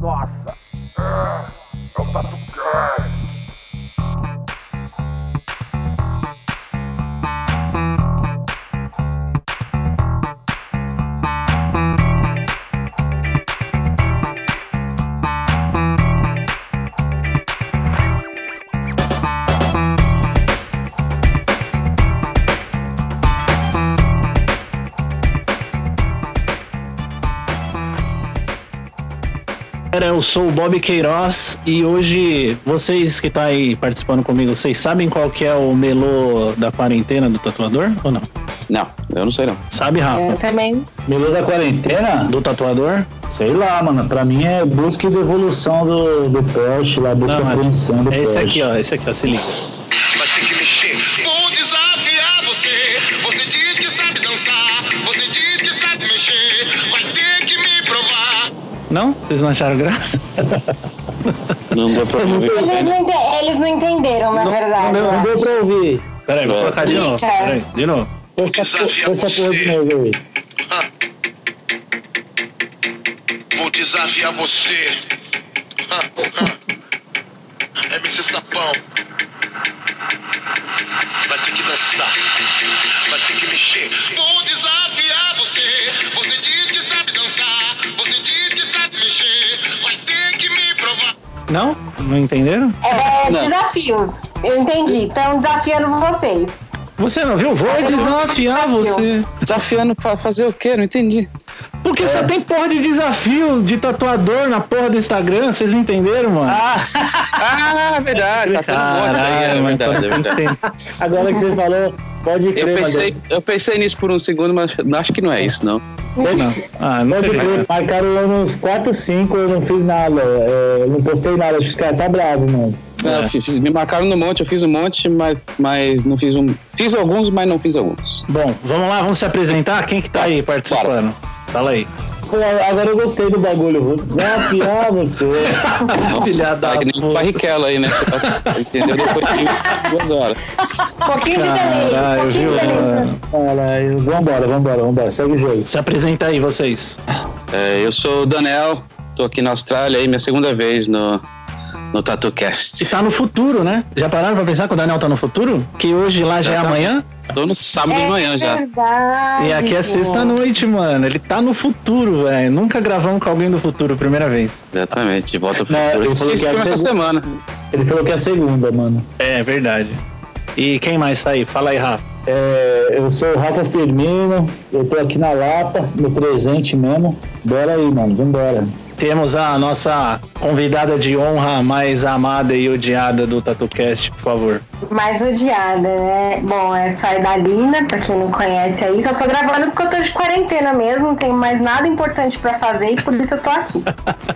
Nossa! Galera, eu sou o Bob Queiroz e hoje vocês que tá aí participando comigo, vocês sabem qual que é o melô da quarentena do tatuador ou não? Não, eu não sei não. Sabe, Eu Rafa? também. Melô da quarentena? Do tatuador? Sei lá, mano. Pra mim é busca e devolução do, do poste lá, busca Não, e é- apreensão do É esse poste. aqui, ó. Esse aqui, ó. Se liga. Vai ter que mexer. Vou desafiar você. Você diz que sabe dançar. Você diz que sabe mexer. Vai ter que me provar. Não? Vocês não acharam graça? Não deu pra ouvir. Eles não, ente- eles não entenderam, na É verdade. Não, não deu pra ouvir. Pera É. aí, vou colocar de novo. Pera aí, de novo. Põe essa, por- põe essa porra de novo é aí. Vou desafiar você. MC Sapão. Vai ter que dançar. Vai ter que mexer. Vou desafiar você. Você diz que sabe dançar. Você diz que sabe mexer. Vai ter que me provar. Não? Não entenderam? É, Não. desafios. Eu entendi. Então, é Estão desafiando vocês. Você não viu? Vou desafiar você. Desafiando pra fazer o quê? Não entendi. Porque É. só tem porra de desafio de tatuador na porra do Instagram, vocês entenderam, mano? Ah, verdade. Tá tendo moda aí. É Caralho, mano, verdade, é tem que verdade. ter- Agora que você falou, pode Eu crer, pensei, mano. eu pensei nisso por um segundo, mas acho que não é isso, não. Não. Ah, não Pode teve crer, graça. marcaram eu uns 4, 5, eu não fiz nada. é, eu não postei nada, acho que os caras tá bravos, mano. Não, É. eu fiz- me marcaram no monte, eu fiz um monte, mas, mas não fiz um. Fiz alguns, mas não fiz alguns. Bom, vamos lá, vamos se apresentar. Quem que tá aí participando? Fala aí. Pô, agora eu gostei do bagulho, vou desafiar você. Filha da tá que nem puta. o Barrichello aí, né? Entendeu? Depois de duas horas. Um pouquinho de delay. Um Caralho, pouquinho viu? de delay. mano? Caralho, vambora, vambora, vambora, segue o jogo. Se apresenta aí, vocês. É, eu sou o Daniel, tô aqui na Austrália aí, minha segunda vez no, no TatuCast. Tá no futuro, né? Já pararam pra pensar que o Daniel tá no futuro? Que hoje lá já é amanhã? Tô no sábado É, de manhã já. verdade, E aqui é gente. sexta-noite, mano. Ele tá no futuro, velho. Nunca gravamos com alguém do futuro, primeira vez. Exatamente, de volta pro Não, futuro. eu Esse falei que filme ia essa ser- semana. Ele falou que é a segunda, mano. É, verdade. E quem mais tá aí? Fala aí, Rafa. É, eu sou o Rafa Firmino, eu tô aqui na Lapa, no presente mesmo. Bora aí, mano, vambora. Temos a nossa convidada de honra mais amada e odiada do TatuCast, por favor. Mais odiada, né? Bom, é só a Idalina, pra quem não conhece aí. Só tô gravando porque eu tô de quarentena mesmo, não tenho mais nada importante pra fazer e por isso eu tô aqui.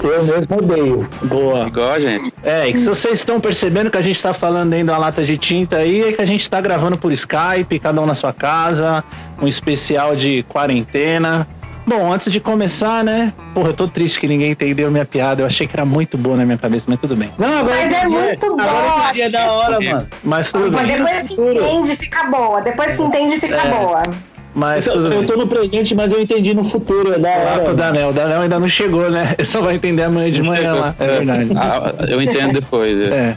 Eu mesmo odeio. Boa. Igual, gente. É, e que se vocês estão percebendo que a gente tá falando dentro da lata de tinta aí, é que a gente tá gravando por Skype, cada um na sua casa, um especial de quarentena. Bom, antes de começar, né? Porra, eu tô triste que ninguém entendeu minha piada. Eu achei que era muito boa na minha cabeça, mas tudo bem. Não, agora Mas eu é entendi. muito bom. Agora eu entendi, é da hora, mano. Mas tudo Mas bem. depois que entende, fica boa. Depois que entende, fica É. boa. Mas Então, tudo eu bem. tô no presente, mas eu entendi no futuro, é da Lá pro hora. mano. Danel. O Danel ainda não chegou, né? Ele só vai entender amanhã de manhã lá. É verdade. Ah, eu entendo depois. é. É.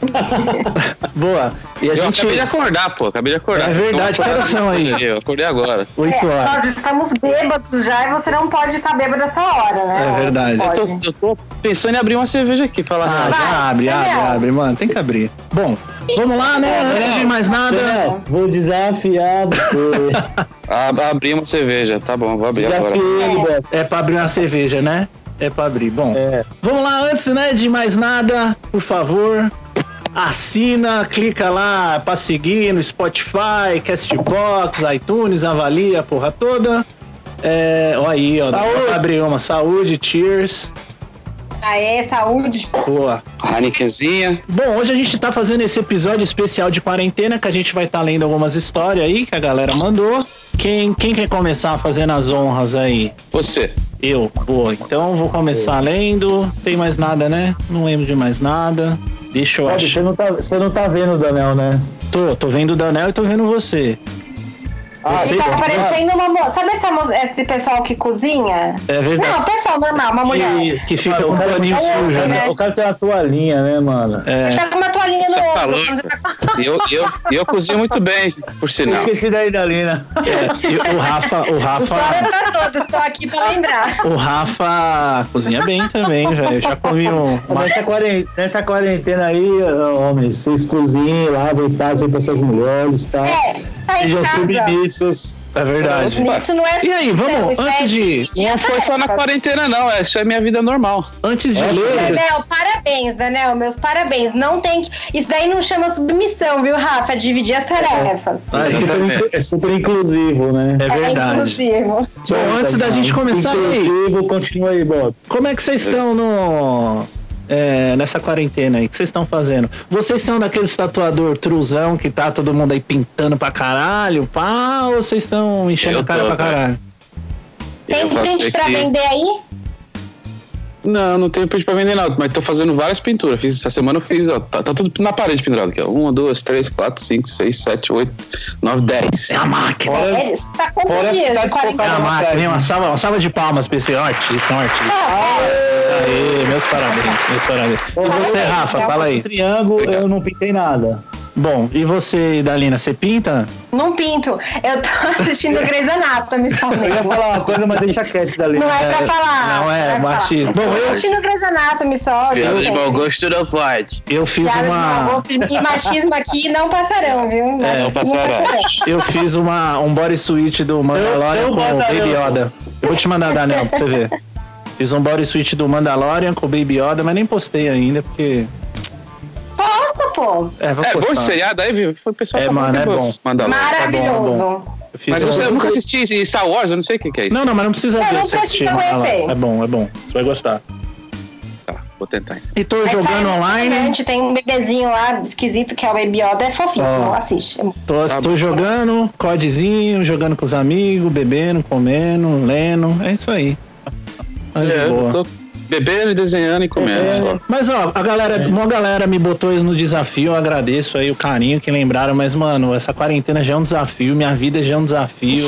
Boa. E a Eu gente. acabei de acordar, pô. Acabei de acordar. Então, É verdade, que horas são aí? Eu acordei agora. Oito É, horas. Nós estamos bêbados já e você não pode estar bêbado essa hora, né? É verdade. Não Eu tô, pode. eu tô pensando em abrir uma cerveja aqui, falar Ah, real. já abre, Daniel. abre, abre, mano. Tem que abrir. Bom, vamos lá, né? Antes de mais nada. Daniel, É, vou desafiar você. A- abrir Ah, uma cerveja. Tá bom, vou abrir agora. Desafiei ele, Beto. É pra abrir uma cerveja, né? É pra abrir. Bom, É. vamos lá, antes né, de mais nada, por favor, assina, clica lá pra seguir no Spotify, Castbox, iTunes, avalia a porra toda. É, ó aí, ó, dá pra abrir uma. Saúde, cheers. Aê, Tá saúde. Boa. Heinekenzinha. Bom, hoje a gente tá fazendo esse episódio especial de quarentena que a gente vai estar lendo algumas histórias aí que a galera mandou. Quem, quem quer começar fazendo as honras aí? Você. Eu. Boa, então vou começar lendo. Tem mais nada, né? Não lembro de mais nada. Deixa eu Ó, achar. Você não, tá, você não tá vendo o Daniel, né? Tô, tô vendo o Daniel e tô vendo você. Ah, Vocês- Ele tá parecendo uma moça. Sabe essa mo- esse pessoal que cozinha? É verdade. Não, pessoal normal, uma mulher. Que, que fica Cara, com o o tá cara- É, paninho sujo, né? É. né? O cara tem uma toalhinha, né, mano? Ele tá com uma toalhinha no Tá ombro. falando. E eu, eu, e eu cozinho muito bem, por sinal. Esqueci daí da Lina. É, e o Rafa, o História Rafa, pra todos, tô aqui pra lembrar. o Rafa cozinha bem também, velho. Eu já comi um, uma Nessa quarentena, nessa quarentena aí, ó, homens, vocês cozinhem, lavem casa para suas mulheres e tal. É, sai de Sejam casa. submissos. É verdade. Isso não é E aí, vamos, isso é antes de- etiqueta. Não foi só na quarentena, não. é- Isso é minha vida normal. Antes de É, ler, Daniel, parabéns, Daniel, meus parabéns. Não tem que. Isso daí não chama submissão, viu, Rafa? É Dividir as tarefas. É Aí, super, inclu- é super inclusivo, né? é verdade. inclusivo. Bom, antes da gente começar né? aí, Inclusivo, continua aí, Bob. como é que vocês estão no é, nessa quarentena aí? O que vocês estão fazendo? Vocês são daqueles tatuador truzão que tá todo mundo aí pintando pra caralho, pá, ou vocês estão enchendo Eu a cara tô, né? pra cara. caralho? Tem Eu vou print ter pra que- vender aí? Não, não tenho print pra vender, não. Mas tô fazendo várias pinturas. Fiz, essa semana eu fiz, ó. Tá, tá tudo na parede pendurado aqui, ó. Uma, duas, três, quatro, cinco, seis, sete, oito, nove, dez. É a máquina. Olha, É, Tá quantos Fora que dias? tá de quarentena? É a desfocado. máquina. Uma salva, uma salva de palmas pra esse artista, um artista. Ah, é. Aê, meus parabéns, meus parabéns. E você, Rafa, fala aí. triângulo, Obrigado. eu não pintei nada. Bom, e você, Dalina, você pinta? Não pinto. Eu tô assistindo Grey's Anatomy Eu ia somente. falar uma coisa, mas deixa quieto da Não Lina. é pra falar. não é, pra falar. machismo. Bom, eu- tô assistindo Grey's Anatomy só. Piada viu, de gente? mau gosto não pode. Eu fiz Piada de mau uma. gosto E machismo aqui não passarão, viu? Machismo não passará. Eu fiz uma, um body suit do Mandalorian Eu- eu com o gosto, Baby eu- Yoda. Eu vou te mandar, Daniel, pra você ver. Fiz um body suit do Mandalorian com o Baby Yoda, mas nem postei ainda, porque. Posta, pô. É, vou É bom postar. esse seriado aí, viu? Foi o pessoal É, tá mano, falando que é gosto. bom. Manda lá. Maravilhoso. Eu fiz Mas um- eu, eu nunca assisti esse Star Wars, eu não sei o que, que é isso. Não, não, mas não precisa Não, ver não pra você assistir. precisa manda lá. conhecer. É bom, é bom. Você vai gostar. Tá, vou tentar. então. E tô É jogando só- online. Tem um bebezinho lá esquisito que é o Baby Yoda, é fofinho, Ó. assiste. Tô, Tá tô bom. jogando, codezinho, jogando com os amigos, bebendo, comendo, lendo. É isso aí. Olha de É, boa. É, eu tô bebendo, desenhando e comendo. só. Mas ó, a É. galera, uma galera me botou isso no desafio, eu agradeço aí o carinho que lembraram, mas mano, essa quarentena já é um desafio, minha vida já é um desafio.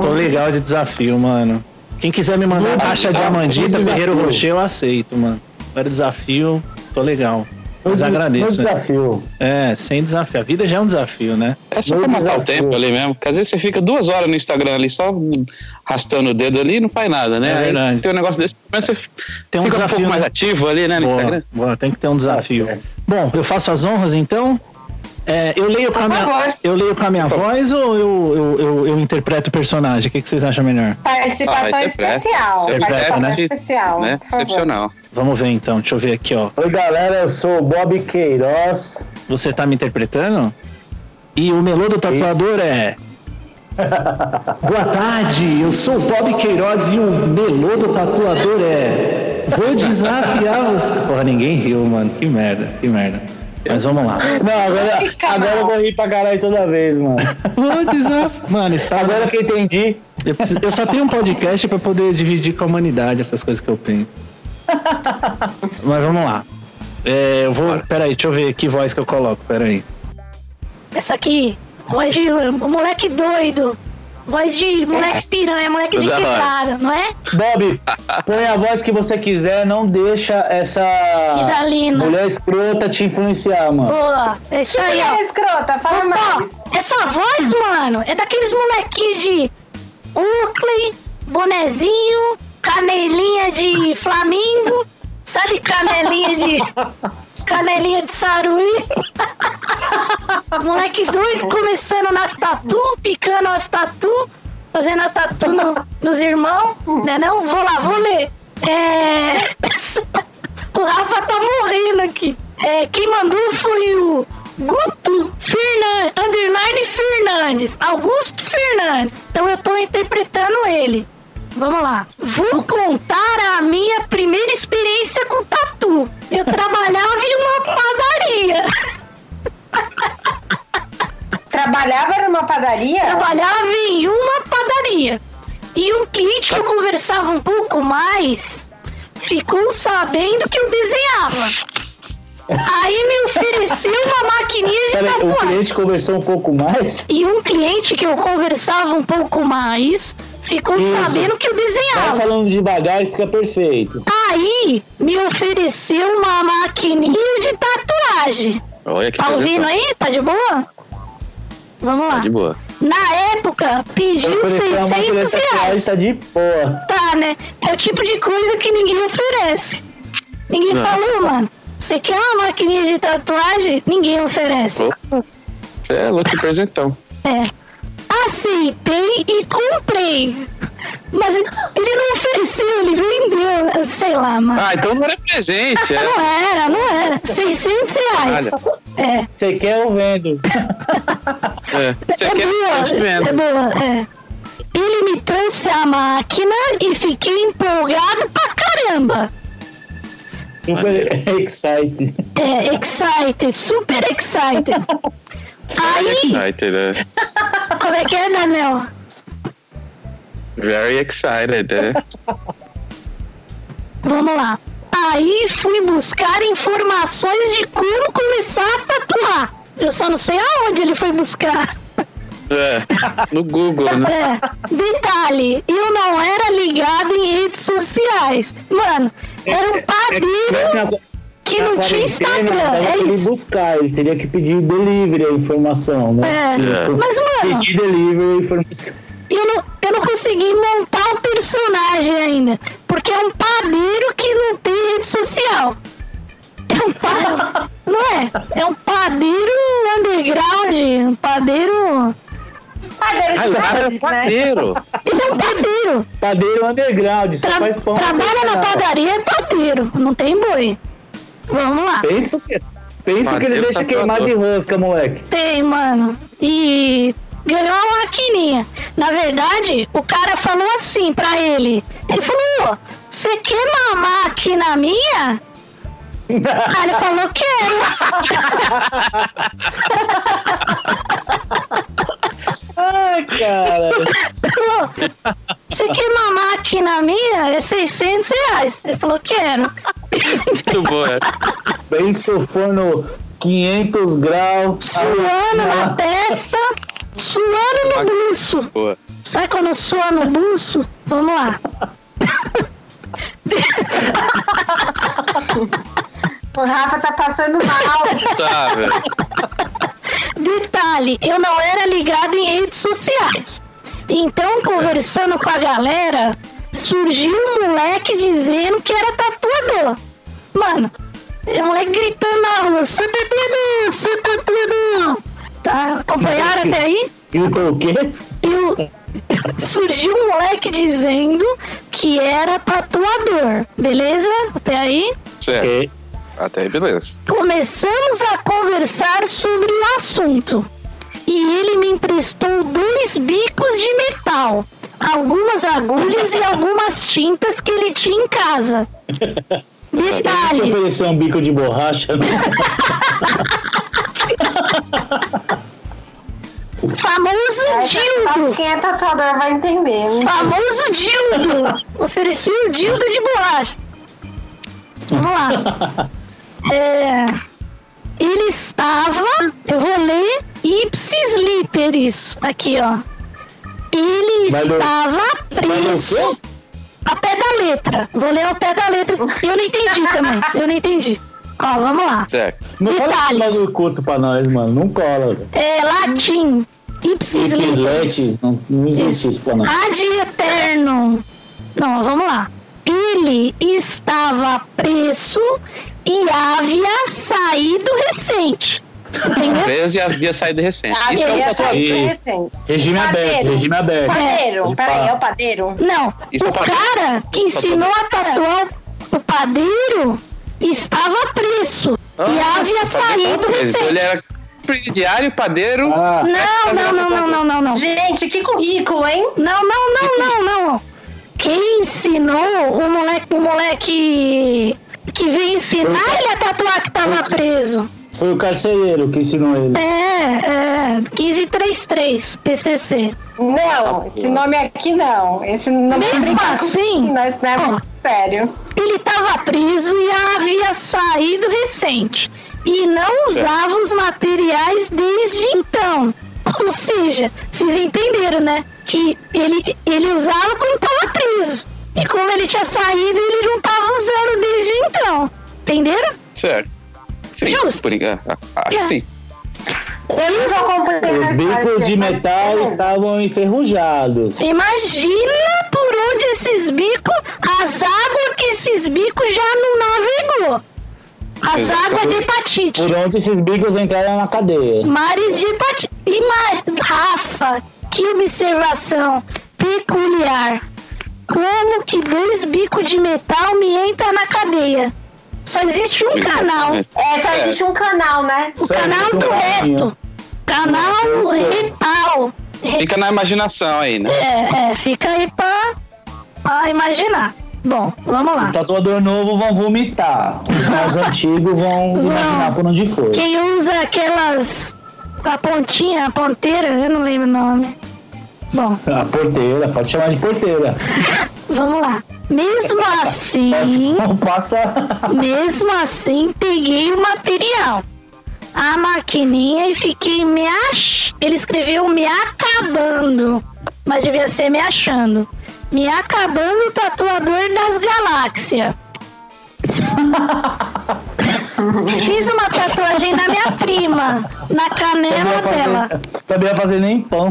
Tô legal de desafio, mano. Quem quiser me mandar taxa de amandita, desafio. Ferreiro Rocher, eu aceito, mano. Agora desafio, tô legal. Mas No- No agradeço. né? um desafio. É, sem desafio. A vida já é um desafio, né? É só Meu pra matar o desafio. tempo ali mesmo. Porque às vezes você fica duas horas no Instagram ali, só arrastando o dedo ali e não faz nada, né? É Aí verdade. tem um negócio desse, mas você Tem um fica um desafio, pouco mais né? ativo ali, né, no Instagram. Boa, boa, tem que ter um desafio. certo. Bom, eu faço as honras então. É, eu, leio com a minha, favor. eu leio com a minha voz ou eu, eu, eu, eu interpreto o personagem? O que, que vocês acham melhor? Participação Ah, interpreta. é especial. Interpreta, Participação né? especial. Né? por favor. Excepcional. Vamos ver então, deixa eu ver aqui, ó. Oi, galera, eu sou o Bob Queiroz. Você tá me interpretando? E o melô do tatuador é. Boa tarde, eu sou o Bob Queiroz e o melô do tatuador é. Vou desafiar você. Porra, ninguém riu, mano. Que merda, que merda. Mas vamos lá. Não, agora, Fica agora mal. eu vou rir pra caralho toda vez, mano. Vou desafiar. Mano, tá está Agora que eu entendi, Eu, preciso- eu só tenho um podcast pra poder dividir com a humanidade essas coisas que eu penso. Mas vamos lá. É, eu vou. Peraí, deixa eu ver que voz que eu coloco. Peraí. Essa aqui, voz de moleque doido. Voz de moleque piranha, moleque de Da hora. quebrada, não é? Bob, põe a voz que você quiser, não deixa essa Ah, E da Lina. mulher escrota te influenciar, mano. Boa. É isso aí, Olha, ó. escrota, fala mais. Ó, essa voz, mano, é daqueles molequinhos de Uckley, bonezinho, canelinha de Flamingo, sabe canelinha de. canelinha de Saruí. Moleque doido começando nas tatu, picando as tatu, fazendo a tatu no- nos irmãos, né não? Vou lá, vou ler. É... o Rafa tá morrendo aqui. É, quem mandou foi o Guto Fernandes, underline Fernandes, Augusto Fernandes. Então eu tô interpretando ele. Vamos lá. Vou contar a minha primeira experiência com tatu. Eu trabalhava em uma padaria. Trabalhava numa padaria? trabalhava em uma padaria. E um cliente que eu conversava um pouco mais ficou sabendo que eu desenhava. Aí me ofereceu uma maquininha de Peraí, o tatuagem. cliente conversou um pouco mais. E um cliente que eu conversava um pouco mais ficou Isso. sabendo que eu Vai desenhava. tá falando devagar e fica perfeito. Aí me ofereceu uma maquininha de tatuagem. Olha que Tá ouvindo apresentação. aí? Tá de boa? Vamos lá. Tá de boa. Na época, pediu Oferecer uma máquina de 600 tatuagem reais. tá de porra. Tá, né? É o tipo de coisa que ninguém oferece. Ninguém Não. falou, mano. Você quer uma maquininha de tatuagem? Ninguém oferece. Você é louco, que presentão. É. Aceitei e comprei. Mas ele não ofereceu, ele vendeu. Sei lá, mano. Ah, então não era presente, é. Não era, não era. 600 reais. É. Você quer eu vendo. é. Você é quer boa, é presente boa, é. Ele me trouxe a máquina e fiquei empolgado pra caramba. Super excited. É, excited, super excited. Very Aí, excited, é. como é que é, Daniel? Very excited, é. Vamos lá. Aí fui buscar informações de como começar a tatuar. Eu só não sei aonde ele foi buscar. É. No Google, né? É, detalhe, eu não era ligado em redes sociais. Mano, era um é padeiro que não tinha Instagram. né, É ele isso. buscar, ele teria que pedir delivery a informação, né? É. Mas, mano, Pedir delivery a informação. eu não, eu não consegui montar um personagem ainda. Porque é um padeiro que não tem rede social. É um padeiro. não é? É um padeiro underground. Um padeiro. Padeiro Ah, de o cara era Paris, né? padeiro. Ele é um padeiro. Padeiro underground, só Tra- faz pão. trabalha na padaria é padeiro. Não tem boi. Vamos lá. Pensa o que, pensa o que ele Padeiro deixa tatuador. queimar de rosca, moleque. Tem, mano. E ganhou uma maquininha. Na verdade, o cara falou assim pra ele. Ele falou, "Ô, você quer mamar aqui na minha? Aí ele falou, quero. Ai, cara. Ele falou, Você quer mamar aqui na minha? É 600 reais. Ele falou, quero. Muito bom, é. Bem forno 500 graus. Suando na testa, suando no buço. Boa. Sabe quando soa no buço? Vamos lá. O Rafa tá passando mal. Tá, velho. Detalhe, eu não era ligado em redes sociais. Então, conversando com a galera, surgiu um moleque dizendo que era tatuador. Mano, é um moleque gritando na rua, sou tatuador, sou tatuador. Tá, acompanharam até aí? Gritou o quê? E o- surgiu um moleque dizendo que era tatuador. Beleza? Até aí? Certo. Ok. Até aí, beleza. Começamos a conversar sobre o assunto e ele me emprestou dois bicos de metal, algumas agulhas e algumas tintas que ele tinha em casa. é Te Detalhes. ofereceu um bico de borracha, né? Famoso Só dildo. quem é tatuador vai entender. Famoso dildo. Ofereci o dildo de borracha. Vamos lá. É, ele estava. Eu vou ler ipsis literis. Aqui, ó. Ele Vai ler- estava ler o preso. A pé da letra. Vou ler ao pé da letra. Eu não entendi também. Eu não entendi. Ó, vamos lá. Certo. Não fala esse Detalhes. bagulho um culto pra nós, mano. Não cola, velho. É latim. Ipsis literis. Letes, não, não existe isso pra nós. Ad eterno. Não, vamos lá. Ele estava preso e havia saído recente. Entendeu? Três e as dias saídas recentes. Ah, Isso é um Padeiro, tatuador. tatuador. recente. Regime Padeiro. aberto, regime aberto. Padeiro, peraí, é o padeiro? Não, Isso o é padeiro. cara que ensinou a tatuar o padeiro estava preso e Ah, havia saído Então ele recente. era presidiário, padeiro. Ah, Não, não, não, não, não, não, não. Gente, que currículo, hein? Não, não, não, não, não. Quem ensinou o moleque, o moleque que veio ensinar ele a tatuar que estava preso? foi o carcereiro que ensinou ele. É, é, 1533, PCC. Não, esse nome aqui não. Esse não Mesmo brinca com- assim? Não, isso não Ó. é sério. Ele estava preso e havia saído recente. e não usava os materiais desde então. Ou seja, vocês entenderam, né? Que ele, ele usava quando tava preso. E como ele tinha saído, ele não tava usando desde então. Entenderam? Certo. Sim, Justo. É. por enquanto. ah, Acho que sim. Eu nunca acompanhei Os essa bicos história, de tá? mas- metal estavam enferrujados. Imagina por onde esses bicos, as águas que esses bicos já não navegou. As águas de hepatite. Por onde esses bicos entraram na cadeia. Mares de hepatite. Imagina, Rafa, que observação peculiar. Como que dois bicos de metal me entram na cadeia? Só existe um canal. Exatamente. É, só existe um canal, né? é O canal do reto. Canal retal. Fica na imaginação aí, né? É, é, fica aí pra, pra imaginar. Bom, vamos lá. Os tatuador novo vão vomitar. Os mais antigos vão imaginar por onde foi. Quem usa aquelas. A pontinha, a ponteira, eu não lembro o nome. Bom, A porteira, pode chamar de porteira. vamos lá. Mesmo assim. Não passa. Mesmo assim, peguei o material, a maquininha e fiquei me ach... Ele escreveu me acabando, mas devia ser me achando. Me acabando o tatuador das galáxias. Fiz uma tatuagem na minha prima, na canela dela. sabia fazer nem pão.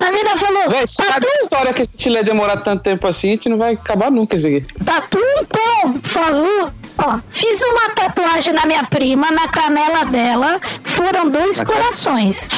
A mina falou, "Tá Véi, sabe a história que a gente ia demorar tanto tempo assim, a gente não vai acabar nunca isso aqui. Tatu um pão, falou. Ó, fiz uma tatuagem na minha prima, na canela dela. Foram dois corações.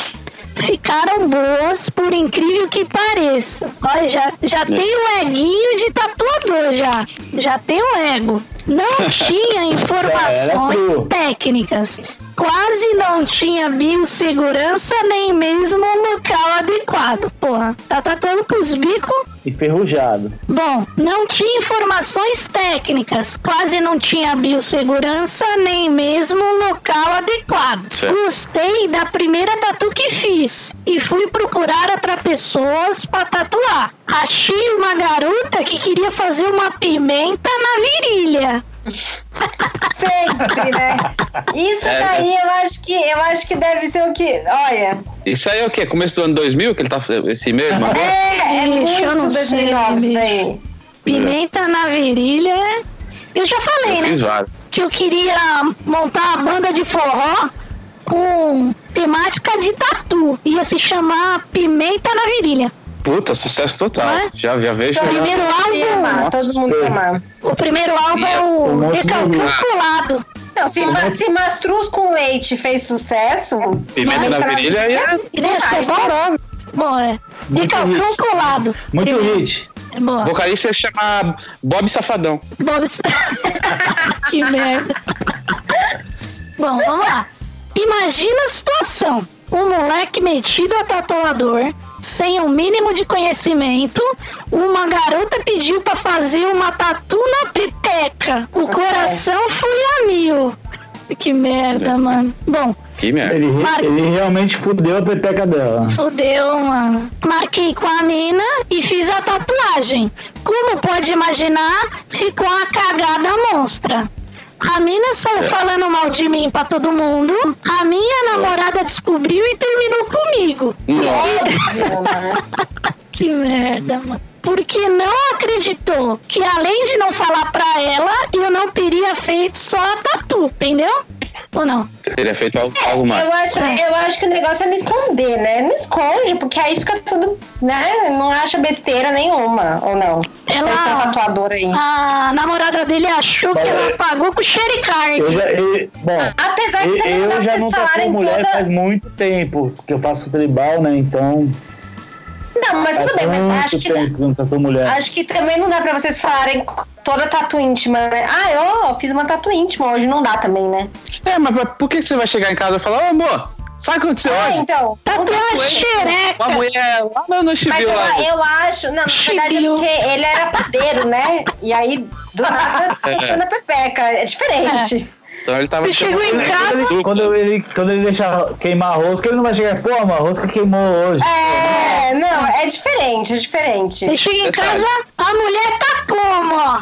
Ficaram boas, por incrível que pareça. Olha, já, já Né. tem o eguinho de tatuador, já. Já tem o ego. Não tinha Já era informações cru. técnicas. Quase não tinha biossegurança, nem mesmo um local adequado. Porra, tá tatuando com os bicos Enferrujado. Bom, não tinha informações técnicas, quase não tinha biossegurança, nem mesmo um local adequado. Certo. Gostei da primeira tatu que fiz e fui procurar outra pessoas para tatuar. Achei uma garota que queria fazer uma pimenta na virilha. Sempre, né? Isso É. daí eu acho que eu acho que deve ser o que. Olha, Isso aí é o quê? Começo do ano 2000 que ele tá esse mesmo é, né? agora? é Bicho, eu não muito sei, 2009 isso daí. Pimenta na virilha. Eu já falei, Eu né? fiz vários. que eu queria montar uma banda de forró com temática de tatu. Ia se chamar Pimenta na Virilha. Puta, sucesso total. Não é? Já, já vejo. O já- primeiro Todo mundo álbum, ama, todo mundo ama. o primeiro álbum é Um o monte de Decalcão virilha. Colado. Não, se, ma- se Mastruz com Leite fez sucesso. Pimenta vai na pra- né? virilha aí é Deve ser bom. Bom, é. Muito Decalcão hit. Colado. Muito hit. É bom. Vocalista ia chamar Bob Safadão. Bob Sa- que merda. Bom, vamos lá. Imagina a situação. Um moleque metido a tatuador, sem o mínimo de conhecimento, uma garota pediu pra fazer uma tatu na pepeca. O coração foi a mil. Que merda, mano. Bom, Que merda. Ele, re- Mar- ele realmente fudeu a pepeca dela. Fudeu, mano. Marquei com a mina e fiz a tatuagem. Como pode imaginar, ficou uma cagada monstra. A mina saiu falando mal de mim pra todo mundo. A minha namorada descobriu e terminou comigo. Que merda, mano. Porque não acreditou que além de não falar pra ela, eu não teria feito só a tatu, entendeu? Ou não? Teria é feito algo, algo Eu mais. acho, eu acho que o negócio é não esconder, né? Não esconde, porque aí fica tudo, né? Não acha besteira nenhuma, ou não? Ela- Essa tatuadora aí. A namorada dele achou que ela pagou com xericarne. Eu já, eu- bom, Apesar que eu, Ah, também dá eu pra já vocês não tatuo falarem mulher toda- faz muito tempo, porque eu faço tribal, né? Então. Não, mas tudo bem, mas acho muito que, tempo que eu não tatuo mulher. acho que também não dá pra vocês falarem toda tatu íntima, né? Ah, eu fiz uma tatu íntima hoje, não dá também, né? É, mas pra- por que você vai chegar em casa e falar, ô amor, sabe o que aconteceu Ah, hoje? é então. Tatuagem xereca. Uma mulher lá no, no Mas Chibiu eu, lá. eu acho, não, na verdade é Chibiu. porque ele era padeiro, né? E aí, do nada, ficou na pepeca. É diferente. Então ele tava Ele chegou em chamando- casa. Quando ele- Quando ele, quando ele deixa queimar a rosca, ele não vai chegar, pô, mano, a rosca queimou hoje. É, não, é diferente, é diferente. Eu chego em Detalhe. casa, a mulher tá como, ó?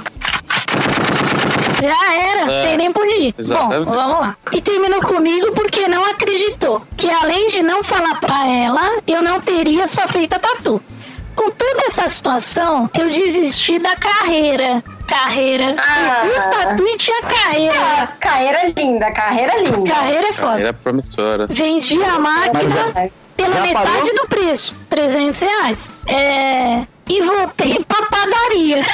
Já era, É. tem nem tempo rir. Exatamente. Bom, vamos lá. E terminou comigo porque não acreditou que além de não falar pra ela, eu não teria só feita tatu. Com toda essa situação, eu desisti da carreira. Carreira. Ah. Fiz duas tatu e tinha carreira. Ah, carreira linda, carreira linda. Carreira é foda. Carreira é promissora. Vendi a máquina pela já metade parou? do preço, 300 reais. É... E voltei pra padaria.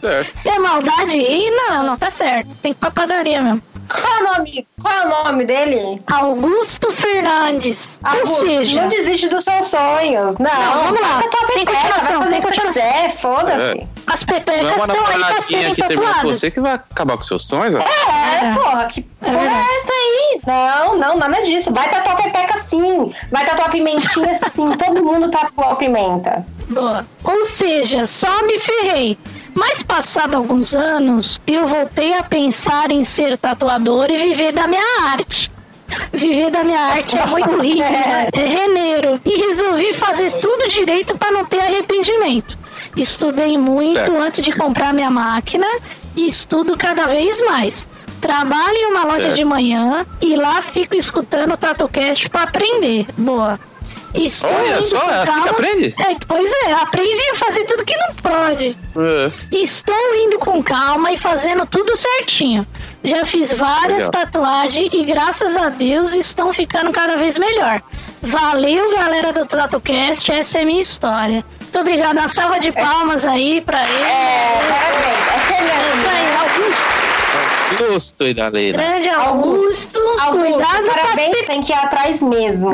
Certo. É maldade? E não, não tá certo. Tem que ir pra padaria mesmo. Qual é o nome? Qual é o nome dele? Augusto Fernandes. Augusto, Ou seja, não desiste dos seus sonhos. Não, Não, vamos lá. Vai pra tua Tem pepeca, continuação, vai fazer tem o que você continuação. quiser, foda-se. as Não é pepecas uma estão aí pra namoradinha serem que termina com tatuadas. você que vai acabar com seus sonhos? ó. É, porra, que porra verdade. é essa aí? Não, não, nada disso. Vai tatuar pepeca sim. Vai tatuar pimentinha sim. Todo mundo tatua pimenta. Boa. Ou seja, só me ferrei. Mas passado alguns anos, eu voltei a pensar em ser tatuador e viver da minha arte. Viver da minha arte é muito rico, né? é reneiro. E resolvi fazer tudo direito para não ter arrependimento. Estudei muito Certo. antes de comprar minha máquina e estudo cada vez mais. Trabalho em uma loja Certo. de manhã e lá fico escutando o TatuCast para aprender. Boa. Estou Olha indo só, com é assim que calma. aprende? É, pois é, aprendi a fazer tudo que não pode. É. Estou indo com calma e fazendo tudo certinho. Já fiz várias Legal. tatuagens e graças a Deus estão ficando cada vez melhor. Valeu, galera do TatuCast, essa é minha história. Muito obrigada, uma salva de palmas aí pra ele. É, parabéns. É É isso aí, Fernando. Augusto. Gosto e da Leila. Grande Augusto. Augusto. Cuidado Augusto, com as parabéns, pe- tem que ir atrás mesmo.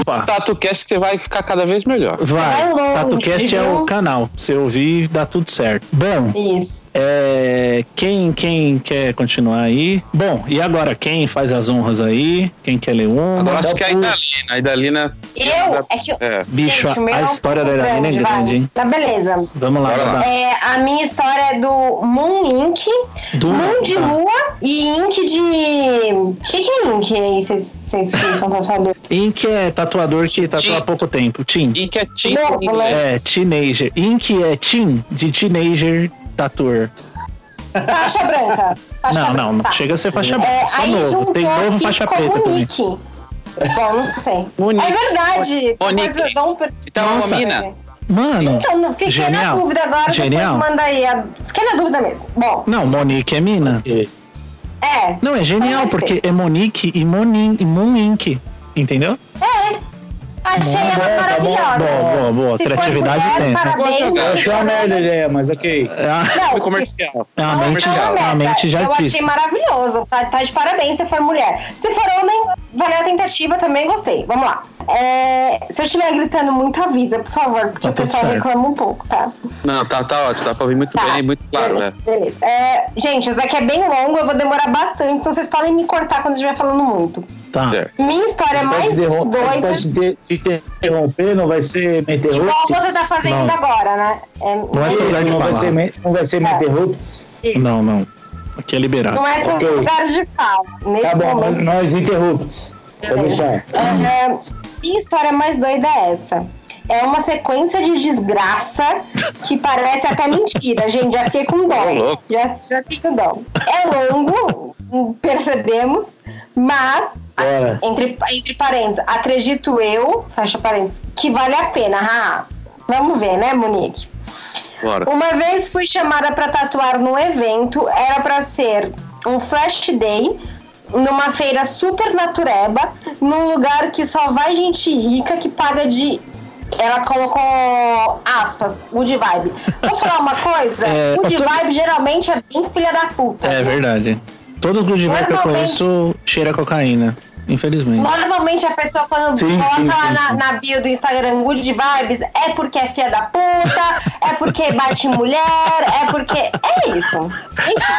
Opa. Tatu Cast que você vai ficar cada vez melhor. Vai, Vai Tá longe, TatuCast é o viu? canal. Pra você ouvir, dá tudo certo. Bom, Isso. é, quem, quem quer continuar aí? Bom, e agora quem faz as honras aí? Quem quer ler uma? Agora acho que é a Dá um- Idalina. A Idalina. Eu, é que... É. Bicho, Gente, o meu a é um história da pouco Idalina é vai. grande, hein? Tá. Mas beleza. Vamos lá, Bora vai lá. lá. É, a minha história é do Moon Ink. Do- Moon de tá. lua e Ink de. O que, que é Ink aí? Vocês vocês que são tatuadores? Ink é tatuador que tatua há Teen. pouco tempo. Teen. Ink é tinta Não, em inglês. É, teenager. Ink é teen, de teenager tatuador. Faixa branca. Faixa Não, não, tá. não chega a ser faixa É, branca, só aí novo. juntou Tem novo aqui faixa com preta também. Monique. Bom, não sei. Monique. É verdade. Monique. Depois eu dou um per- Então, Nossa. uma mina. Mano, Então, não, fiquei genial. na dúvida agora. Genial. Depois manda aí. A... Fiquei na dúvida mesmo. Bom, Não, Monique é mina. é. Não, é genial, Mas vai porque ser. é Monique e Monin, e Moon Ink. Entendeu? É. Achei Bom, é, tá ela bom, maravilhosa. bom, bom, boa. Se for Criatividade mulher, tem, né? Parabéns, Eu achei uma merda a ideia, mas ok. É a, Não, Foi se- comercial. é a Não, mente, não é uma é a merda. mente de Eu artista. achei maravilhoso. Tá, tá de parabéns se for mulher. Se for homem, valeu a tentativa, também gostei. Vamos lá. É, se eu estiver gritando muito, avisa, por favor, porque Tá o tudo pessoal certo. reclama um pouco, tá? Não, tá, tá ótimo. Dá pra ouvir muito Tá. bem, muito claro, beleza, né? beleza. É, gente, isso daqui é bem longo, eu vou demorar bastante, então vocês podem me cortar quando eu estiver falando muito. Tá. Certo. Minha história é mais Pode derru- doida. Pode te- te interromper, não vai ser me Igual interrupts. você tá fazendo Não. agora, né? É, não é sobre- Não vai ser me- não vai ser me É. interrupts. Não, não. Aqui é liberado. não é sobre Ok. lugares de fala. Tá Nesse bom, momento. mas nós interrupts. Vou deixar. Aham. minha história mais doida é essa. É uma sequência de desgraça que parece até mentira, gente. Já fiquei com Ô, dó. louco. Já, já fiquei com dó. É longo, percebemos, mas. Bora. Entre, entre parênteses, acredito eu, fecha parênteses, que vale a pena, haha. Vamos ver, né, Monique? Bora. Uma vez fui chamada para tatuar num evento, era para ser um flash day numa feira super natureba, num lugar que só vai gente rica que paga de ela colocou aspas, good vibe. Vou falar uma coisa, É, good eu tô- vibe geralmente é bem filha da puta. É verdade. Todo grupo de que eu Normalmente- conheço cheira a cocaína. Infelizmente. Normalmente a pessoa quando Sim, coloca sim, lá sim, na, sim. na bio do Instagram good vibes, é porque é filha da puta, é porque bate em mulher, é porque. É isso.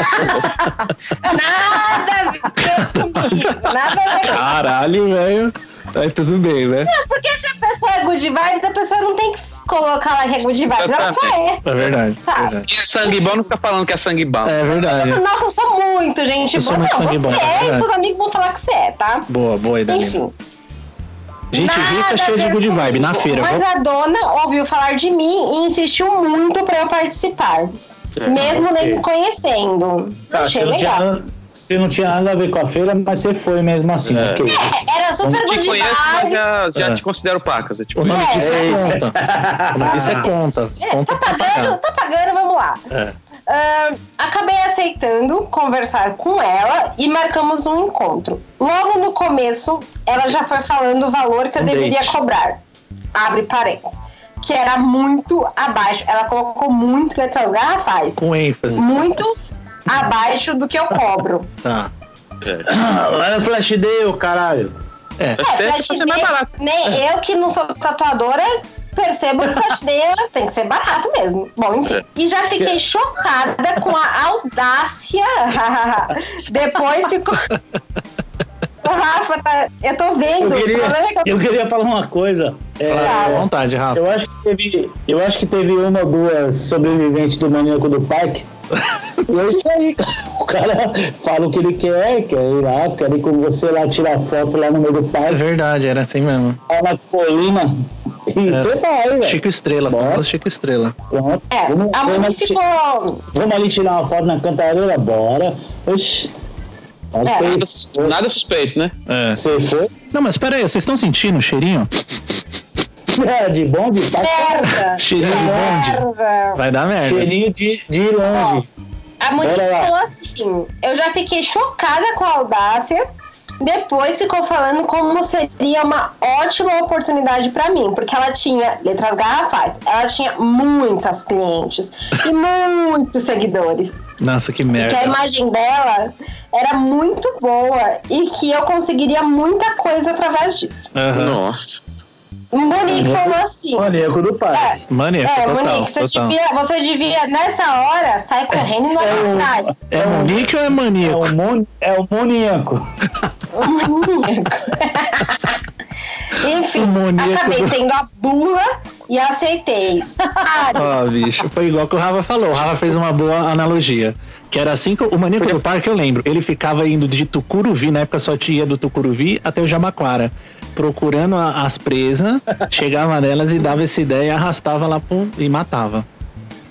Enfim. Nada a ver comigo. Nada a ver comigo. Caralho, velho. Aí tudo bem, né? Porque se a pessoa é good vibes, a pessoa não tem que colocar lá que é good vibes, ela só é. É verdade. Sabe? verdade. Quem é sangue bom não fica falando que é sangue bom. É verdade. Nossa, eu sou muito gente Eu boa. sou muito não, sangue você bom, é é, verdade. seus amigos vão falar que você é, tá? Boa, boa, Idalina. Enfim. Gente Nada rica, a cheia de ver good comigo. vibe, na feira. Mas é Vou... a dona ouviu falar de mim e insistiu muito pra eu participar. É, mesmo nem ok. me conhecendo. Ah, Tá, Achei você, não tinha, legal. nada- você não tinha nada a ver com a feira, mas você foi mesmo assim. É. ok. É, Era super Te good conheço, mas vibes. já, já É. te considero pacas. É tipo O nome É, disso é, é isso. conta. O nome disso é conta. É, Conta tá pagando, tá pagando, vamos lá. É. Ah, acabei aceitando conversar com ela e marcamos um encontro. Logo no começo, ela já foi falando o valor que eu Um deveria date. cobrar. Abre parênteses. Que era muito abaixo. Ela colocou muito letras garrafais. Com ênfase. Muito abaixo do que eu cobro. Tá. Ah, Olha o flash day, ô caralho. É, Até flash pra ser day, mais barato. É. Nem eu que não sou tatuadora percebo que flash day tem que ser barato mesmo. Bom, enfim. É. E já fiquei chocada com a audácia. Depois ficou. O Rafa, tá- eu tô vendo. Eu O queria, problema é que eu- eu queria falar uma coisa. É, Fala à vontade, Rafa. eu, acho que teve, eu acho que teve uma ou duas sobreviventes do maníaco do parque. e é isso aí, cara. O cara fala o que ele quer, quer ir lá, quer ir com você lá tirar foto lá no meio do É parque, verdade, era assim mesmo. lá na colina. E você vai, velho. Chico Estrela, Bora. famoso Chico Estrela. Pronto. É, Vamos- a vamos mãe ti- ficou. Vamos ali tirar uma foto na cantareira? Bora. Oxi. Olha É. que isso. Nada, nada suspeito, né? É. Você foi? Não, mas pera aí, vocês estão sentindo o cheirinho? É, de bom de paca. Merda! Cheirinho de bonde. Merda! Vai dar merda. Cheirinho de, de ir longe. A mulher Bora lá. falou assim: eu já fiquei chocada com a audácia. Depois ficou falando como seria uma ótima oportunidade pra mim, porque ela tinha letras garrafais, ela tinha muitas clientes e muitos seguidores. Nossa, que É Que a merda. imagem dela era muito boa e que eu conseguiria muita coisa através disso. Ah. Aham. Nossa. O Monique Uhum. falou assim: Maníaco do parque. é, Maníaco, é, total, Monique, você total. devia, você devia, nessa hora, sair correndo e não um, atrás. É Monique ou é É maníaco? o, mon... é o maníaco. Maníaco. Enfim, O maníaco acabei do- sendo a burra e aceitei. Cara, Ó, bicho, foi igual que o Rafa falou. O Rafa fez uma boa analogia. Que era assim que o Maníaco do Parque, eu lembro. Ele ficava indo de Tucuruvi, na época só tinha do Tucuruvi até o Jamaquara. Procurando a- as presas, chegava nelas e dava essa ideia e arrastava lá pro, e matava.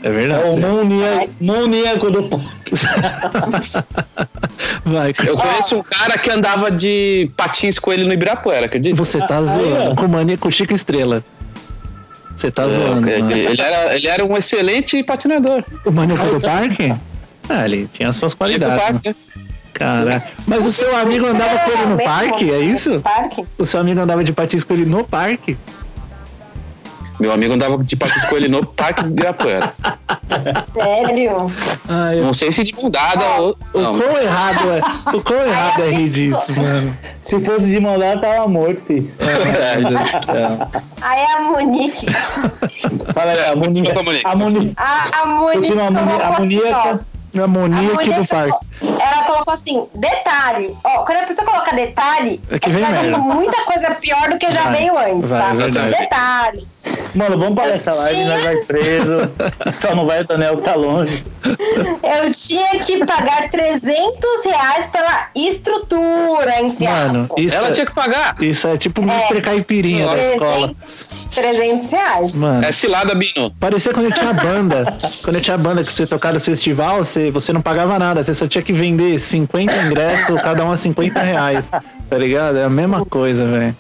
É É o verdade. maníaco, maníaco do parque. Vai, Eu conheço um cara que andava de patins com ele no Ibirapuera, acredita? você tá ó. zoando com o Maníaco com o Chico Estrela. Você tá zoando, É, mano. ele, ele era, ele era um excelente patinador. O Maníaco do Parque? Ah, ele tinha suas Tinha qualidades. pro né? parque, né? Cara, mas o seu amigo andava com ele no mesmo parque, é isso? Parque? O seu amigo andava de patins com ele no parque? Meu amigo andava de patins com ele no parque de Ibirapuera. Sério? Ah, eu... Não sei se de bundada ou. O Não, quão errado é, o quão errado é rir disso, mano. Se fosse de mandar, tava morto, filho. É Ai, meu Deus do céu. Aí a Monique. Fala aí, a continua com maníaca. a maníaca. A maníaca. A, a Monique. Continua, a mani- colocou a assim, ó. maníaca. A Monique do Monique parque. colocou- Ela colocou assim, detalhe. Ó, quando a pessoa coloca detalhe, É que vem vai vir merda. muita coisa pior do que já Vai, veio antes, vai, tá? é verdade. Detalhe. Mano, vamos parar essa live, Sim. nós vai preso. Só não vai o Daniel que tá longe. Eu tinha que pagar 300 reais pela estrutura, entre Mano, aspas. isso, Ela é- tinha que pagar. isso é tipo o Mr. Caipirinha da escola. 300, 300 reais. Mano, É cilada, Bino. parecia quando eu tinha banda. Quando eu tinha banda que você tocava no festival, você, você não pagava nada. Você só tinha que vender 50 ingressos, cada um a 50 reais. Tá ligado? É a mesma coisa, velho.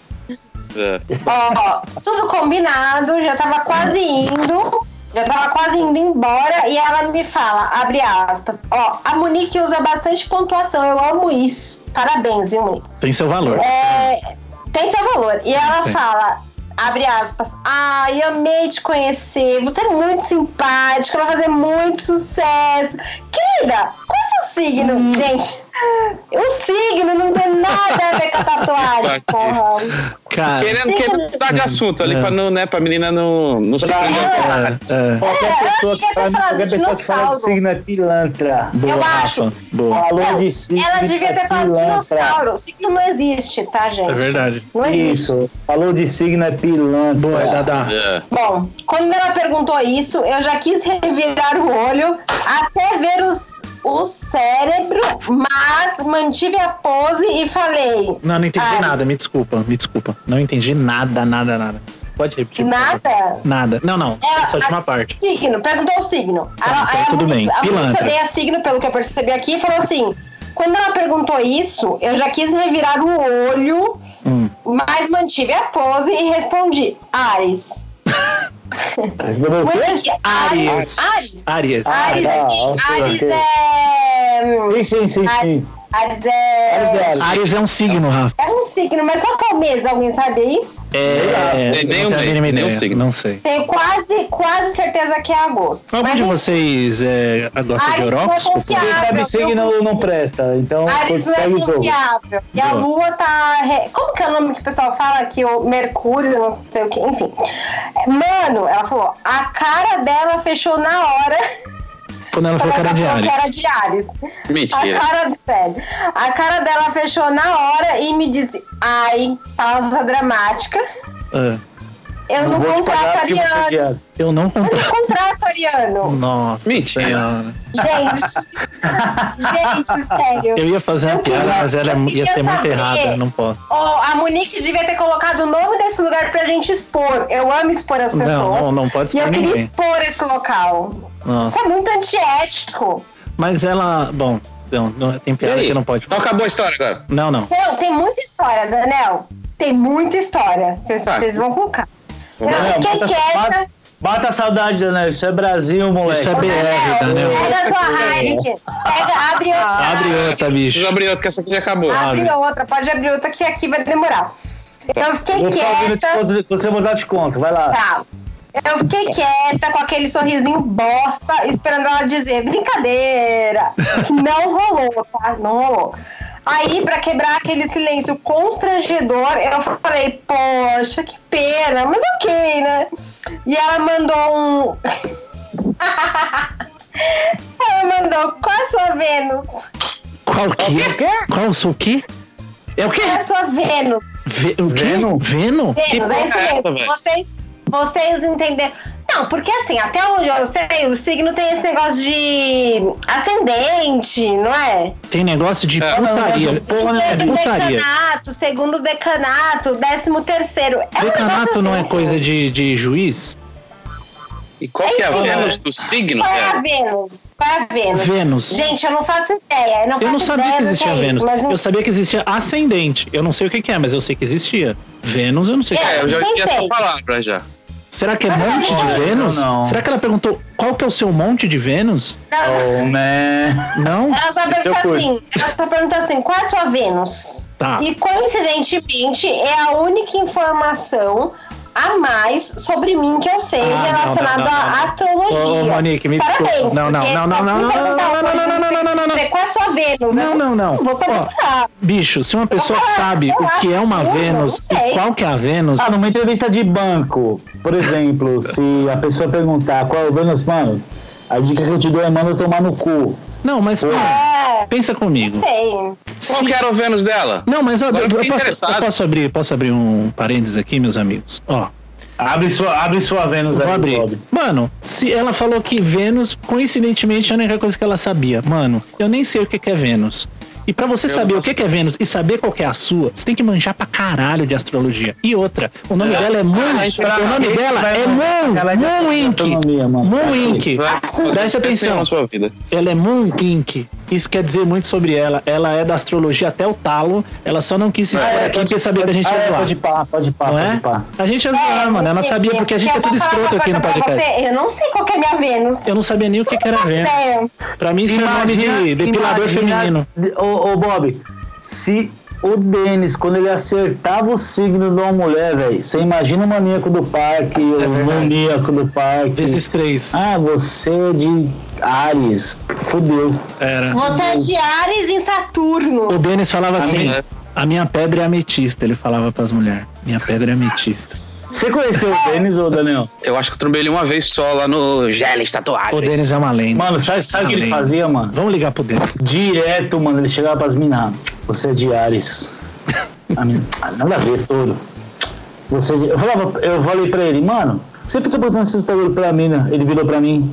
É. Ó, tudo combinado, já tava quase indo. Já tava quase indo embora e ela me fala, abre aspas, ó, a Monique usa bastante pontuação, eu amo isso. Parabéns, viu, Monique? Tem seu valor. É, tem seu valor. E ela Tem. fala, abre aspas, ai, amei te conhecer, você é muito simpática, vai fazer muito sucesso. Querida, qual é o seu signo? Hum. Gente, o signo não tem nada a ver com a tatuagem, porra. Cara. Querendo, querendo mudar de assunto ali, É. pra, não, né, pra menina não, não se Pra- prender. É, é. Qualquer É, eu pessoa que acho que fala, essa frase, qualquer pessoa que fala de dinossauro. signo é pilantra. Boa, Eu acho. Rafa. Boa. Falou de signo. Ela devia ter é falado pilantra. dinossauro. Signo não existe, tá, gente? É verdade. Não existe. Isso. Falou de signo é pilantra. Boa, é Dadá. É. Bom, quando ela perguntou isso, eu já quis revirar o olho até ver os, o cérebro, mas mantive a pose e falei. "Ah, Não, não entendi Ai, nada, me desculpa, me desculpa. Não entendi nada, nada, nada. Pode repetir. por favor. Nada. Nada. Não, não. É, Essa a- última parte. Signo, perguntou o signo. Tá, então a tudo Monique- bem. A Monique Pilantra. odeia signo, pelo que eu percebi aqui, e falou assim: quando ela perguntou isso, eu já quis revirar o olho, Hum. mas mantive a pose e respondi: Ares. Respondeu o quê? Monique, Ares. Ares. Arias. Ares, tá, aqui. ok, Ares ok. é. Sim, sim, sim, sim. Ares é. Ares é Ares. Ares é um signo, Rafa. É um signo, mas qual que é o mês? Alguém sabe aí? É, Sei, nem não tenho um a mês, mínima nem um ideia, signo. Não sei. Tenho quase, quase certeza que é agosto. Algum Mas de enfim, vocês é, gosta de Ares horóscopo? foi Quem confiável. sabe signo não presta, então Ares não é segue o jogo. confiável. E a Boa. Lua tá. re- Como que é o nome que o pessoal fala? Que o Mercúrio, não sei o que, enfim. Mano, ela falou, a cara dela fechou na hora. Quando ela foi cara de Falou que Ares. era de Ares. Mentira. A cara do velho. A cara dela fechou na hora e me disse, ai, pausa dramática. Ah, Eu não, Não vou te contrato pagar porque você é ariano. viado. eu não comprei. Eu não contrato ariano. Nossa Mentira. senhora. Gente, gente, sério. Eu ia fazer uma piada, mas ela é mu- ia queria ser muito saber. errada. Não posso. Ó, a Monique devia ter colocado o nome desse lugar pra gente expor. Eu amo expor as Não, pessoas. não, não pode E expor eu queria ninguém. Ah. expor esse local. Nossa. Isso é muito antiético. Mas ela. Bom, não, não- tem E piada aí? que não pode. Então acabou a história agora. Não, não. Não, tem muita história, Daniel. Tem muita história. Vocês Tá. vocês vão com calma. Eu Daniel, fiquei tá bata- quieta. bata- Bata a saudade, Daniel. Isso é Brasil, moleque. Isso é Ô, BR, Daniel. Pega a sua Heineken. Pega, abre outra. Abre outra, bicho. Preciso abrir outro, que essa aqui já acabou. Abre outra. Pode abrir outra que aqui vai demorar. Eu fiquei Vou ficar ouvindo te quieta. conto, quando você mandar eu te conto, vai lá. Tá. Eu fiquei quieta com aquele sorrisinho bosta, esperando ela dizer brincadeira. Que não rolou, tá? Não rolou. Aí, pra quebrar aquele silêncio constrangedor, eu falei, poxa, que pena, mas ok, né? E ela mandou um. ela mandou, qual é a sua Vênus? Qual que é? Qual o quê? É o quê? Qual é a sua Vênus? Ve- o quê? Veno? Veno? Vênus, porra é isso é essa, mesmo. velho? vocês, vocês entenderam. Não, porque assim, até onde eu sei, o signo tem esse negócio de ascendente, não é? Tem negócio de É. putaria. Porra, é Primeiro putaria. decanato, segundo decanato, décimo terceiro. É um Decanato negócio não é assim. coisa de, de juiz? E qual que é a Enfim. Vênus do signo? Qual é a cara? Vênus? Qual é a Vênus? Vênus. Gente, eu não faço ideia. Eu não, Eu não faço sabia ideia que do existia é Vênus. Isso, mas Eu sabia que existia ascendente. Eu não sei o que, que é, mas eu sei que existia. Vênus, eu não sei o que É, é. eu já ouvi Pensei. essa palavra já. Será que é monte de não, Vênus? não. Será que ela perguntou qual que é o seu monte de Vênus? não, Oh, man. Não? Ela Esse só eu perguntou curto. assim, ela só perguntou assim, qual é a sua Vênus? Tá. E coincidentemente é a única informação a mais sobre mim que eu sei Ah, não, relacionada não, não, não, à não. astrologia. Ô, ô, Monique, me Parabéns, desculpa. Não, não, porque não, não, pra não, mim não, perguntar não, não, não, uma não, coisa não, não, não, não. sobre Qual é a sua Vênus? Não, não, não. Vou saber Ó, falar. Bicho, se uma pessoa Ah, sabe sei lá, o que é uma eu não Vênus sei. e qual que é a Vênus, Ah, numa entrevista de banco, por exemplo, se a pessoa perguntar qual é o Vênus, mano, a dica que eu te dou é manda tomar no cu. não, mas pô, É, pensa não comigo. sei. Qual Se- que é? era o Vênus dela? Não, mas ó, Agora eu eu, fiquei posso, interessado. eu posso abrir, posso abrir um parênteses aqui, meus amigos. Ó, Abre sua, abre sua Vênus Vou aí, abrir. Bob. Mano, se ela falou que Vênus, coincidentemente, é a única coisa que ela sabia. Mano, eu nem sei o que que é Vênus. E pra você saber o que que é Vênus e saber qual que é a sua, você tem que manjar pra caralho de astrologia. E outra, o nome dela é Moon. pra o nome mim, dela Ah, então vai é manjar pra caralho de Moon. Moon Inc. astronomia, mano. Moon Vai Inc. Presta atenção. Na sua vida. Ela é Moon Inc. Isso quer dizer muito sobre ela. Ela é da astrologia até o talo. Ela só não quis se expor aqui porque sabia que a gente ah, ia é, zoar. Ah, Pode pá, pode pá, Não pode é? pá. A gente ia zoar, mano. Ela sabia porque a gente é Eu tudo vou falar escroto uma aqui no coisa pra podcast. você, tá Eu não sei qual que é a minha Vênus. Eu não sabia nem o que, que era Não faço Vênus. ideia. Pra mim, isso é nome de depilador feminino. Ô, ô, Bob, se o Denis, quando ele acertava o signo de uma mulher, velho, você imagina o maníaco do É parque, o maníaco do parque. Vezes três. Ah, você é de Ares. Fudeu. Era. Você é de Ares em Saturno. O Denis falava assim: minha- a minha pedra é ametista. Ele falava pras mulheres: minha pedra é ametista. Você conheceu o Denis, ô Daniel? Eu acho que eu trombei ele uma vez só lá no Geles Tatuagem. O Denis é uma lenda. Mano, sabe, sabe o que ele Além. fazia, mano? Vamos ligar pro Denis. Direto, mano, ele chegava pras minas. Você é de Ares. A mina, "Ah, nada a ver, todo. Você é de-" eu, falava, eu falei pra ele, mano, você fica botando esses bagulho pra mina. Ele virou pra mim.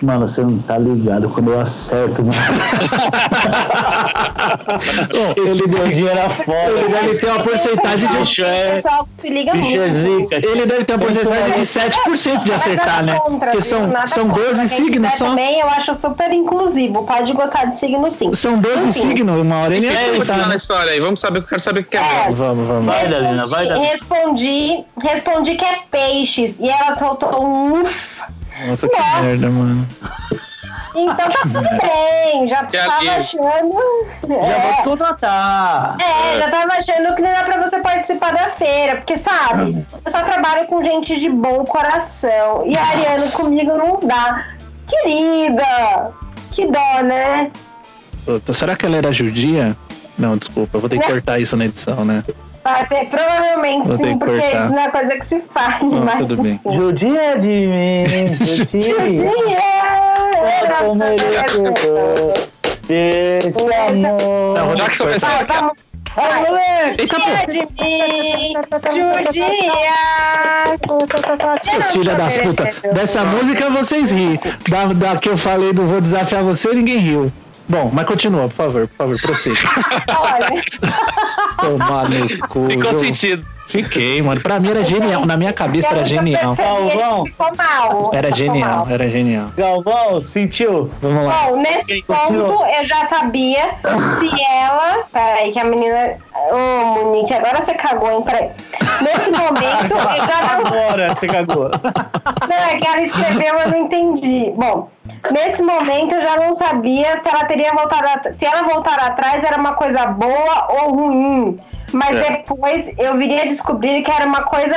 Mano, você não tá ligado quando eu acerto, mano. Esse gordinho era Ele foda. deve ter uma porcentagem de. bicho é- Pessoal que se liga Bicho é muito. zica. Ele deve ter uma porcentagem de 7% de Mas acertar, nada né? contra, Porque viu? são, Nada são contra. 12 Quem signos, tiver são, Também eu acho super inclusivo. Pode gostar de signo sim. são 12 Enfim, signos, uma hora ele Deixa eu acertar, continuar né? na história aí. Vamos saber, eu quero saber o que é. É. mesmo. Vamos, vamos. Vai, respondi, Dalina, vai, Dalina. respondi, respondi que é peixes. E ela soltou um ufa. Nossa, que Nossa. merda, mano. Então tá tudo bem. Já Que tava alívio. achando. Já vou te É, contratar. é, já tava achando que não era pra você participar da feira. Porque, Uhum. sabe, eu só trabalho com gente de bom coração. E a Ariano comigo não dá. Querida! Que dó, né? Puta, Será que ela era judia? Não, desculpa, eu vou ter que cortar isso na edição, né? Vai ter- provavelmente Vou ter sim, que porque cortar. isso não é coisa que se faz, Não, mas. tudo bem. "Ah, Judia de mim, judia. Judia! Era Posso é, merecedor desse amor. Não, vou Já ter que que cortar. começou. Tá, tá Ah, moleque! Eita, pô. Judia é de mim, Judia. Seus filha das putas. Dessa música vocês riem. Da, da que eu falei do Vou Desafiar Você, ninguém riu. Bom, mas continua, por favor, por favor, prossiga. Olha, Tomar no cu. Ficou eu- sentido. Fiquei, mano. Pra mim era genial. Na minha cabeça era genial. Galvão. Ele ficou mal. Era Ficou genial, mal. era genial. Galvão, sentiu? Vamos lá. Bom, nesse ponto continua. eu já sabia se ela. Peraí, que a menina. Ô, Monique, agora você cagou, hein? Peraí. Nesse momento eu já não Agora, você cagou. Não, é que ela escreveu, eu não entendi. Bom, nesse momento eu já não sabia se ela teria voltado at- se ela voltar atrás era uma coisa boa ou ruim. Mas É. depois eu viria descobrir que era uma coisa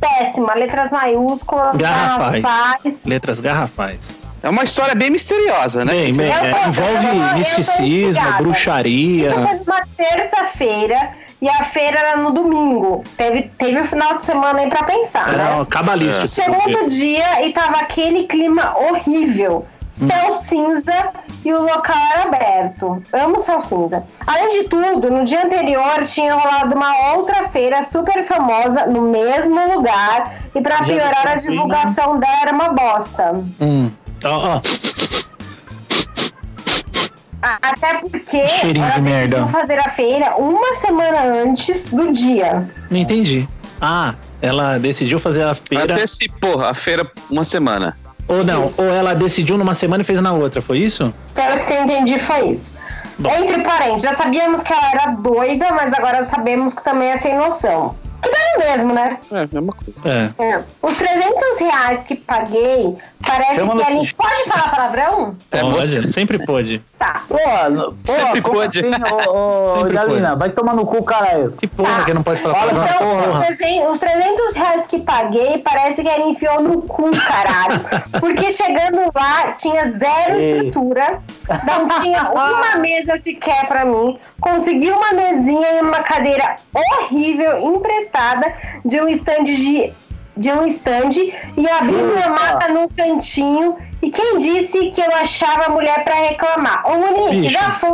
péssima, letras maiúsculas, Garrafais. garrafais. Letras garrafais. É uma história bem misteriosa, né? Bem, bem, Eu é, tô- eu tô- eu envolve tô misticismo, instigada. bruxaria. Isso foi numa Então, terça-feira e a feira era no domingo. Teve, teve o final de semana aí pra pensar, né? Era um cabalístico. Chegou outro dia e tava aquele clima horrível. Hum. Céu cinza e o local era aberto. Amo céu cinza. Além de tudo, no dia anterior tinha rolado uma outra feira super famosa no mesmo lugar. E pra Já piorar, vi, a né? divulgação dela era uma bosta. Hum. Ó, ó. Ah, Até porque Cheirinho de ela merda. decidiu fazer a feira uma semana antes do dia. Não entendi. Ah, ela decidiu fazer a feira. Antecipou a feira uma semana. Ou não, ou ela decidiu numa semana e fez na outra, foi isso? Pelo que eu entendi, foi isso. Entre parênteses, já sabíamos que ela era doida, mas agora sabemos que também é sem noção. Que dá mesmo, né? É, a mesma coisa. É. É. Os 300 reais que paguei, parece Chama no que é ali. Pode falar palavrão? É, Pode, moça. sempre pôde. Tá. Pô, no- pô, Sempre como pôde. assim, ô, ô, Sempre Dalina, vai tomar no cu, caralho. Que porra Tá. que não pode falar Fala palavrão? essa Então, porra. os 300 os 300 reais que paguei, parece que ele enfiou no cu, caralho. Porque chegando lá, tinha zero Ei. estrutura, não tinha uma mesa sequer pra mim. Consegui uma mesinha e uma cadeira horrível emprestada de um stand de, de um stand e abri minha mata num cantinho. E quem disse que eu achava a mulher pra reclamar? Ô, Monique, Bicho. já foi.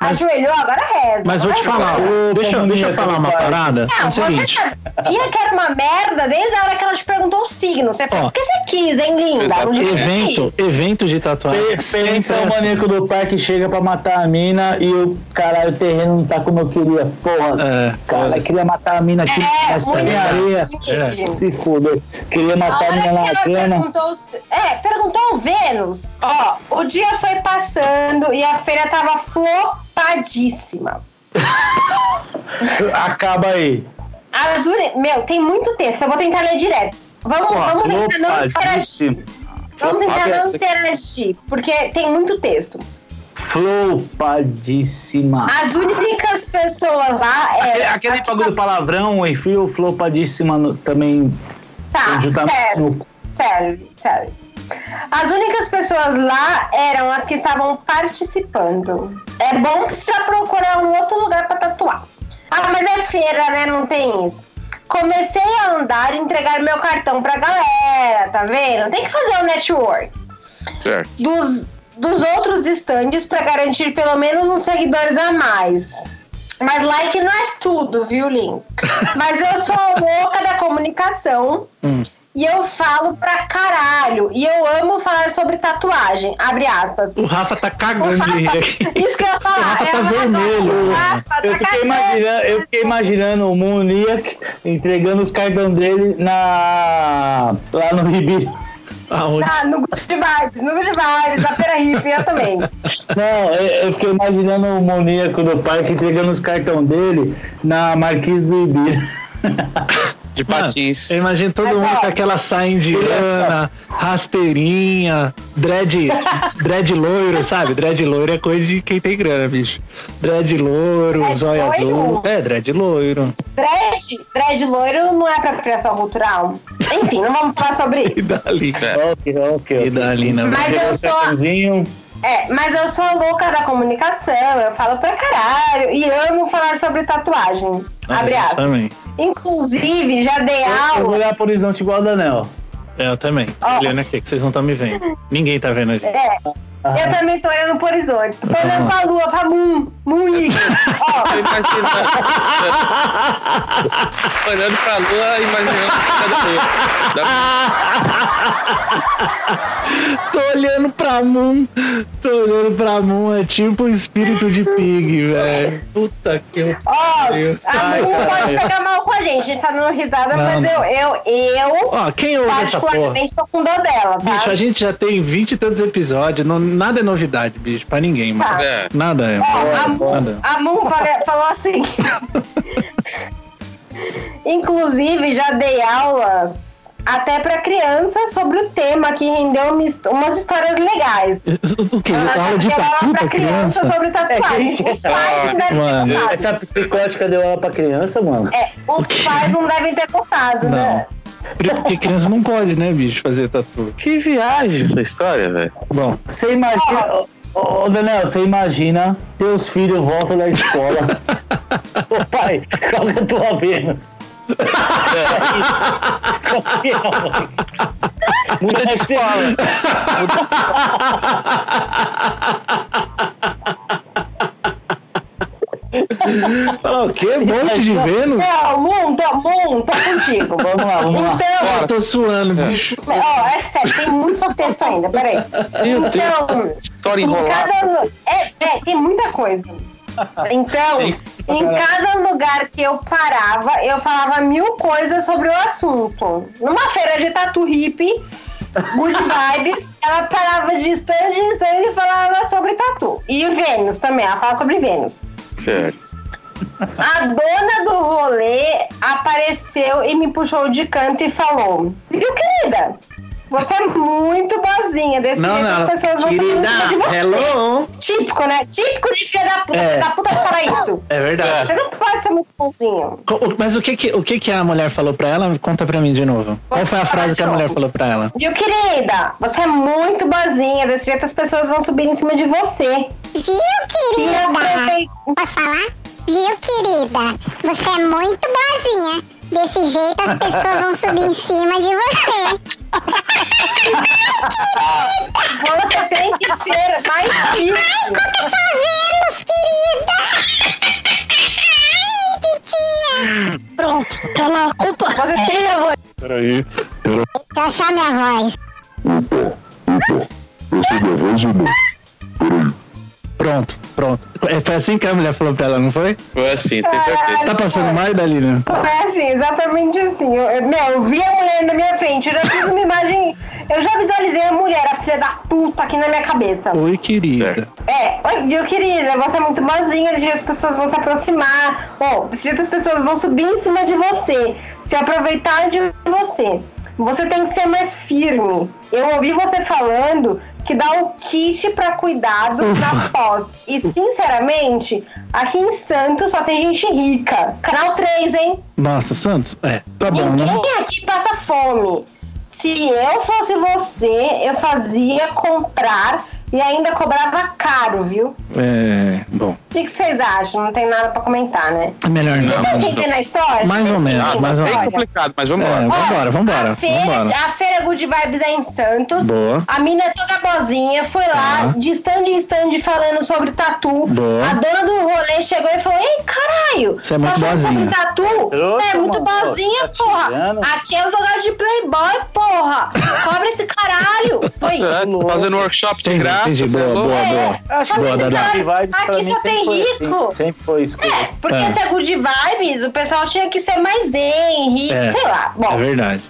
Mas- Ajoelhou, agora reza. Mas vou te Agora Ô, falar, deixa, eu- comunista, deixa eu falar uma pai. parada. É não, o você seguinte. sabia que era uma merda desde a hora que ela te perguntou o signo. Você falou, Ó. por que você quis, hein, linda? Exato. Não devia ter Evento, quis." evento de tatuagem. sempre Pensa é o assim. maníaco do parque chega pra matar a mina e o caralho, o terreno não tá como eu queria. Porra, É, cara, foda-se. queria matar a mina aqui, É, mas tá em mulher. areia. É. Se fudeu. Queria A matar a hora que mina na ela cama. perguntou. o- É, perguntou o Vênus. Ó, o dia foi passando e a feira tava flopadíssima. Acaba aí. As uni- Meu, tem muito texto, eu vou tentar ler direto. Vamos, vamos tentar não interagir. Flopadíssimo. Vamos tentar não Flopadíssimo. interagir, porque tem muito texto. Flopadíssima. As únicas pessoas lá é Aquele, eram. aquele bagulho do palavrão, enfim, o flopadíssima no- também. Tá, justamente certo. no- Sério, sério. As únicas pessoas lá eram as que estavam participando. É bom que você já procurar um outro lugar pra tatuar. Ah, mas é feira, né? Não tem isso. Comecei a andar e entregar meu cartão pra galera, tá vendo? Tem que fazer um network Certo. dos, dos outros estandes pra garantir pelo menos uns seguidores a mais. Mas like Hum. não é tudo, viu, Lin? Mas eu sou a louca da comunicação E eu falo pra caralho. E eu amo falar sobre tatuagem. Abre aspas. O Rafa tá cagando de rir aqui. Isso que eu ia falar. O Rafa é tá uma coisa- vermelho. O Rafa tá né? Eu fiquei, cagando. imaginando, eu fiquei imaginando o Muniac entregando os cartão dele na. lá no Ribeiro. Aonde? Tá, no Good Vibes, no Good Vibes, na Feira Hippie, eu também. Não, eu eu fiquei imaginando o Moníaco do parque entregando os cartão dele na Marquise do Ibira. De Mano, patins. Eu imagino todo Mas, mundo ó, com aquela saia indiana, rasteirinha, dread, dread loiro, sabe? Dread loiro é coisa de quem tem grana, bicho. Dread loiro, Dread zóio loiro? azul. É, dread loiro. Dread, dread loiro não é apropriação cultural. Enfim, não vamos falar sobre E isso. dali. É. Ok, E ok. dali, né? não. Mas Entregando eu os sou- cartãozinho. É, mas eu sou a louca da comunicação, eu falo pra caralho e amo falar sobre tatuagem. Abre Ah, eu aspas. também. Inclusive, já dei Eu vou aula. olhar pro horizonte igual o Daniel. É, Eu também. Ó. Olhando aqui, que vocês não estão me vendo. Ninguém tá vendo a gente. É, eu também tô olhando pro horizonte. Tô olhando pra lua, pra Moon, Moon Eagle. Tô Ó, imaginando. Olhando pra lua, imaginando que tá da lua. Da- Tô olhando pra Moon. Tô olhando pra Moon. É tipo um espírito de pig, velho. Puta que eu. ó, Meu a Deus. Moon pode pegar mal com a gente, a gente tá dando risada, Não, mas eu, não. eu, eu, Ó, quem ouve essa porra? particularmente, tô com dor dela, tá? Bicho, a gente já tem 20 e tantos episódios. não- nada é novidade, bicho, pra ninguém, mano. Tá. É. Nada é. Ó, a Moon- nada. a Moon fala- falou assim. Inclusive, já dei aulas até pra criança sobre o tema que rendeu umas- umas histórias legais. O quê? Ela já Aula de deu tatu pra criança? sobre tatuagem. É, que- Os pais Mano. não devem É, ter Essa contado. psicótica deu aula pra criança, mano. É, os pais não devem ter contado, Não. né? Porque criança não pode, né, bicho, fazer tatu. Que viagem essa história, velho. Bom, Você imagina. Ô, Ah, ô, Daniel, você imagina teus filhos voltam da escola. Ô pai, qual que é a tua Vênus? Qual que é a- Muda de Vai ser- escola. falar o quê? Um monte de Vênus? Não, Moon, tô, Moon, tô contigo. Vamos lá, vamos lá. Então, Eu tô suando, bicho. ó, é sério, tem muito texto ainda, peraí. Meu Então, História em enrolada. cada lu- é, é, tem muita coisa. Então, em cada lugar que eu parava, eu falava mil coisas sobre o assunto. Numa feira de tatu hippie, good vibes, ela parava de stand em stand e falava sobre tatu. E Vênus também, ela falava sobre Vênus. Certo. A dona do rolê apareceu e me puxou de canto e falou: Viu, querida? Você é muito boazinha. Desse Não, jeito as não. pessoas vão Querida, gostar de você. hello. Típico, né? Típico de filha da puta. É. Da puta que fala isso. É verdade. Você não pode ser muito bonzinho. Co- o- Mas o que que, o que que a mulher falou pra ela? Conta pra mim de novo. Qual foi a frase que a mulher falou pra ela? Viu, querida? Você é muito boazinha. Desse jeito as pessoas vão subir em cima de você. Viu, E eu querida? pensei, Posso falar? Viu, querida? Você é muito boazinha. Desse jeito as pessoas vão subir em cima de você. você tem que ser mais firme. Conta sua Vênus, querida! Ai, titia! Pronto. Ela opa, tem a voz. Peraí. Deixa eu achar minha voz. Pronto, pronto. É, Foi assim que a mulher falou pra ela, não foi? Foi assim, tem certeza. Você tá passando mal, Dalina? Foi assim, exatamente assim. Eu, eu- meu, eu vi a mulher na minha frente. Eu já fiz uma imagem. Eu já visualizei a mulher, a filha da puta, aqui na minha cabeça. Oi, querida. Certo. É, oi, viu, querida? Você é muito boazinha, desse jeito as pessoas vão se aproximar. Ou, desse jeito as pessoas vão subir em cima de você, se aproveitar de você. Você tem que ser mais firme. Eu ouvi você falando que dá o kit pra cuidado na pós. E, sinceramente, aqui em Santos só tem gente rica. Canal 3, hein? Nossa, Santos? É, tá bom, né? Ninguém aqui passa fome. Se eu fosse você, eu fazia comprar E ainda cobrava caro, viu? É, bom, O que que vocês acham? Não tem nada pra comentar, né? melhor não. Estão entendendo a é história? Mais ou menos, Entendendo a mais ou história? Bem complicado, mas vamos É, lá. vambora, vambora, A feira, vambora. a feira Good Vibes é em Santos. Boa. Tá. A mina é toda bozinha foi lá, de stand em stand, falando sobre tatu. Boa. A dona do rolê chegou e falou: Ei, caralho! Você é muito tá falando boazinha." sobre tatu? Trouxa, Você é muito mano, boazinha, tá porra! tirando. Aqui é um lugar de playboy, porra! Cobra esse caralho! Foi isso. É, tô fazendo workshop de Entendi, graça. entendi. você é Boa, louco? boa, boa. Acho Boa, que Dada. Good Vibes pra Aqui mim só sempre tem foi assim, rico. Sempre foi isso. É, porque É. se é good vibes, o pessoal tinha que ser mais zen, rico, É, sei lá. Bom, É verdade.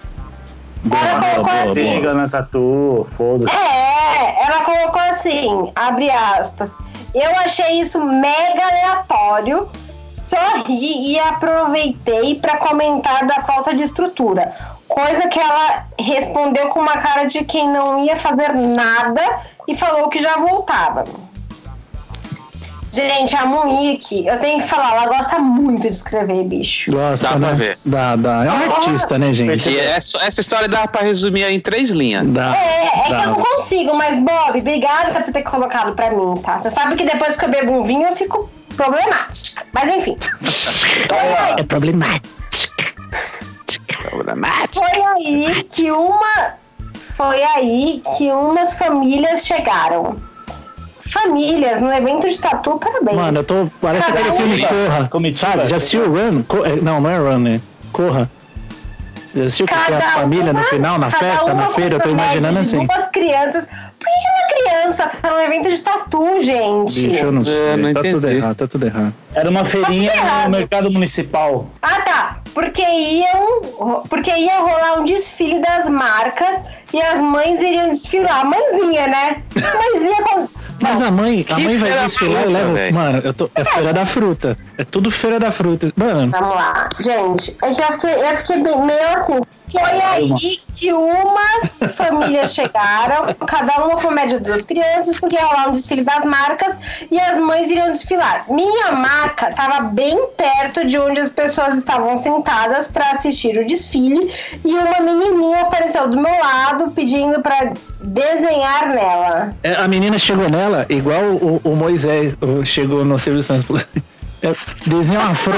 Boa, Ela boa, colocou boa, assim. boa. Siga na tatu, foda-se. É, ela colocou assim, abre aspas. Eu achei isso mega aleatório. Sorri e aproveitei para comentar da falta de estrutura. Coisa que ela respondeu com uma cara de quem não ia fazer nada e falou que já voltava. Gente, a Monique, eu tenho que falar, ela gosta muito de escrever, bicho. Gosta, Dá né? pra ver. Dá, dá. É um artista, né, gente? E é só- essa história dá pra resumir aí em três linhas. Dá. É, é que eu dá. não consigo, mas Bob, obrigada por ter colocado pra mim, tá? Você sabe que depois que eu bebo um vinho eu fico problemática. Mas enfim, É problemático. foi aí que uma. Foi aí que umas famílias chegaram. Famílias no evento de tatu, parabéns. Mano, eu tô. Parece Cada aquele um- filme Corra. Comitiva. Sabe? Já assistiu Run? Co- é, Não, não é Run, né? Corra. Já assistiu que tem as famílias no uma- final, na cada festa, uma né? na com feira? Eu tô seu médico imaginando de assim. Duas crianças. Por que uma criança tá num evento de tatu, gente? Bicho, eu não sei. É, não tá tudo entendi. errado, tá tudo errado. Era uma feirinha Tá tudo errado. no mercado municipal. Ah, tá. Porque iam, porque ia rolar um desfile das marcas e as mães iriam desfilar. Mãezinha, né? Mãezinha com. Mas a mãe, a Que mãe vai feira desfilar e fruta, leva. velho. Mano, eu tô. É feira da fruta. É tudo feira da fruta. Mano, Vamos lá. Gente, eu já fiquei, eu fiquei bem- meio assim. Foi aí que umas famílias chegaram, cada uma com a média de duas crianças, porque ia rolar um desfile das marcas e as mães iriam desfilar. Minha maca estava bem perto de onde as pessoas estavam sentadas para assistir o desfile e uma menininha apareceu do meu lado pedindo para desenhar nela. é, a menina chegou nela, igual o, o Moisés o- chegou no Silvio Santos. falou, É, desenha uma afro.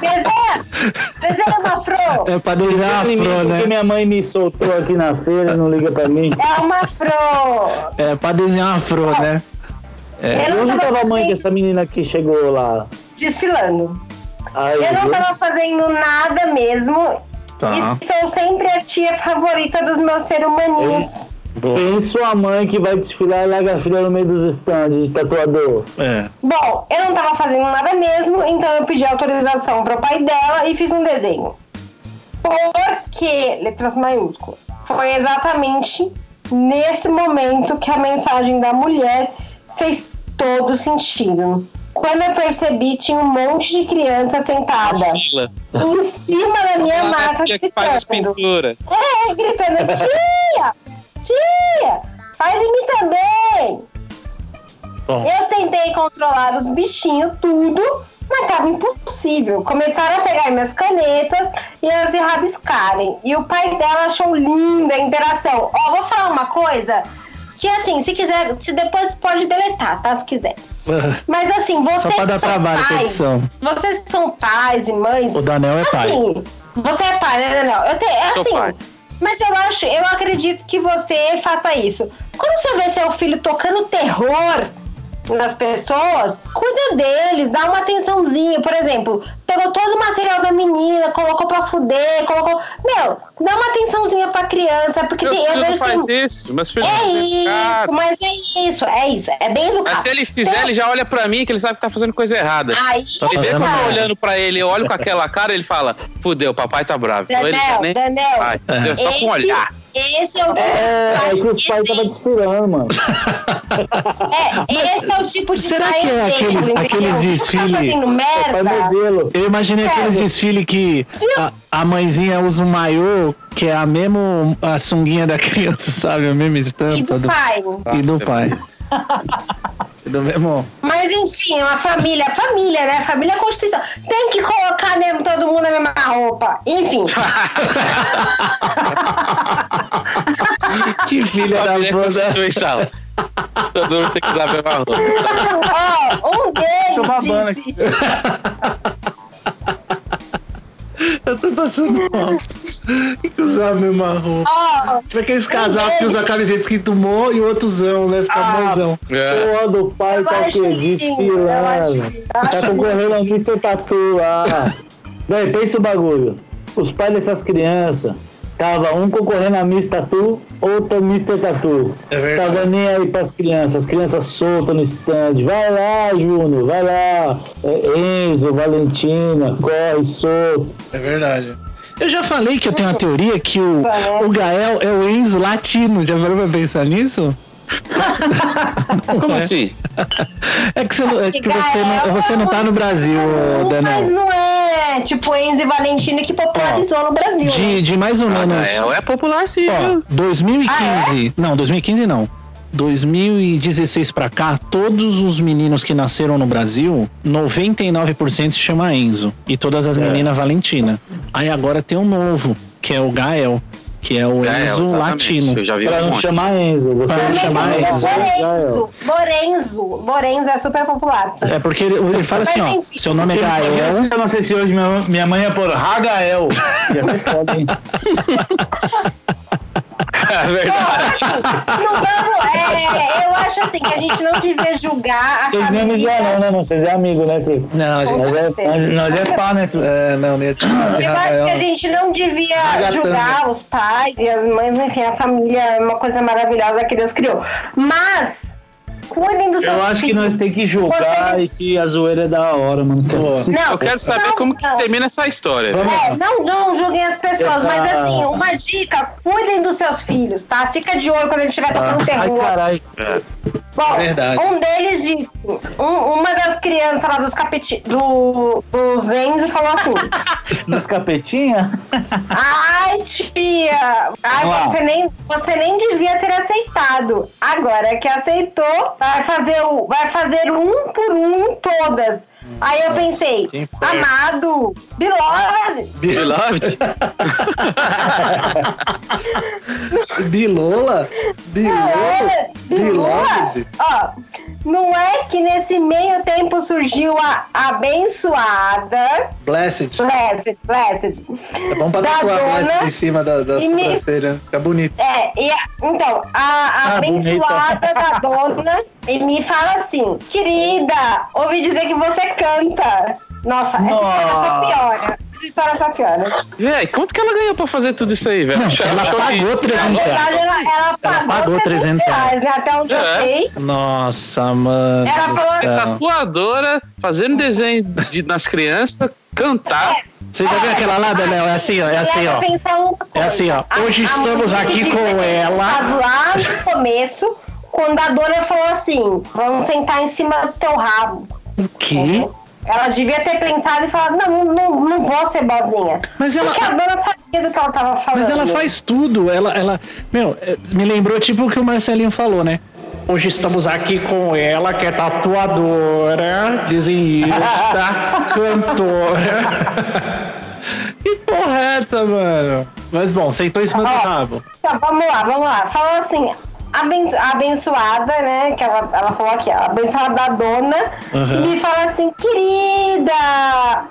Desenha! Desenha uma fro! É pra desenhar uma Primeiro, afro, porque né? minha mãe me soltou aqui na feira e não liga pra mim. É uma fro! É pra desenhar uma afro, né? Eu não É, tava a mãe dessa menina que chegou lá. assim, desfilando. Aí, Eu não viu? tava fazendo nada mesmo. Tá. E sou sempre a tia favorita dos meus ser humaninhos. Pensa uma mãe que vai desfilar e larga a filha no meio dos estandes de tatuador. É. Bom, eu não tava fazendo nada mesmo, então eu pedi autorização pro pai dela e fiz um desenho. Porque, letras maiúsculas, foi exatamente nesse momento que a mensagem da mulher fez todo sentido. Quando eu percebi, tinha um monte de criança sentada Fila. em cima da minha Ah, maca que faz as gritando. pinturas. É, gritando, tia! Tia! Faz em mim também! Bom. Eu tentei controlar os bichinhos, tudo, mas tava impossível. Começaram a pegar minhas canetas e elas se rabiscarem. E o pai dela achou linda a interação. Ó, vou falar uma coisa. Que assim, se quiser, se depois pode deletar, tá? Se quiser. Mas assim, vocês Só pra dar que são trabalho, pais, edição. Vocês que são pais e mães. O Daniel é pai. Assim, você é pai, né, Daniel? Eu te, é Sou assim. pai. Mas eu acho, eu acredito que você faça isso. Quando você vê seu filho tocando terror nas pessoas, cuida deles, dá uma atençãozinha. Por exemplo, pegou todo o material da menina, colocou pra fuder, colocou. Meu, dá uma atençãozinha pra criança, porque Meu tem. eu filho não vejo que- faz isso. Meus filhos é não fazem isso, nada. mas é isso, é isso. É bem educado. Mas se ele um fizer, ele tá já olha pra mim que ele sabe que tá fazendo coisa errada. Aí, Se vê que eu Tá fazendo tô merda. olhando pra ele, eu olho com aquela cara, ele fala: Fudeu, papai tá bravo. Então ele Daniel, Daniel. Ai, Deus, só Tá com um esse, olhar. esse é o tipo É, é que os pais estavam desfilando, mano. É, esse é o tipo de Será pai que é exemplo, aqueles- entendeu? aqueles Tá desfile- fazendo Pai merda. modelo. Eu imaginei aqueles Sério? desfiles que a, a mãezinha usa um maiô, que é a mesmo a sunguinha da criança, sabe? A mesma E estampa. do pai. E do pai. E do mesmo. Mas enfim, é uma família, família, né? Família é Constituição. Tem que colocar mesmo todo mundo na mesma roupa. Enfim. Que filha da Família é puta. constituição. Todo mundo tem que usar a mesma roupa. Ó, um Tô babando deles aqui. disse, Eu tô passando mal. Tem que usar a mesma roupa. ó, Tipo aqueles casal que usa a camiseta que tomou e o outro né? Fica Ah. mozão. É. Porra do pai eu tá aqui acho lindo, eu acho desfilando. lindo. Tá concorrendo a Mr. Tatu tá lá. Daí, pensa o bagulho. Os pais dessas crianças, tava um concorrendo a Miss Tatu, outro Mr. Tatu. É verdade. Tava Tá nem aí pras crianças, as crianças soltas no stand. Vai lá, Júnior, vai lá. É, Enzo, Valentina, corre, solto. É verdade. Eu já falei que eu tenho uma teoria que o, Tá o Gael é o Enzo latino. Já parou pra pensar nisso? Como assim? É que você, não- é que você, Gael não, você não tá no Brasil, ô, Mas Daniel. um não é tipo Enzo e Valentina que popularizou no Brasil. né? De, de mais ou menos. Ela é popular sim, Ó, viu? 2015. Ah, é? Não, 2015 não. 2016 pra cá, todos os meninos que nasceram no Brasil, 99% se chama Enzo. E todas as meninas Valentina. Aí agora tem um novo, que é o Gael. Que é o É, Enzo exatamente. latino. Eu já vi Pra um não monte. chamar Enzo. Você Pra não não chamar chama Enzo. Lorenzo, Lorenzo, Lorenzo é super popular. É porque ele, ele fala assim, ó. enfim. Seu nome é Gael. Eu não sei se hoje minha, minha mãe ia pôr Ragael. Ia ser foda, hein? É verdade. Não vamos, é, eu acho assim que a gente não devia julgar a Vocês nem me família. zoaram, né, mano? Vocês é amigo, né, Felipe? Não, a gente. Nós é, nós, nós é pá, né, Felipe? É, não, nem Eu acho que a gente não devia Ragatanga. julgar os pais e as mães, enfim, a família é uma coisa maravilhosa que Deus criou. Mas, cuidem dos seus Eu acho que filhos. nós temos que julgar e que a zoeira é da hora, mano. Cara. Boa. Se- Não, Eu quero saber não, como que não. termina essa história. É, não, não julguem as pessoas, Essa- mas assim, uma dica, cuidem dos seus filhos, tá? Fica de olho quando ele estiver Ah, tocando Ai, terror. caralho. Bom, É Verdade. um deles disse, um- uma das crianças lá dos capeti, do, dos Enzo falou assim, Nas capetinhas? ai tia, Vamos lá. ai, você, nem, você nem devia ter aceitado. Agora que aceitou, vai fazer, o, vai fazer um por um todas. Aí eu pensei, que inferno. amado, Bilose, Beloved? Bilola? É, Bilove. Ó, não é que nesse meio tempo surgiu a abençoada Blessed. Tá Blessed, Blessed. É bom pra da tatuar dona, Blessed em cima da, da né? e me- sobrancelha. Fica bonito. É, e a- então, a, a Ah, abençoada da dona e me fala assim: querida, ouvi dizer que você canta. Nossa, essa história só piora. Essa história só piora. Véi, quanto que ela ganhou pra fazer tudo isso aí, velho? Não, ela pagou 300 Na reais. verdade, ela, ela pagou, pagou 300 reais, né? Até onde É. eu sei. Nossa, mano. Ela do falou assim, céu. Tatuadora, fazendo desenho de, nas crianças, cantar. Você já viu aquela lá, Daniel? É assim, ó. É assim, Leva ó. a pensar uma coisa. É assim, ó. A- Hoje a estamos música aqui que com foi ela. cantada Lá no começo, quando a dona falou assim: vamos sentar em cima do teu rabo. O quê? Ela devia ter pensado e falado: não, não, não vou ser bozinha. Mas ela- Porque a dona sabia do que ela tava falando. Mas ela faz tudo. Ela, ela. Meu, é, me lembrou tipo o que o Marcelinho falou, né? Hoje estamos aqui com ela, que é tatuadora, desenhista, cantora. Que porra é essa, mano? Mas bom, sentou em cima do Ó, rabo. Tá, vamos lá, vamos lá. Falou assim, aben- a abençoada, né? Que ela, ela falou aqui, ó, a abençoada da dona, Uhum. me fala assim, querida,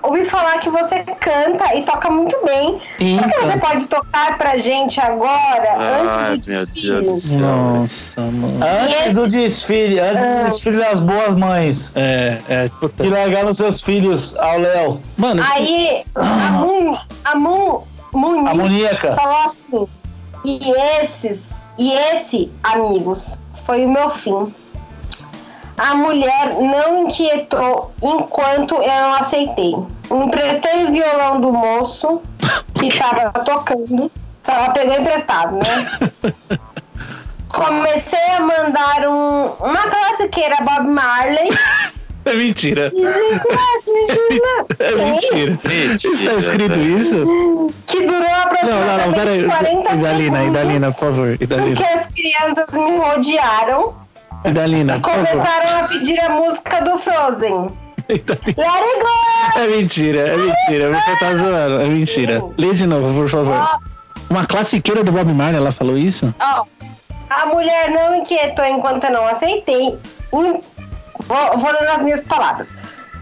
ouvi falar que você canta e toca muito bem. Será que Eita. você pode tocar pra gente agora, Ai, É, antes do meu Deus do desfile? céu. velho. Nossa, mano. Antes do desfile, Ah. antes do desfile das boas mães. É, é, puta. Que largaram seus filhos ao Léo. Mano, Aí, a Mun, a Mun, Muni, Amoníaca. falou assim, e esses, e esse, amigos, foi o meu fim. A mulher não inquietou enquanto eu não aceitei. Emprestei o violão do moço que estava tocando. Ela pegou emprestado, né? Comecei a mandar um, uma classiqueira Bob Marley. é mentira. É mentira. Mentira, Está escrito velho. isso? Que durou Não, não, não, peraí. aproximadamente 40 Idalina, segundos. Idalina, por favor. Porque Idalina, as crianças me rodearam. Idalina, por favor. Começaram a pedir a música do Frozen. Idalina. Let it go! É mentira, é mentira. Você tá zoando. É mentira. Lê de novo, por favor. Ó, Uma classiqueira do Bob Marley, ela falou isso? ó, A mulher não inquietou enquanto eu não aceitei. Hum, Vou, vou ler nas minhas palavras.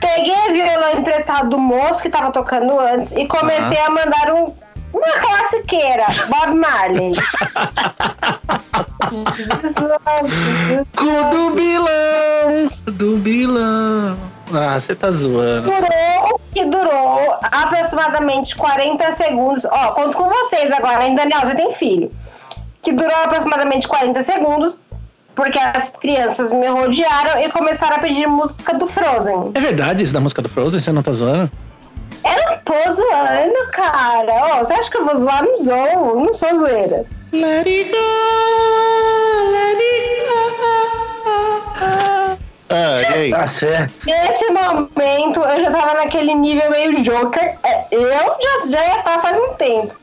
Peguei o violão emprestado do moço que tava tocando antes e comecei a mandar um, uma classiqueira, Bob Marley. Jesus, Jesus. Cudubilão! Cudubilão! Ah, você tá zoando. durou, que durou aproximadamente 40 segundos. Ó, conto com vocês agora, hein, Daniel? Você tem filho. Que durou aproximadamente 40 segundos, porque as crianças me rodearam e começaram a pedir música do Frozen. É verdade isso da música do Frozen? Você não tá zoando? Eu não tô zoando, cara. Ó, você acha que eu vou zoar? Não zoo, não sou zoeira. Let it go, let it go. Ah, e aí? Tá certo. Nesse momento, eu já tava naquele nível meio Joker. É, Eu já, já ia estar faz um tempo.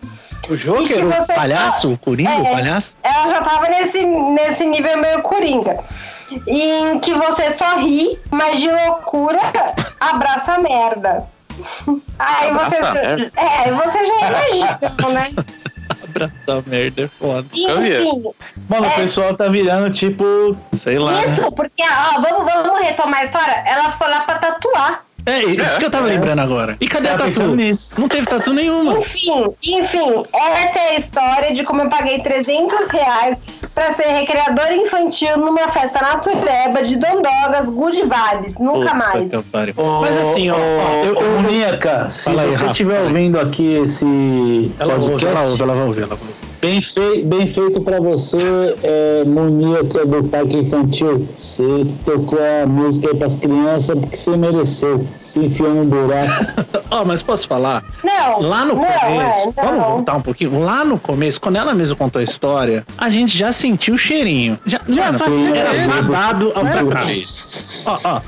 O E Joker, que o você palhaço, fala- o Coringa, o É, palhaço? Ela já tava nesse, nesse nível meio coringa. Em que você só ri, mas de loucura, abraça a merda. Aí Abraça você. a merda? É, você já imagina, né? Abraçar merda, é foda. Eu vi. Enfim, Mano, o pessoal tá virando tipo. Sei lá. né? isso, porque, ó, vamos, vamos retomar a história. Ela foi lá pra tatuar. É isso que eu tava lembrando agora. E tá cadê a Tava tatu? pensando nisso. Não teve tatu nenhuma. Enfim, enfim, essa é a história de como eu paguei 300 reais pra ser recreador infantil numa festa natureba de Dondogas, Good Vibes. Nunca Puta mais. que eu pariho. Ô, Mas assim, ó, ó, eu, ô, eu- Muneca, se Fala aí, você Rafa, estiver fala aí. ouvindo aqui esse Ela ouve, ela podcast, ouve, ela vai ouvir, ela vai ouvir. Bem, fei- bem feito pra você, é, muníaca do parque infantil. Você tocou a música aí pras crianças porque você mereceu. Se enfiou no buraco. Ó, mas posso falar? Não. Lá no não, começo, É, vamos não. voltar um pouquinho. Lá no começo, quando ela mesmo contou a história, a gente já sentiu o cheirinho. Já, já sim, era é. fadado ao fracasso. Ó, ó.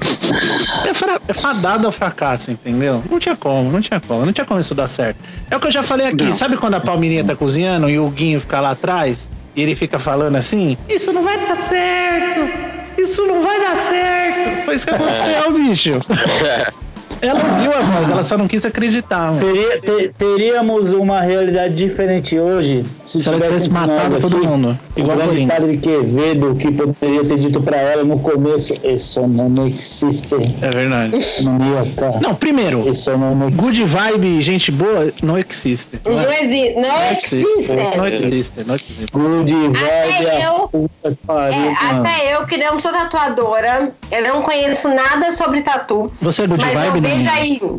É fra- é fadado ao fracasso, entendeu? Não tinha como, não tinha como, não tinha como isso dar certo. É o que eu já falei aqui. Sabe quando a Palmininha tá cozinhando e o Guinho fica lá atrás e ele fica falando assim? Isso não vai dar certo! Isso não vai dar certo! Foi isso que aconteceu, bicho. Ela ouviu a voz, ela só não quis acreditar, mano. Teria- te- teríamos uma realidade diferente hoje se, Se ela tivesse entre nós matado todo mundo, igual o a grande Corinthians. padre Quevedo que poderia ter dito pra ela no começo: Isso não existe, É verdade. muníaca. Não, primeiro, Isso não existe. good vibe e gente boa não existe. Não Não é- existe. Não existe. né? Não existe, não existe. Good vibe, a Até eu- puta que pariu, É, mano. até eu que não sou tatuadora, eu não conheço nada sobre tatu. Você é good mas vibe, né? eu vejo menina? aí. um.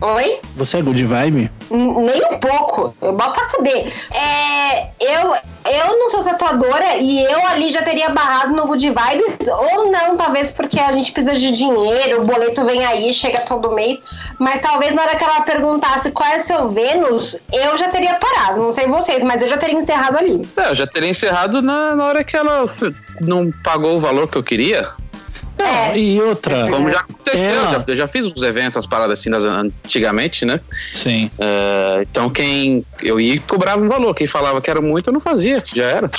Oi? Você é good vibe? N- Nem um pouco. Eu boto pra fuder. É, eu, eu não sou tatuadora e eu ali já teria barrado no Good Vibes. Ou não, talvez porque a gente precisa de dinheiro, o boleto vem aí, chega todo mês. Mas talvez na hora que ela perguntasse qual é seu Vênus, eu já teria parado. Não sei vocês, mas eu já teria encerrado ali. É, eu já teria encerrado na, na hora que ela f- não pagou o valor que eu queria. Não, É. e outra. Como já aconteceu, Ela- já- eu já fiz uns eventos, as paradas assim das, antigamente, né? Sim. É, então quem. Eu ia e cobrava um valor. Quem falava que era muito, eu não fazia. Já era.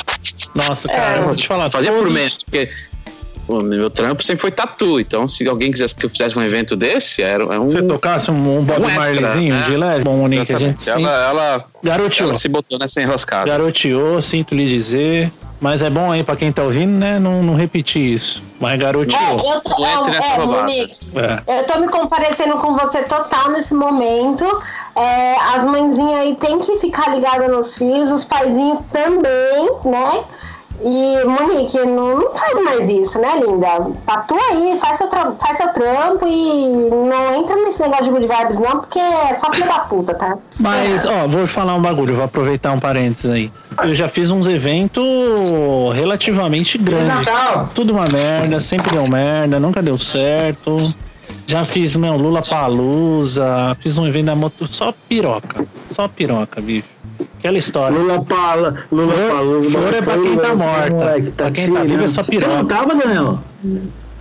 Nossa, cara, eu vou te falar. Fazia É. por todos- menos, porque. O meu trampo sempre foi tatu, então se alguém quisesse que eu fizesse um evento desse, era era um. Se você tocasse um, um Bob Um extra, Marleyzinho né? de leve, bom, Nick, a gente Exatamente. sim. ela, ela, Garoteou, ela se botou nessa enroscada. garoteou, sinto lhe dizer. Mas é bom aí pra quem tá ouvindo, né? Não, não repetir isso. Mas garoteou. É, eu tô, Não entre nessa é, roubada. Monique, É. Eu tô me comparecendo com você total nesse momento. É, as mãezinhas aí tem que ficar ligada nos filhos, os paizinhos também, né? E, Monique, não, não faz mais isso, né, linda? Tatua aí, faz seu, tra- faz seu trampo e não entra nesse negócio de good vibes, não, porque é só filho da puta, tá? Mas, ó, vou falar um bagulho, vou aproveitar um parênteses aí. Eu já fiz uns eventos relativamente grandes. Tudo uma merda, sempre deu merda, nunca deu certo. Já fiz, meu, Lula Palusa, fiz um evento da moto, só piroca. Só piroca, bicho. Aquela história. Lula Pala, Lula Flor- Palusa, flor é pra Bolsonaro, quem tá morta. moleque, tá Pra quem tá vivo é tirando. só piroca. Você não tava, Daniel?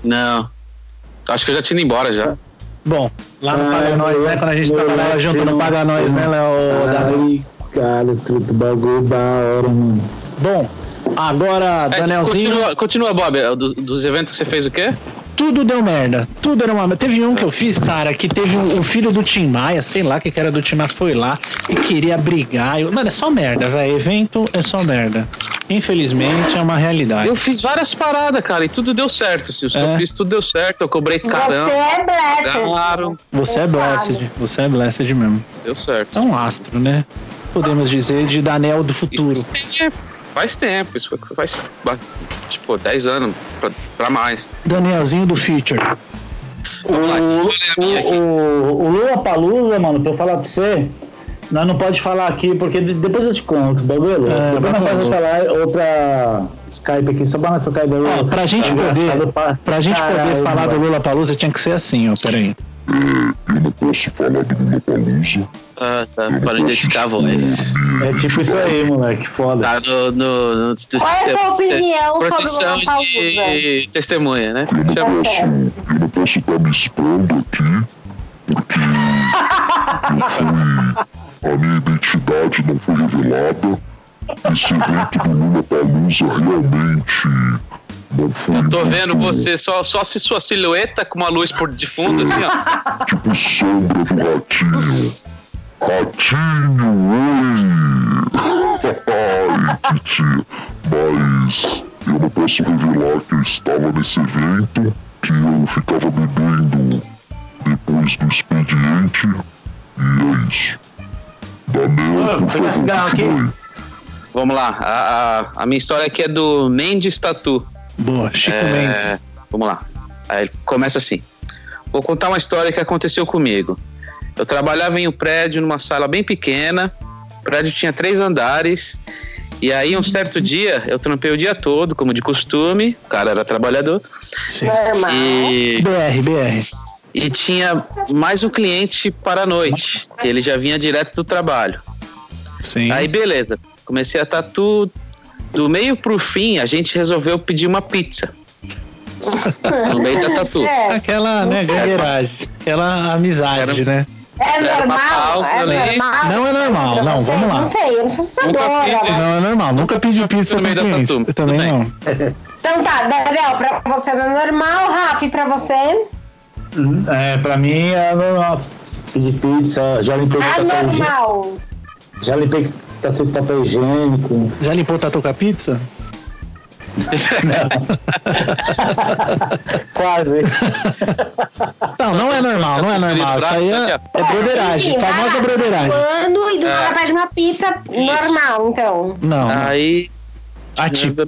Não. Acho que eu já tinha ido embora já. Bom, lá no Ah, É, Paga Nós, né? Quando a gente moleque, trabalhava junto no não, Paga Nós, né, Léo? Davi? Ai, cara, truto, bagulho da hora, mano. Bom, agora, É, tipo, Danielzinho. Continua, continua, Bob. é, do- dos eventos que você fez o quê? tudo deu merda. Tudo era uma merda. Teve um que eu fiz, cara, que teve um, um filho do Tim Maia, sei lá, que que era do Tim Maia, foi lá e queria brigar. Eu- mano, é só merda, velho. Evento é só merda. Infelizmente, é uma realidade. Eu fiz várias paradas, cara, e tudo deu certo. Assim, os que É. eu fiz, tudo deu certo. Eu cobrei Você caramba. é blessed. Ganharam. Você é blessed. Você é blessed mesmo. Deu certo. É um astro, né? Podemos dizer de Daniel do futuro. Isso faz tempo. Faz tempo, isso foi- faz ba- tipo 10 anos pra, pra mais. Danielzinho do Future. Olha a minha aqui. O, o Lula Palusa, mano, pra eu falar pra você, nós não pode falar aqui, porque de- depois eu te conto, bagulho. É, depois nós bagulho. vamos falar outra Skype aqui, só pra nós ficar bagulho. Ó, pra gente poder, pra gente poder falar do Lula Palusa, tinha que ser assim, ó. Peraí. Ah, tá. Para de identificar a voz. É tipo isso aí, moleque, foda. Tá no. no, no, Qual é a sua opinião sobre o Proteção Lula Palusa? de testemunha, né? Tá Chama- Eu não posso estar me expondo aqui, porque não foi, a minha identidade não foi revelada. Esse evento do Lula Palusa realmente não foi. Eu tô muito- vendo você, só, só se sua silhueta com uma luz por de fundo, assim, ó. Tipo sombra do ratinho. Ratinho, oi! Ai, piti. Mas eu não posso revelar que eu estava nesse evento, que eu ficava bebendo depois do expediente. E é isso. Daniel, Tá, Pega por esse favor, cigarro aqui. continue. Vamos lá, a, a, a minha história aqui é do Mendes Tatu. Boa, Chico Mendes. É, vamos lá. Aí ele começa assim. Vou contar uma história que aconteceu comigo. Eu trabalhava em um prédio, numa sala bem pequena. O prédio tinha três andares. E aí, um certo dia, eu trampei o dia todo, como de costume. O cara era trabalhador. Sim. Normal. E BR, BR. e tinha mais um cliente para a noite, que ele já vinha direto do trabalho. Sim. Aí beleza, comecei a tatu. Do meio pro fim, a gente resolveu pedir uma pizza. No meio da tatu. É, Aquela, né, guerreiragem. Aquela amizade, né? é Era uma normal? pausa É ali. normal? Não é normal, Pra não, você? vamos lá. Não sei, eu não sou Nunca sucedora. fiz isso. mas- Não, é normal. Nunca pedi pizza pra no meio da cliente. tatu. Eu também Tudo bem. não. Então tá, Daniel, pra você não é normal, Rafa, e pra você? É, pra mim é normal. Pedir pizza, já limpei o papel higiênico. Anormal. Já limpei tatu com papel higiênico. Já limpou o tatu com a pizza? Quase. Não, não é normal, não é normal. Isso aí é, é broderagem, Enfim, vai famosa lá. broderagem. Quando e do É. cara pede uma pizza normal, então. Não, não. Aí. atípico.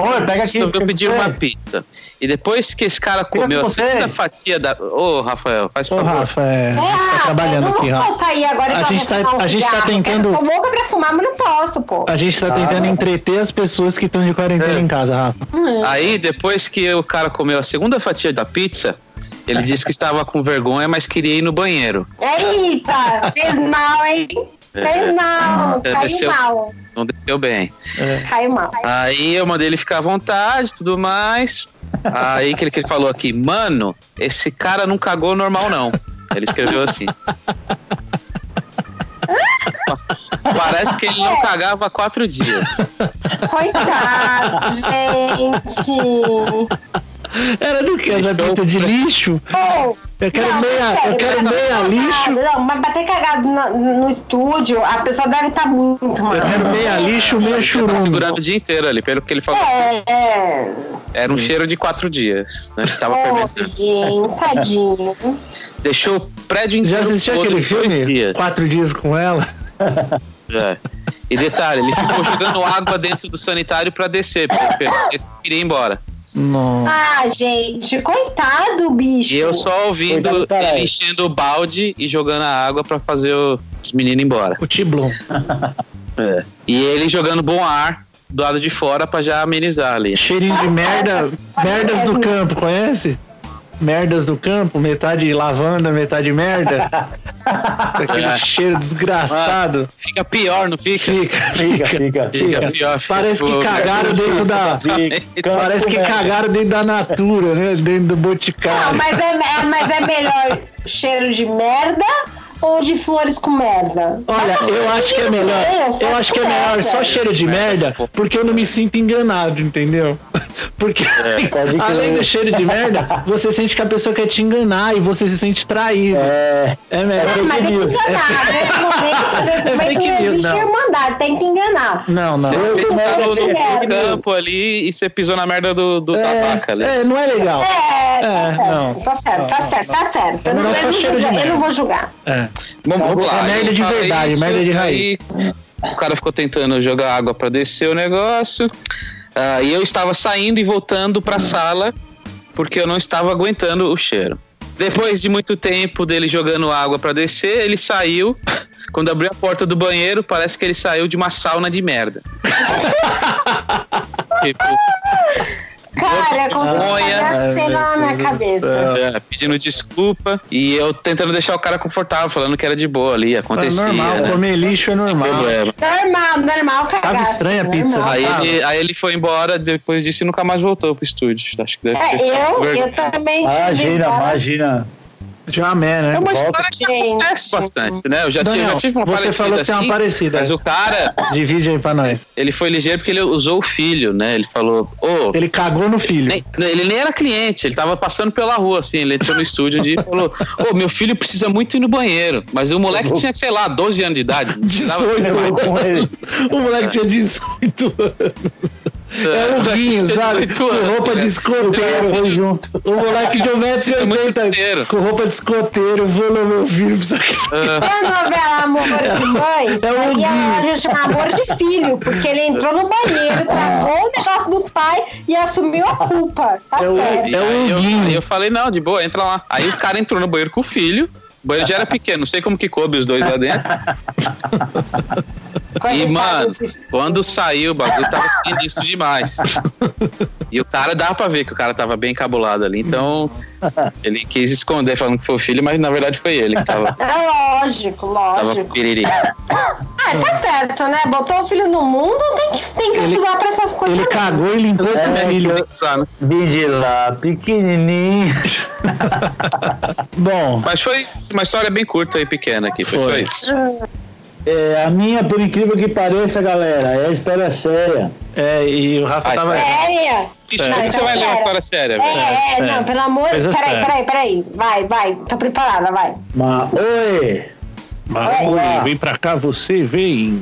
Oi, pega aqui. Resolveu fica pedir com você. uma pizza. E depois que esse cara Fica comeu com a você. segunda fatia da. Ô, Rafael, faz Ô, favor. Rafa, é, a gente tá Rafa, um trabalhando eu não aqui, posso Rafa. sair agora e A só gente tá- vou fumar um a gente tá cigarro. tentando- Eu tô louca pra fumar, mas não posso, pô. A gente tá tentando entreter as pessoas que estão de quarentena em casa, Rafa. Aí, depois que o cara comeu a segunda fatia da pizza, ele disse que estava com vergonha, mas queria ir no banheiro. Eita, fez mal, hein? Fez mal, É, caiu desceu. mal, Não desceu bem. caiu mal. Aí eu mandei ele ficar à vontade tudo mais. Aí que ele, que ele falou aqui, mano, esse cara não cagou normal, não. Ele escreveu assim. Parece que ele não cagava há quatro dias. Coitado, gente. Era do que? Essa Isso é o pizza de lixo? Pô, Eu quero não, meia, sério, eu quero mas meia bater lixo. cagado, Não, mas bater cagado no, no estúdio, a pessoa deve estar muito mal. Eu quero meia lixo, meia Ele tava churume. segurando o dia inteiro ali, pelo que ele falou. É, é. Era um cheiro de quatro dias, né? Que tava Ô, fermentando. gente, tadinho. Hum. Deixou o prédio inteiro Já assistiu todo aquele em dois filme? dias. Quatro dias com ela? É. E detalhe, ele ficou jogando água dentro do sanitário pra descer, porque ele queria ir embora. Não. Ah, gente, coitado, bicho. E eu Tipo, só ouvindo Coitado do caralho. é. ele enchendo o balde e jogando a água pra fazer o- os meninos ir embora. O Tiblon. E ele jogando bom ar do lado de fora pra já amenizar ali. Cheirinho de merda. Merdas do mesmo. campo, conhece? Merdas do campo, metade lavanda, metade merda. Aquele É. Ah. cheiro desgraçado. Fica pior, não fica? Fica, Fica, fica. fica. Fica pior. fica Parece que pior. cagaram dentro da. Fica. Parece que cagaram dentro da natura, né? Dentro do Não, boticário. mas é, é- mas é melhor cheiro de merda ou de flores com merda? Olha, eu acho que é melhor. Eu acho que é melhor só cheiro de merda, porque eu não me sinto enganado, entendeu? Porque É. pode além crer. do cheiro de merda, você sente que a pessoa quer te enganar e você se sente traído. É. É melhor. Mas tem que enganar. Nesse momento, nesse É momento fake não news, existe não. irmandade, tem que enganar. Não, não. Você, você Eu tá também no, acho no que é, campo ali e você pisou na merda do, do, da vaca ali. É, não é legal. É, É, tá não. certo, tá certo, tá certo, tá certo. Eu não, Não é só eu não cheiro julgo- de merda. eu não vou julgar. É. Bom, vamos lá. É eu merda de falei verdade, merda de raiz. aí O cara ficou tentando jogar água pra descer o negócio. ah, e eu estava saindo e voltando pra sala porque eu não estava aguentando o cheiro. Depois de muito tempo dele jogando água pra descer, ele saiu. Quando abriu a porta do banheiro, parece que ele saiu de uma sauna de merda. tipo, Cara, eu consigo Olha, fazer a cena na minha cabeça. é, pedindo desculpa e eu tentando deixar o cara confortável, falando que era de boa ali, É acontecia. normal, né? comer lixo é normal. Problema. Normal, normal, cagaço. estranha a pizza, normal. Aí Ah. ele, aí ele foi embora depois disso e nunca mais voltou pro estúdio. Acho que deve É, ter eu, vergonha. eu também Ah, tive. Imagina, várias- imagina. Já é, né? É uma história que Gente. acontece bastante, né? Eu já, tive, Daniel, eu já tive uma você parecida falou que tem uma assim, parecida. Mas o cara, Divide aí pra nós. ele foi ligeiro porque ele usou o filho, né? Ele falou, ô... Ele cagou no filho. nem- ele nem era cliente, ele tava passando pela rua, assim, ele entrou no estúdio um dia e falou, ô, meu filho precisa muito ir no banheiro. Mas o moleque tinha, sei lá, 12 anos de idade. não precisava- 18 Eu com ele. anos. O moleque tinha 18 anos. É o Guinho, Tinha sabe? 18 Com anos, roupa né? de escoteiro. Foi junto. O moleque de Muito 1,80m escoteiro. com roupa de escoteiro. Vou no meu filho. Precisa... É a novela Amor de Mães, É o e ela Huguinho. já chama Amor de Filho, porque ele entrou no banheiro, tragou o negócio do pai e assumiu a culpa. Tá certo. E É o aí eu, Huguinho. aí eu falei, não, de boa, entra lá. Aí o cara entrou no banheiro com o filho. O banheiro já era pequeno, não sei como que coube os dois lá dentro. E, Coitado mano, desse- quando saiu, o bagulho tava sinistro demais. E o cara dá pra ver que o cara tava bem cabulado ali. Então, ele quis esconder falando que foi o filho, mas na verdade foi ele que tava, É lógico, tava com lógico. piriri. É, Ah, tá certo, né? Botou o filho no mundo, tem que, tem que usar pra essas coisas. Ele não. né? cagou e limpou com É, o filho. Sabe? Vim de lá, pequenininho. Bom, Mas foi uma história bem curta e pequena aqui, foi, só Foi. isso. É, a minha, por incrível que pareça, galera, é história séria. é, e o Rafa Ah, tava. Séria? Ixi, Não, como que você então vai ler uma séria. história séria, velho? É, é, sério. não, pelo amor. Coisa Peraí, séria. peraí, peraí. Vai, vai. Tô preparada, vai. Mas, oi! Mas, Ué, oi, ué. vem pra cá, você vem.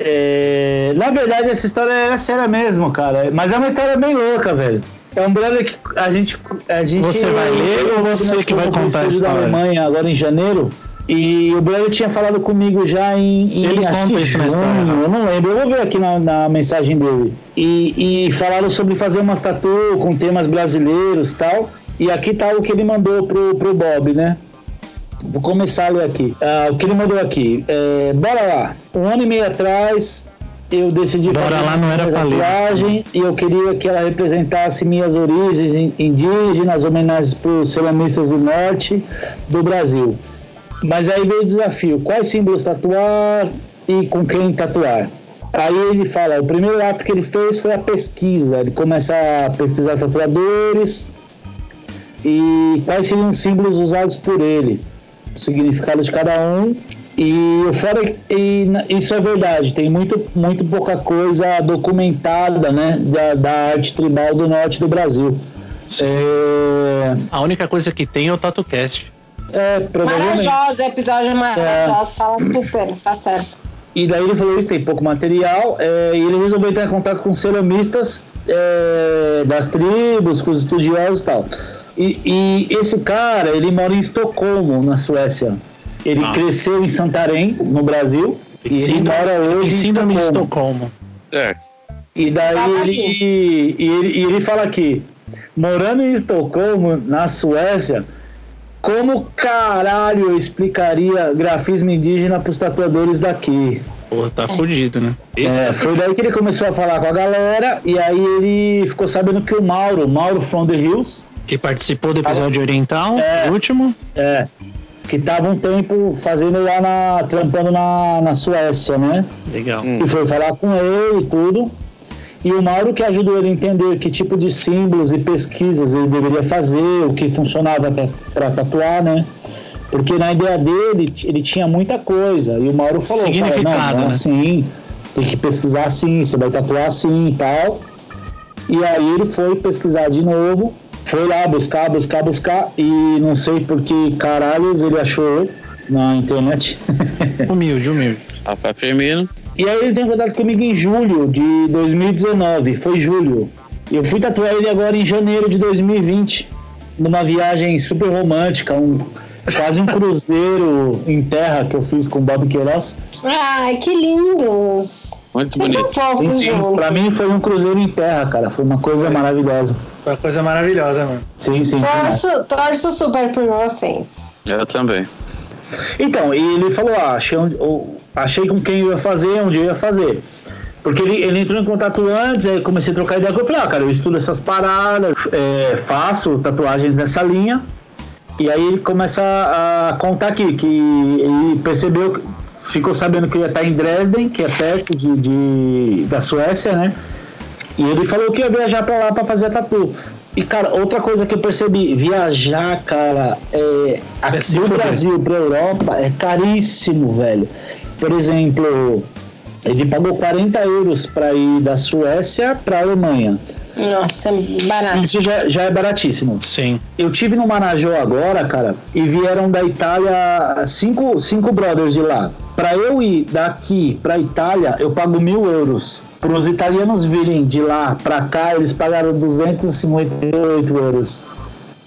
É, na verdade, essa história é séria mesmo, cara. Mas é uma história bem louca, velho. É um brother que a gente. A gente Você vai ler ou você nós que vai fomos pro contar a estúdio história? Da Alemanha, agora em janeiro. E o brother tinha falado comigo já em. em- Ele acho conta que isso na junho, história. né? Eu não lembro, eu vou ver aqui na, na mensagem dele. E, e falaram sobre fazer umas tatu com temas brasileiros e tal. E aqui tá o que ele mandou pro, pro Bob, né? Vou começar a ler aqui. Ah, o que ele mandou aqui. É, bora lá. Um ano e meio atrás, eu decidi Bora fazer lá, não era pra ler. tatuagem e eu queria que ela representasse minhas origens in- indígenas, homenagens para os selamistas do norte do Brasil. Mas aí veio o desafio: quais símbolos tatuar e com quem tatuar? Aí ele fala: o primeiro ato que ele fez foi a pesquisa. Ele começa a pesquisar tatuadores, e quais seriam os símbolos usados por ele, o significado de cada um. E eu fora e na- isso é verdade, tem muito, muito pouca coisa documentada né, da, da arte tribal do norte do Brasil. É, A única coisa que tem é o TatuCast. é, provavelmente. Maravilhoso, episódio maravilhoso. Fala super, tá certo. E daí ele falou isso, tem pouco material, é, e ele resolveu entrar em contato com ceramistas é, das tribos, com os estudiosos e tal. E, e esse cara, ele mora em Estocolmo, na Suécia. Ele Ah. cresceu em Santarém, no Brasil, e ele mora hoje tem em síndrome de Estocolmo. Estocolmo. Certo. E daí Fala ele, e ele, e ele fala aqui, morando em Estocolmo, na Suécia, como caralho eu explicaria grafismo indígena para os tatuadores daqui? Porra, tá fudido, né? Esse É, foi daí que ele começou a falar com a galera e aí ele ficou sabendo que o Mauro, Mauro from the Hills, que participou do episódio oriental, o último. é, que tava um tempo fazendo lá na. trampando na, na Suécia, né? Legal. E foi falar com ele e tudo. E o Mauro que ajudou ele a entender que tipo de símbolos e pesquisas ele deveria fazer, o que funcionava para tatuar, né? Porque na ideia dele, ele tinha muita coisa. E o Mauro falou: cara, Significado, não, não é né? assim, tem que pesquisar assim, você vai tatuar assim e tal. E aí ele foi pesquisar de novo, foi lá buscar, buscar, buscar, e não sei por que caralhos ele achou na internet. Humilde, humilde. Rafael Firmino. E aí ele tem contato comigo em julho de 2019, foi julho. Eu fui tatuar ele agora em janeiro de 2020, numa viagem super romântica, um, quase um cruzeiro em terra que eu fiz com o Bob Queiroz. Ai, que lindos. Muito Vocês bonito. são fofos Sim, sim, juntos. pra mim foi um cruzeiro em terra, cara, foi uma coisa maravilhosa. Foi uma coisa maravilhosa, mano. Sim, sim. demais. Torço, torço super por vocês. Eu também. Então, e ele falou, ah, achei, onde- ou- achei com quem eu ia fazer, onde eu ia fazer. Porque ele, ele entrou em contato antes, aí eu comecei a trocar ideia com ele. Falei, ah, cara, eu estudo essas paradas, é, faço tatuagens nessa linha. E aí ele começa a contar aqui que ele percebeu, que- ficou sabendo que eu ia estar em Dresden, que é perto de- de, da Suécia, né? E ele falou que ia viajar pra lá pra fazer a tatu. E, cara, outra coisa que eu percebi, viajar, cara, é, aqui se do fuder. Brasil pra Europa é caríssimo, velho. Por exemplo, ele pagou 40 euros pra ir da Suécia pra Alemanha. Nossa, barato. Isso já, já é baratíssimo. Sim. Eu tive no Marajó agora, cara, e vieram da Itália cinco, cinco brothers de lá. Pra eu ir daqui pra Itália, eu pago mil euros. Para os italianos virem de lá pra cá, eles pagaram 258 euros.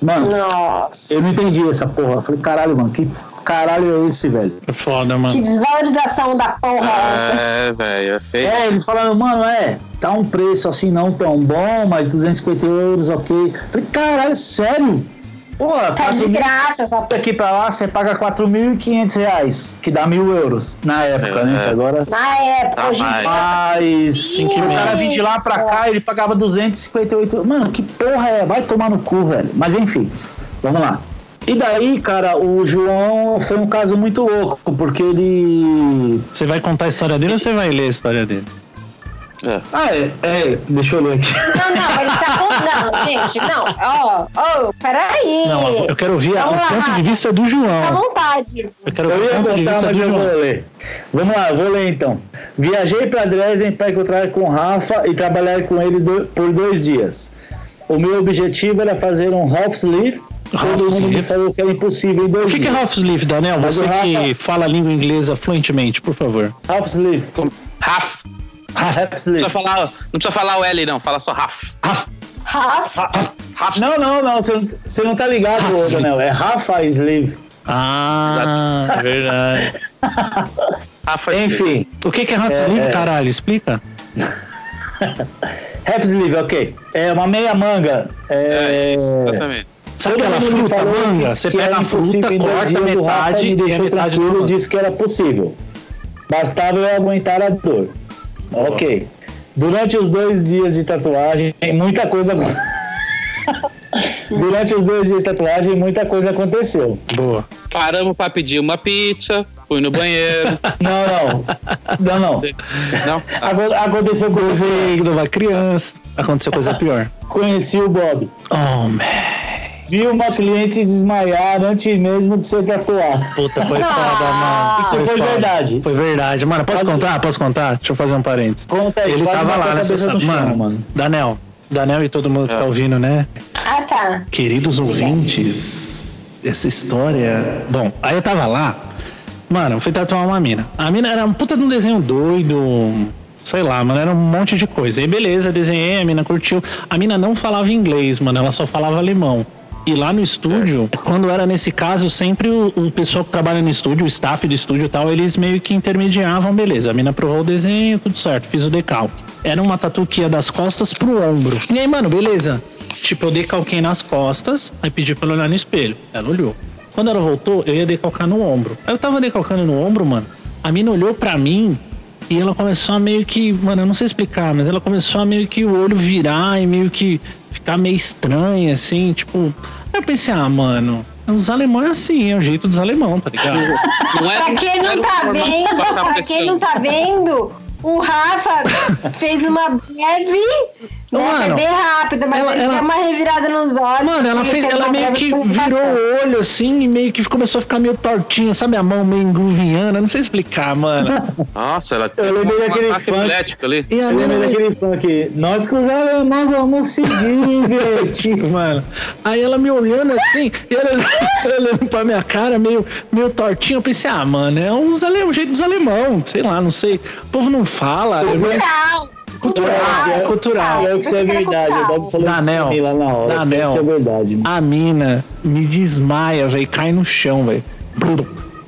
Mano, Nossa. eu não entendi essa porra. Eu falei, caralho, mano, que caralho é esse, velho? É Foda, mano. Que desvalorização da porra. Ah, essa. É, velho, é feio. É, eles falaram, mano, é, tá um preço assim não tão bom, mas 250 euros, ok. Eu Falei, caralho, sério? Porra, Tá de graça essa porra. daqui pra lá você paga 4.500 reais, que dá mil euros na época, É, né? é. Que Agora. Na época, Ah, hoje em vai. dia. Mas Sim, que o cara merda. vinha de lá pra Isso. cá, ele pagava 258. Mano, que porra é? Vai tomar no cu, velho. Mas enfim, vamos lá. E daí, cara, o João foi um caso muito louco, porque ele. Você vai contar a história dele ou você vai ler a história dele? Ah, é, é, deixa eu ler aqui. Não, não, ele tá contando, gente. Não, ó, ó, peraí. Não, eu- eu quero ouvir a- É. Vamos o lá, ponto de Rafa. Tá vista do Fica à João. vontade. Eu quero Eu ouvir ia o ponto de contar, vista mas do eu João. vou ler. Vamos lá, eu vou ler então. Viajei para Dresden para encontrar com o Rafa e trabalhar com ele do- por dois dias. O meu objetivo era fazer um half sleeve. Half Todo mundo sleeve? me falou que era impossível em O dois que, que é dias. half sleeve, Daniel? Mas Você o que Rafa- fala a língua inglesa fluentemente, por favor. half sleeve? Raf. Half Não sleeve. precisa, falar, não precisa falar o L, não. Fala só Raf. Half, Rafa, Raf. Não, não, não. Você não- você não tá ligado, Half ô, sleeve. Daniel. É Rafa sleeve. Ah, é verdade. Rafa. Enfim, O que, que é half sleeve, caralho? Explica. half sleeve, ok. É uma meia manga. É, É, isso, exatamente. Sabe Todo aquela mundo me fruta falou manga? que Você que pega era a fruta, impossível em dois corta a dias, o Rafa metade me e a deixou metade tranquilo, do disse que era possível. Bastava eu aguentar a dor. Ok. Durante os dois dias de tatuagem, muita coisa. Durante os dois dias de tatuagem, muita coisa aconteceu. Boa. Paramos pra pedir uma pizza, fui no banheiro. Não, não. Não, não. não? Ah, Aco- Aconteceu coisa. Desenho de uma criança. Aconteceu coisa pior. Conheci o Bob. Oh, man. Vi uma cliente desmaiar antes mesmo de ser tatuada. Puta, Então foi foda, mano. Isso foi foda. verdade. Foi verdade. Mano, posso Quase- contar? Posso contar? Deixa eu fazer um parênteses. Conta aí, Ele quase tava bateu lá a nessa... cabeça Mano, no chão, mano. Daniel. Daniel e todo mundo que tá ouvindo, né? Ah, tá. Queridos ouvintes, essa história. Bom, aí eu tava lá, mano, fui tatuar uma mina. A mina era um puta de um desenho doido, sei lá, mano, era um monte de coisa. Aí beleza, desenhei, a mina curtiu. A mina não falava inglês, mano, ela só falava alemão. E lá no estúdio, quando era nesse caso, sempre o, o pessoal que trabalha no estúdio, o staff do estúdio e tal, eles meio que intermediavam, beleza. A mina aprovou o desenho, tudo certo, fiz o decalque. Era uma tatu que ia das costas pro ombro. E aí, mano, beleza. Tipo, eu decalquei nas costas, aí pedi pra ela olhar no espelho. Ela olhou. Quando ela voltou, eu ia decalcar no ombro. Aí eu tava decalcando no ombro, mano. A mina olhou pra mim e ela começou a meio que. Mano, eu não sei explicar, mas ela começou a meio que o olho virar e meio que ficar meio estranha, assim, tipo. Aí eu pensei, ah, mano, os alemães é assim, é o jeito dos alemão, tá ligado? Não é, Pra quem não tá não é vendo, passar pra tá pressão. quem não tá vendo, o Rafa fez uma breve Nossa, é Mano, bem rápido, mas ela- ele ela- deu uma revirada nos olhos. Mano, ela, ele fez, uma ela meio breve que pulsação. virou o olho assim e meio que começou a ficar meio tortinha, sabe? A mão meio engruviana, não sei explicar, mano. Nossa, ela Eu lembrei um daquele ataque funk. epilético ali. E a Eu lembro mina meio- daquele funk. Nós que os alemães vamos se divertir. Mano, aí ela me olhando assim, e ela ela olhando pra minha cara, meio, meio tortinha. Eu pensei, ah, mano, é uns ale- um jeito dos alemão, sei lá, não sei. O povo não fala. é eu- Cultural. Cultural, é cultural. E é o que isso é verdade. O Bob falou Danel. isso pra mim lá na hora. Danel. Isso é verdade. mano. A mina me desmaia, velho, cai no chão, velho. Brum.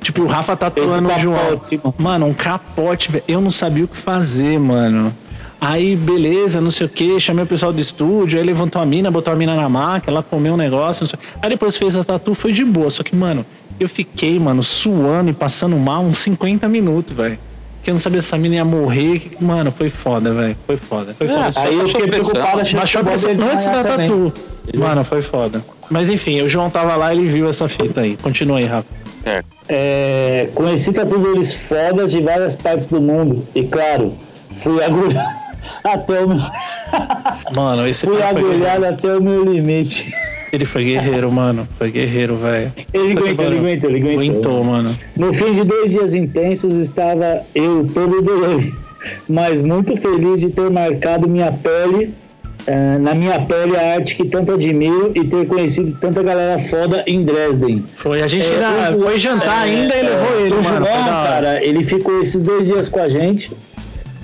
Tipo, o Rafa tatuando Esse o João. capote, mano. Mano, um capote, velho. Eu não sabia o que fazer, mano. Aí, beleza, não sei o que, chamei o pessoal do estúdio, aí levantou a mina, botou a mina na maca, ela comeu um negócio, não sei. Aí depois fez a tatu, foi de boa. Só que, mano, eu fiquei, mano, suando e passando mal uns 50 minutos, velho. Porque eu não sabia se essa mina ia morrer. que- Mano, foi foda, velho. Foi foda. Foi foda. só Aí eu baixou fiquei a pressão. preocupado achando Baixou a que o Bob pressão ia antes da desmaiar também. tatu. Mano, foi foda. Mas enfim, o João tava lá, ele viu essa fita aí. Continua aí, Rafa. É, conheci tatuadores fodas de várias partes do mundo. E claro, fui agulhado até o meu, Mano, esse fui cara foi guerreiro. agulhado até o meu limite. Ele foi guerreiro, mano. Foi guerreiro, velho. Ele Puta que aguentou, ele pariu. aguentou, ele aguentou. Aguentou, mano. No fim de dois dias intensos, estava eu todo dolorido, mas muito feliz de ter marcado minha pele, eh, na minha pele a arte que tanto admiro e ter conhecido tanta galera foda em Dresden. Foi, a gente É, ainda o Ju- foi jantar é, ainda e é, levou ele, mano. o João, Foi da hora. cara, ele ficou esses dois dias com a gente.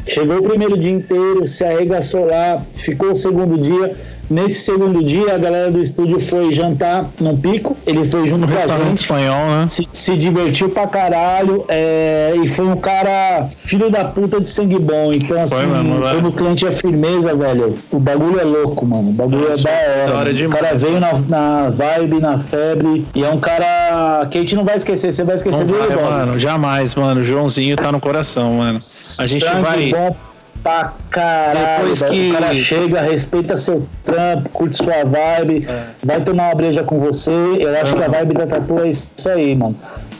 Chegou o primeiro dia inteiro, se arregaçou lá, ficou o segundo dia. Nesse segundo dia, a galera do estúdio foi jantar num pico. Ele foi junto No com a restaurante gente. espanhol, né? Se, se divertiu pra caralho é, e foi um cara filho da puta de sangue bom. Então, assim, mesmo, né? velho. quando o cliente é firmeza, velho, o bagulho é louco, mano. O bagulho Nossa, é da hora. da hora mano. o demais. cara veio na, na vibe, na febre. E é um cara que a gente não vai esquecer. Você vai esquecer Não dele, vai, velho. mano, jamais, mano. O Joãozinho tá no coração, mano. A gente Sangue vai. bom pra caralho. Depois velho. que- O cara chega, respeita seu trampo, curte sua vibe, É. vai tomar uma breja com você. Eu acho que a vibe da tatu é isso aí, mano.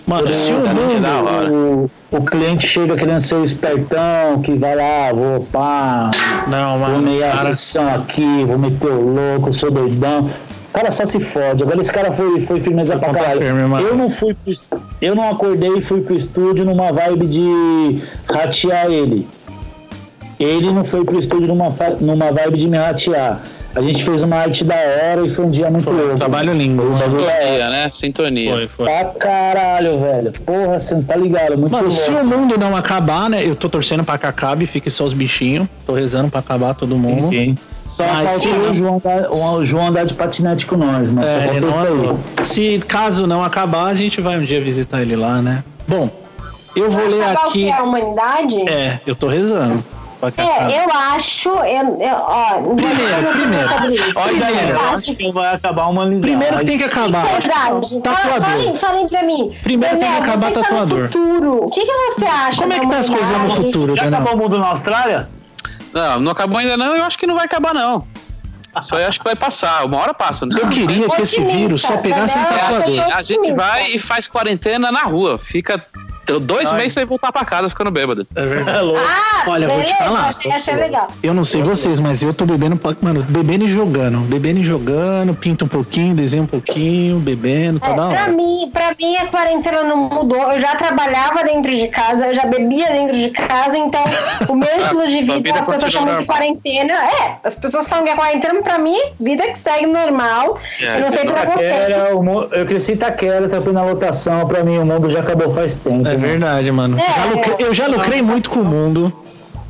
Mano, Quando se o tá mundo- na hora, o, o cliente chega querendo ser o espertão, que vai lá, vou pá, Não, vou mano. meia Cara, sessão aqui, vou meter o louco, sou doidão. O cara só se fode. Agora esse cara foi, foi firmeza pra ponta caralho. firme, mano. eu não fui pro, est- Eu não acordei e fui pro estúdio numa vibe de ratear ele. Ele não foi pro estúdio numa, fa- numa vibe de me ratear. A gente fez uma arte da hora e foi um dia muito louco. trabalho lindo. Foi um bagulho da hora. Sintonia, né? Sintonia. Foi, foi. Pra caralho, velho. Porra, você não tá ligado. Muito Mano, louco. se o mundo não acabar, né? Eu tô torcendo pra que acabe, fique só os bichinhos. Tô rezando pra acabar todo mundo. Só Mas falta se não- o João, andar, o João andar de patinete com nós, mano. né? É, Só ele falta isso aí. não Se caso não acabar, a gente vai um dia visitar ele lá, né? Bom, eu vou ler Acabar o aqui. que é a humanidade? É, eu tô rezando. pra que acabe. É, eu acho. Eu, eu, ó, não vou tá. Primeiro, falar primeiro. sobre isso. Olha, galera, eu eu acho acho que vai acabar uma humanidade. Primeiro que tem que acabar. Tá Verdade. Fala- Tatuador. Falem, falem pra mim. Primeiro tem que Daniel, acabar você tatuador. Tá no futuro. O que, que você acha? Como é que tá as coisas no futuro, Já Daniel? acabou o mundo na Austrália? Não, não acabou ainda não. Eu acho que não vai acabar, não. Isso aí eu acho que vai passar. Uma hora passa. Não sei Eu quando. queria que esse Otimista, vírus só pegasse em Tá Daniel, tatuador. A gente vai e faz quarentena na rua. Fica t- dois meses sem voltar pra casa ficando bêbado. É verdade. É louco. Ah, Olha, eu vou te beleza, falar. Achei, achei legal. Eu não sei vocês, mas eu tô bebendo, pra- mano, bebendo e jogando. Bebendo e jogando, pinto um pouquinho, desenho um pouquinho, bebendo, tá É, da pra, hora. mim, pra mim, a quarentena não mudou. Eu já trabalhava dentro de casa, eu já bebia dentro de casa, então o meu estilo de Sua vida, vida as pessoas continua chamam de normal. quarentena. É, as pessoas falam que é quarentena, pra mim, vida que segue normal. É, eu não sei pra É. vocês. um Taquera, é, o mu- eu cresci em Taquera, tampei na lotação. Pra mim, o mundo já acabou faz tempo. É né? verdade, mano. É, Já lucrei- eu já lucrei muito com o mundo.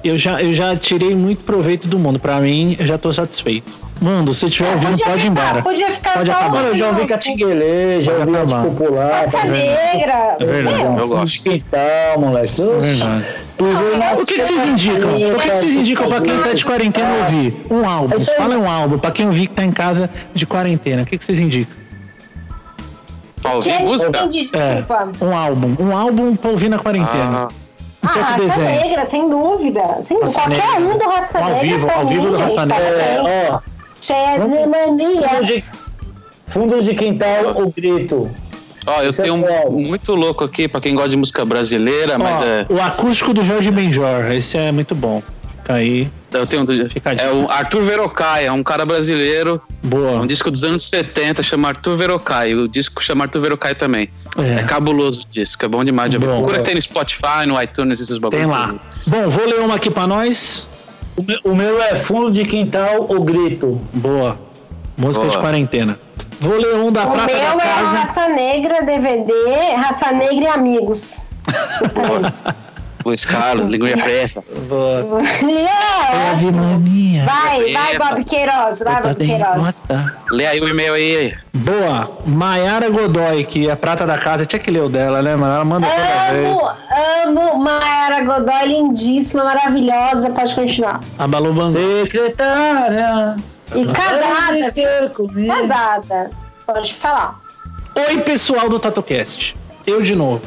Eu já, eu já tirei muito proveito do mundo. Pra mim, eu já tô satisfeito. Mundo, se tiver ouvindo, Podia pode ir ficar- embora. podia ficar Pode só acabar. Mano, Então, eu já ouvi Catinguelê, já ouvi acabar. Arte Popular. tá Raça negra. É verdade. meu. Eu gosto. Quintal, moleque. É verdade. Pisou na- O que, que vocês indicam? O que, que vocês indicam pra quem tá de quarentena ouvir? Um álbum. É isso aí. Fala um álbum. Pra quem ouvir que tá em casa de quarentena, o que, que vocês indicam? Pra ouvir Gente, música? entendi, É, desculpa. um álbum. Um álbum pra ouvir na quarentena. Ah, Ah, que Raça desenho? Negra, sem dúvida. Sem Raça Negra. qualquer um do Raça Ao Negra. vivo, pra ao mim, vivo do Raça gente, Negra. tá bem. É, ó. Cheia de Fundo mania. de, fundo de quintal, o grito. ó, eu Isso é tenho bom. um muito louco aqui pra quem gosta de música brasileira, mas Ó, é. O acústico do Jorge Benjor. Esse é muito bom. Fica aí. Eu tenho um- Fica a dica. É o Arthur Verocai, é um cara brasileiro. É Boa. um disco dos anos 70, chama Arthur Verocai. O disco chama Arthur Verocai também. É, É. cabuloso o disco, é bom demais de ouvir. Bom. Procura que tem no Spotify, no iTunes, esses bagulhos. Tem lá. Bom, vou ler uma aqui pra nós. O meu, o meu é fundo de quintal ou grito. Boa. Música Boa. de quarentena. Vou ler um da O Prata meu da é Casa. Raça Negra DVD, Raça Negra e Amigos. Luiz Carlos, Linguinha Preta. Boa. yeah! Ave maninha. Vai, vai, Epa. Bob Queiroz, vai, tá Bob Queiroz. derrota. Lê aí o e-mail aí. Boa. Maiara Godoy, que é a prata da casa. Tinha que ler o dela, né, mano? Ela manda toda vez. Amo, amo Mayara Godoy, lindíssima, maravilhosa, pode continuar. Abalou Bangu. Secretária, E vem casada, ter comigo. casada, pode falar. Oi, pessoal do TatuCast. Eu de novo.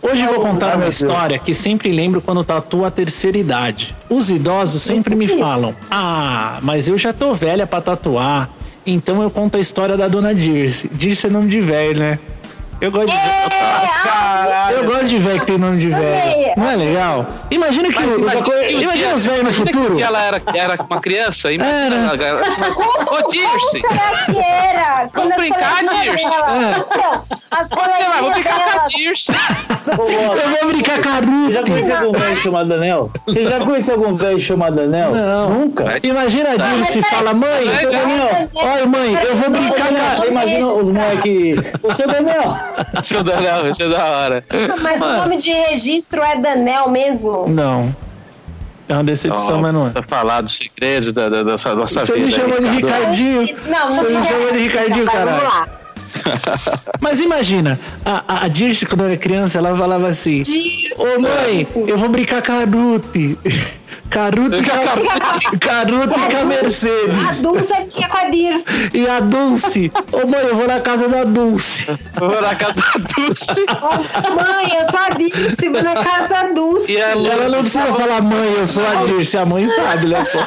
Hoje vou contar uma história que sempre lembro quando tatuo a terceira idade. Os idosos sempre me falam: Ah, mas eu já tô velha pra tatuar. Então eu conto a história da dona Dirce. Dirce é nome de velho, né? Eu gosto de É, velho. Eu gosto de velho que tem nome de velho. Não é legal? Imagina que. o- que o Imagina dia- os velhos no imagina que futuro. ela era, era uma criança. Era. Imagina, era. Ô, Dirce! Será que era? Quando as brincar, coleguinhas Dirce. É. dela- Então, as Sei lá, vou coleguinhas brincar com a dela- Dirce. Eu vou brincar com a Você Ruth. já conheceu algum velho chamado Daniel? Você já conheceu algum velho chamado Daniel? Não. Nunca? Imagina a Dirce fala: Mãe, Seu Daniel, olha, mãe, eu vou Ô, brincar Daniel, com a. você imagina é os moleque. Ô, seu Daniel! Isso é da hora, isso é da hora. Mas o nome de registro é Danel mesmo? Não. É uma decepção, Ó, mas não é. Pra falar dos segredos da, da, dessa nossa Você vida. me aí, chamou de Ricardo. Ricardinho. Não, não Você me chamou de Ricardinho, Vai, caralho. Vamos lá. Mas imagina, a, a- a Dirce, quando era criança, ela falava assim: Ô mãe, eu vou brincar com a Ruth. Caruto e com a Mercedes. A Dulce é que é com a Dirce. E a Dulce. Ô mãe, eu vou na casa da Dulce. Vou na casa da Dulce. Ô, Mãe, eu sou a Dirce, vou na casa da Dulce. E é- a Lu- Ela não precisa falar, mãe, eu sou a Dirce. A mãe sabe, né? pô?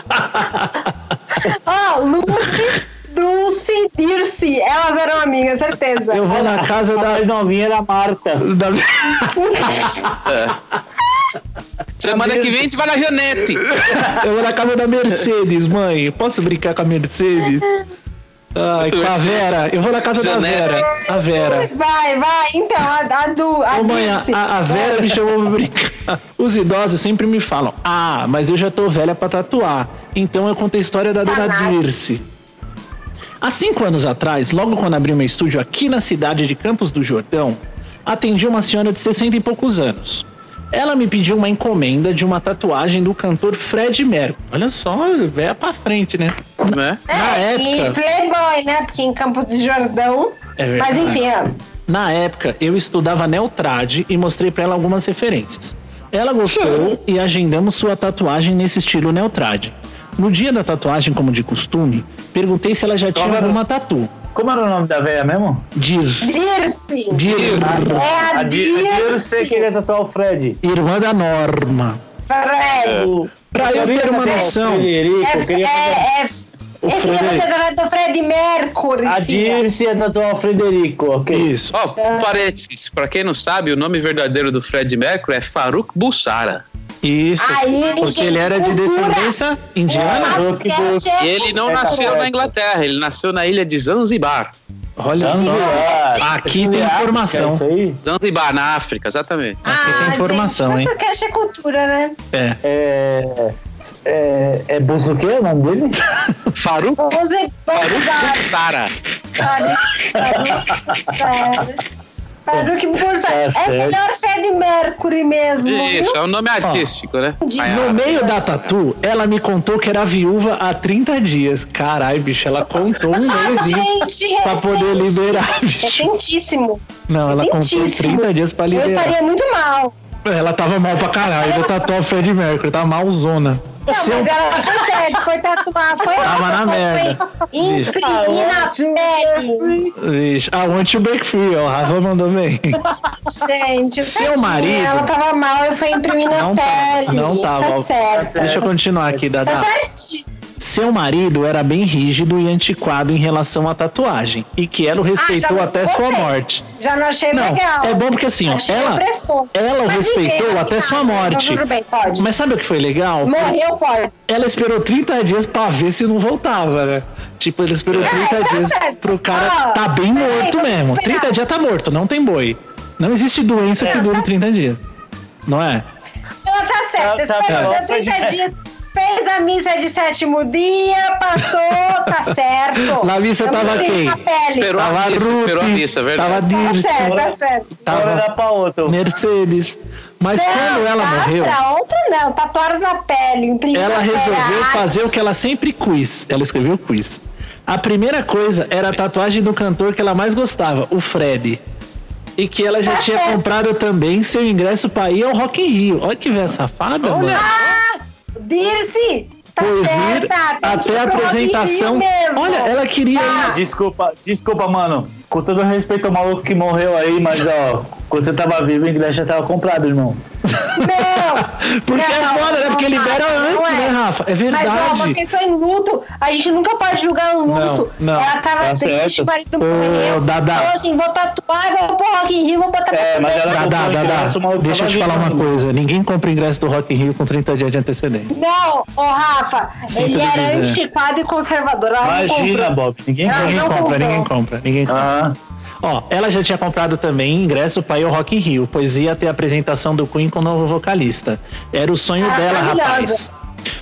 Ó, Lucy, Dulce e Dirce. Elas eram amigas, certeza. Eu vou na casa A da. mais novinha era a Marta. da- Um Semana que vem a gente vai na Janete. eu vou na casa da Mercedes, mãe. Eu Posso brincar com a Mercedes? Ai, com a Vera. Eu vou na casa da Vera. A Vera. Vai, vai, então, a, a, du, a Ô mãe, a, Dirce. a- a Vera me chamou pra brincar. Os idosos sempre me falam: Ah, mas eu já tô velha pra tatuar. Então eu conto a história da dona Dirce. Há cinco anos atrás, logo quando abri meu estúdio aqui na cidade de Campos do Jordão, atendi uma senhora de 60 e poucos anos. Ela me pediu uma encomenda de uma tatuagem do cantor Fred Mercury. Olha só, velha pra frente, né? Né? Na É, E época, Playboy, né? Porque em Campos do Jordão. É Mas verdade. enfim, amo. na época eu estudava Neotrad e mostrei pra ela algumas referências. Ela gostou e agendamos sua tatuagem nesse estilo Neotrad. No dia da tatuagem, como de costume, perguntei se ela já tinha Toma. alguma tatu. Como era o nome da velha mesmo? Diz. Dirce. Diz. É a, A Di- a Dirce é Dirce. queria tatuar o Fred. Irmã da Norma. Fred. Pra eu ter uma noção, Frederico, eu É, É. queria fazer- é, é, esse Fred. é você do Fred Mercury. A filha. Dirce ia é tatuar o Frederico, ok? isso. Ó, parênteses, pra quem não sabe, o nome verdadeiro do Fred Mercury é Faruk Bulsara. Isso. Aí, Porque gente, ele era de cultura. descendência indiana. Ah, que doce. Quer E ele não É, tá nasceu certo. na Inglaterra, ele nasceu na ilha de Zanzibar. Olha Vamos só. lá. Aqui tem É África, informação. Isso aí? Zanzibar, na África, exatamente. Aqui tem informação, Ah, gente, hein? tanto que acha cultura, né? É. É. É. É Buzuque o nome dele? Faruk Vamos em Bulsara. Faruk Bursa Tá é certo. melhor Fred Mercury mesmo. Isso, viu? é um nome artístico, né? É. No Maiara. meio da tatu, ela me contou que era viúva há 30 dias. Carai, bicho, ela contou um mesinho Gente, é pra poder recente. liberar, bicho. Recentíssimo. Não, ela contou Recentíssimo. 30 dias pra Eu liberar. estaria muito mal. Ela tava mal pra caralho. Eu tatuou o Fred Mercury, tava malzona. Não, Se eu- mas é- ela foi certa, foi tatuar, foi Tava na foi merda. Imprimir na pele. Bicho, I want you back free, ó. ah, O Rafa mandou bem. tá Gente, Seu tadinha, marido- Ela tava mal, eu fui imprimir na Não tava, pele. não tava. Tá certo. Deixa eu continuar aqui, Dada. Tá certíssimo. Seu marido era bem rígido e antiquado em relação à tatuagem e que ela o respeitou Ah, já até gostei. sua morte. Já não achei Não, legal. é bom porque assim, ó, Achei ela- opressor. ela o Mas ninguém respeitou sabe até nada. sua morte. Não, Tudo bem, pode. Mas sabe o que foi legal? Morreu, pode. Ela esperou 30 dias pra ver se não voltava, né? Tipo, ela esperou É, 30 tá dias certo. pro cara Ó, tá bem peraí, morto vamos mesmo. esperar. É. 30 dias tá morto, não tem boi. Não existe doença que dure 30 dias. Não é? Ela tá certa. Tá, tá Esperou bom, 30 pode- dias. Fez a missa de sétimo dia, passou, tá certo. Na missa Tamo tava frio quem? na pele. Esperou a missa, Ruth, esperou a missa, é Tava verdade. Tá certo, Dirce, tá certo. Uma tava hora pra outra. Mercedes. Mas quando ela tá morreu, Pra outra não, tatuaram na pele. imprimir ela na pele resolveu a arte. fazer o que ela sempre quis. Ela escreveu quiz. A primeira coisa era a tatuagem do cantor que ela mais gostava, o Fred. E que ela já Tá tinha certo. comprado também seu ingresso pra ir ao Rock in Rio. Olha que velha safada, mano. Ah! Dirce! Tá Pois ir certa, tem que até ir a pro Rock in Rio apresentação. mesmo. Ah, Olha, ela queria ir. Desculpa, desculpa, mano. Com todo respeito ao maluco que morreu aí, mas ó, quando você tava vivo, o ingresso já tava comprado, irmão. Não! Porque é Não, foda, né? Porque não, libera não antes, é. né, Rafa? É Mas ó, uma verdade. pessoa em luto, a gente nunca pode julgar um luto. Não, não, ela tava tá triste, certo. o marido Ô, morreu. Dada. Falou assim: vou tatuar, vou pro Rock in Rio, vou botar É, pra mas fazer. ela Dá, dá, comprou dá, o dá. ingresso, o maluco Deixa eu tava te falar vivo, uma mano. coisa. Ninguém compra ingresso do Rock in Rio com 30 dias de antecedência. Não, ô Rafa, Sinto ele era dizer. antiquado e conservador. Ela não Imagina, comprou. Bob. Ninguém Não, quer. Ninguém compra, comprou. ninguém compra, ninguém compra. Ah, Ó, ela já tinha comprado também ingresso para ir ao Rock in Rio, pois ia ter a apresentação do Queen com o novo vocalista. Era o sonho Ah, dela, maravilhosa. rapaz.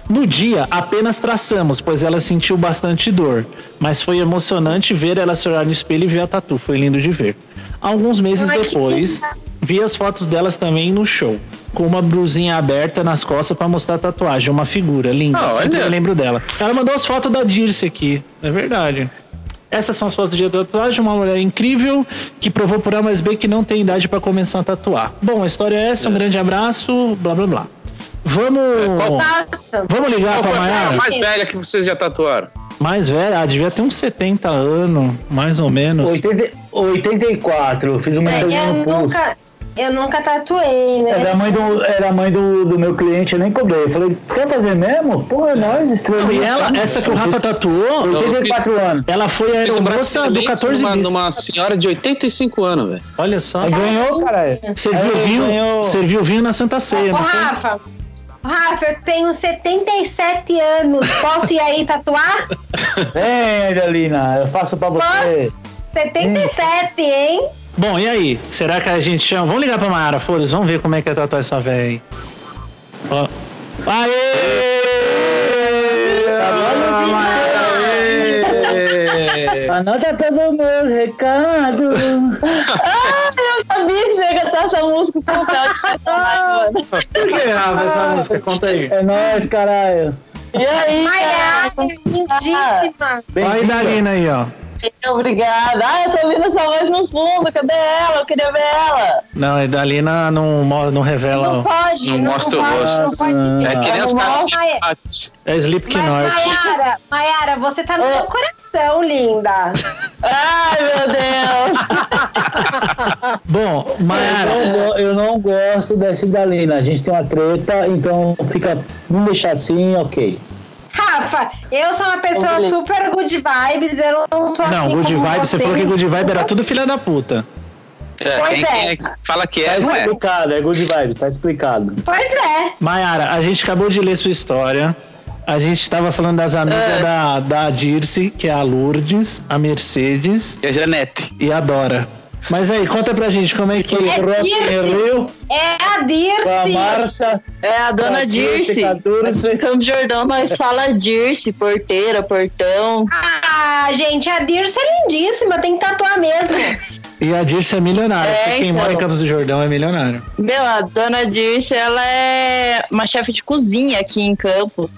No dia, apenas traçamos, pois ela sentiu bastante dor. Mas foi emocionante ver ela se olhar no espelho e ver a tatu. Foi lindo de ver. Alguns meses Ai, que depois, vi as fotos delas também no show. Com uma blusinha aberta nas costas para mostrar a tatuagem. Uma figura linda. Ah, sempre olha. eu lembro dela. Ela mandou as fotos da Dirce aqui. É verdade. Essas são as fotos de tatuagem, uma mulher incrível que provou por A mais B que não tem idade pra começar a tatuar. Bom, a história é essa, um grande abraço, blá blá blá. É, Vamos. Nossa, Vamos ligar Qual pra foi a Maiara? pessoa mais velha que vocês já tatuaram? Mais velha, ah, devia ter uns 70 anos, mais ou menos. 80, 84. eu Fiz uma é, entrevista eu um no pulso. nunca, eu nunca tatuei, É, né? Era a mãe, do, era a mãe do, do meu cliente, eu nem cobrei. Eu falei, quer fazer mesmo? Pô, é nóis, estrela. Não, e ela, essa que o Rafa tá tatuou, 84 anos. ela foi a Fiz aeromoça é um do bracelete 14 numa, bis. numa senhora de 85 anos, velho. Olha só. Ganhou, caralho. Serviu Ela vinho, ganhou- serviu vinho na Santa Ceia, né? Ô, não foi? Rafa, Rafa, eu tenho 77 anos. Posso ir aí tatuar? Vem, Angelina, eu faço pra você. Posso? 77, hein? Bom, e aí? Será que a gente chama? Vamos ligar pra Mayara, foda-se, vamos ver como é que é tatuar essa véia aí. Ó. Aê! Agora Mayara, aê! Anota todos os meus recados. Eu sabia que ia cantar essa música pro Celso mano. Por que grava essa música? Conta aí. É nóis, caralho. E aí, Maiara, cara? lindíssima. é, Olha a Idalina aí, ó. Obrigada. Ah, eu tô ouvindo essa voz no fundo. Cadê ela? Eu queria ver ela. Não, é a Idalina não, mo- não revela. Não ó. pode, Não mostra o pode, rosto. Não pode É ver. que nem as caras de Mas, chocolate. É Slipknot. Maiara, Maiara, você tá no meu coração, linda. Ai, meu Deus. Bom, Mayara. Eu não, go- eu não gosto dessa Idalina. A gente tem uma treta, então fica. Vamos deixar assim, ok. Rafa, eu sou uma pessoa Olha. super good vibes, eu não sou Não, assim Good como Vibe, você falou que Good Vibe era tudo filha da puta. É, Pois quem, é. quem fala que é, Tá é. explicado, é good vibes, tá explicado. Pois é. Mayara, a gente acabou de ler sua história. A gente estava falando das amigas da, da Dirce, que é a Lourdes, a Mercedes E a é Janete. e a Dora. Mas aí, conta pra gente como é que. É Rock in Dirce. Rio, É a com a Dirce. Marta, É a Tá dona Dirce. Dirce. Campo Jordão, nós fala Dirce, porteira, portão. Ah, gente, a Dirce é lindíssima, tem que tatuar mesmo. E a Dirce é milionária. É, porque quem então. mora em Campos do Jordão é milionário. Meu, a dona Dirce, ela é uma chefe de cozinha aqui em Campos.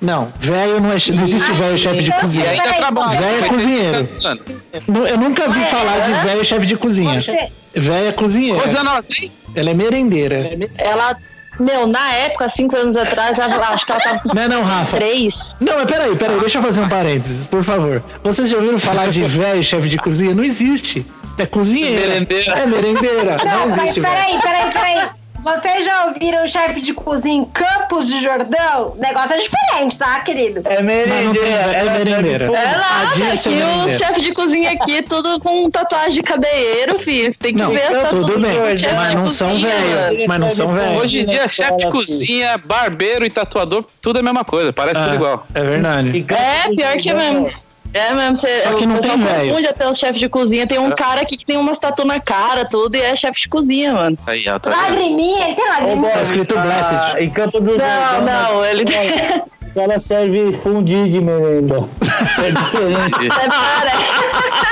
Não, velho não, é, che- não existe velho chefe de então E cozinha. aí- ainda Peraí, trabalha. Velho com cozinheiro. 80 anos. Nu- Eu nunca vi falar de velho chefe de cozinha. Você- Velho é cozinheira. Quantos anos ela tem? Ela é merendeira. Ela, meu, na época, cinco anos atrás, ela, acho que ela tava com Não é não, Rafa? três. Não, mas peraí, peraí, deixa eu fazer um parênteses, por favor. Vocês já ouviram falar de velho chefe de cozinha? Não existe. É cozinheira. Merendeira. É merendeira. Não, Não, mas existe, velho. peraí, peraí, peraí. Vocês já ouviram o chefe de cozinha em Campos de Jordão? O negócio é diferente, tá, querido? Não, É não tem, merendeira. é merendeira. É A nada, Dirce é que o merendeira. chefe de cozinha aqui, tudo com tatuagem de cabeheiro, filho. Tem que Não, ver eu essa tô- Tudo tudo bem, hoje, né? mas não são Cozinha, velho. mano. Mas não são velho. Hoje em dia, Imagina chefe de só, cozinha, barbeiro e tatuador, tudo é a mesma coisa, parece tudo igual. É verdade. É, pior que é mesmo. É mesmo, você, Só que não o pessoal tem velho. confunde até os chefes de cozinha. Tem um cara aqui que tem uma tatu na cara, tudo, e é chefe de cozinha, mano. Aí, ó, tá vendo? Lagriminha, ele tem Ô, lagriminha. Bob, Tá escrito ah, Blessed. Em Campo do Não, não, ele é Ela serve fundi de merenda. É diferente. Ah. cara.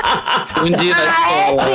Um dia na Ah, é escola. sim,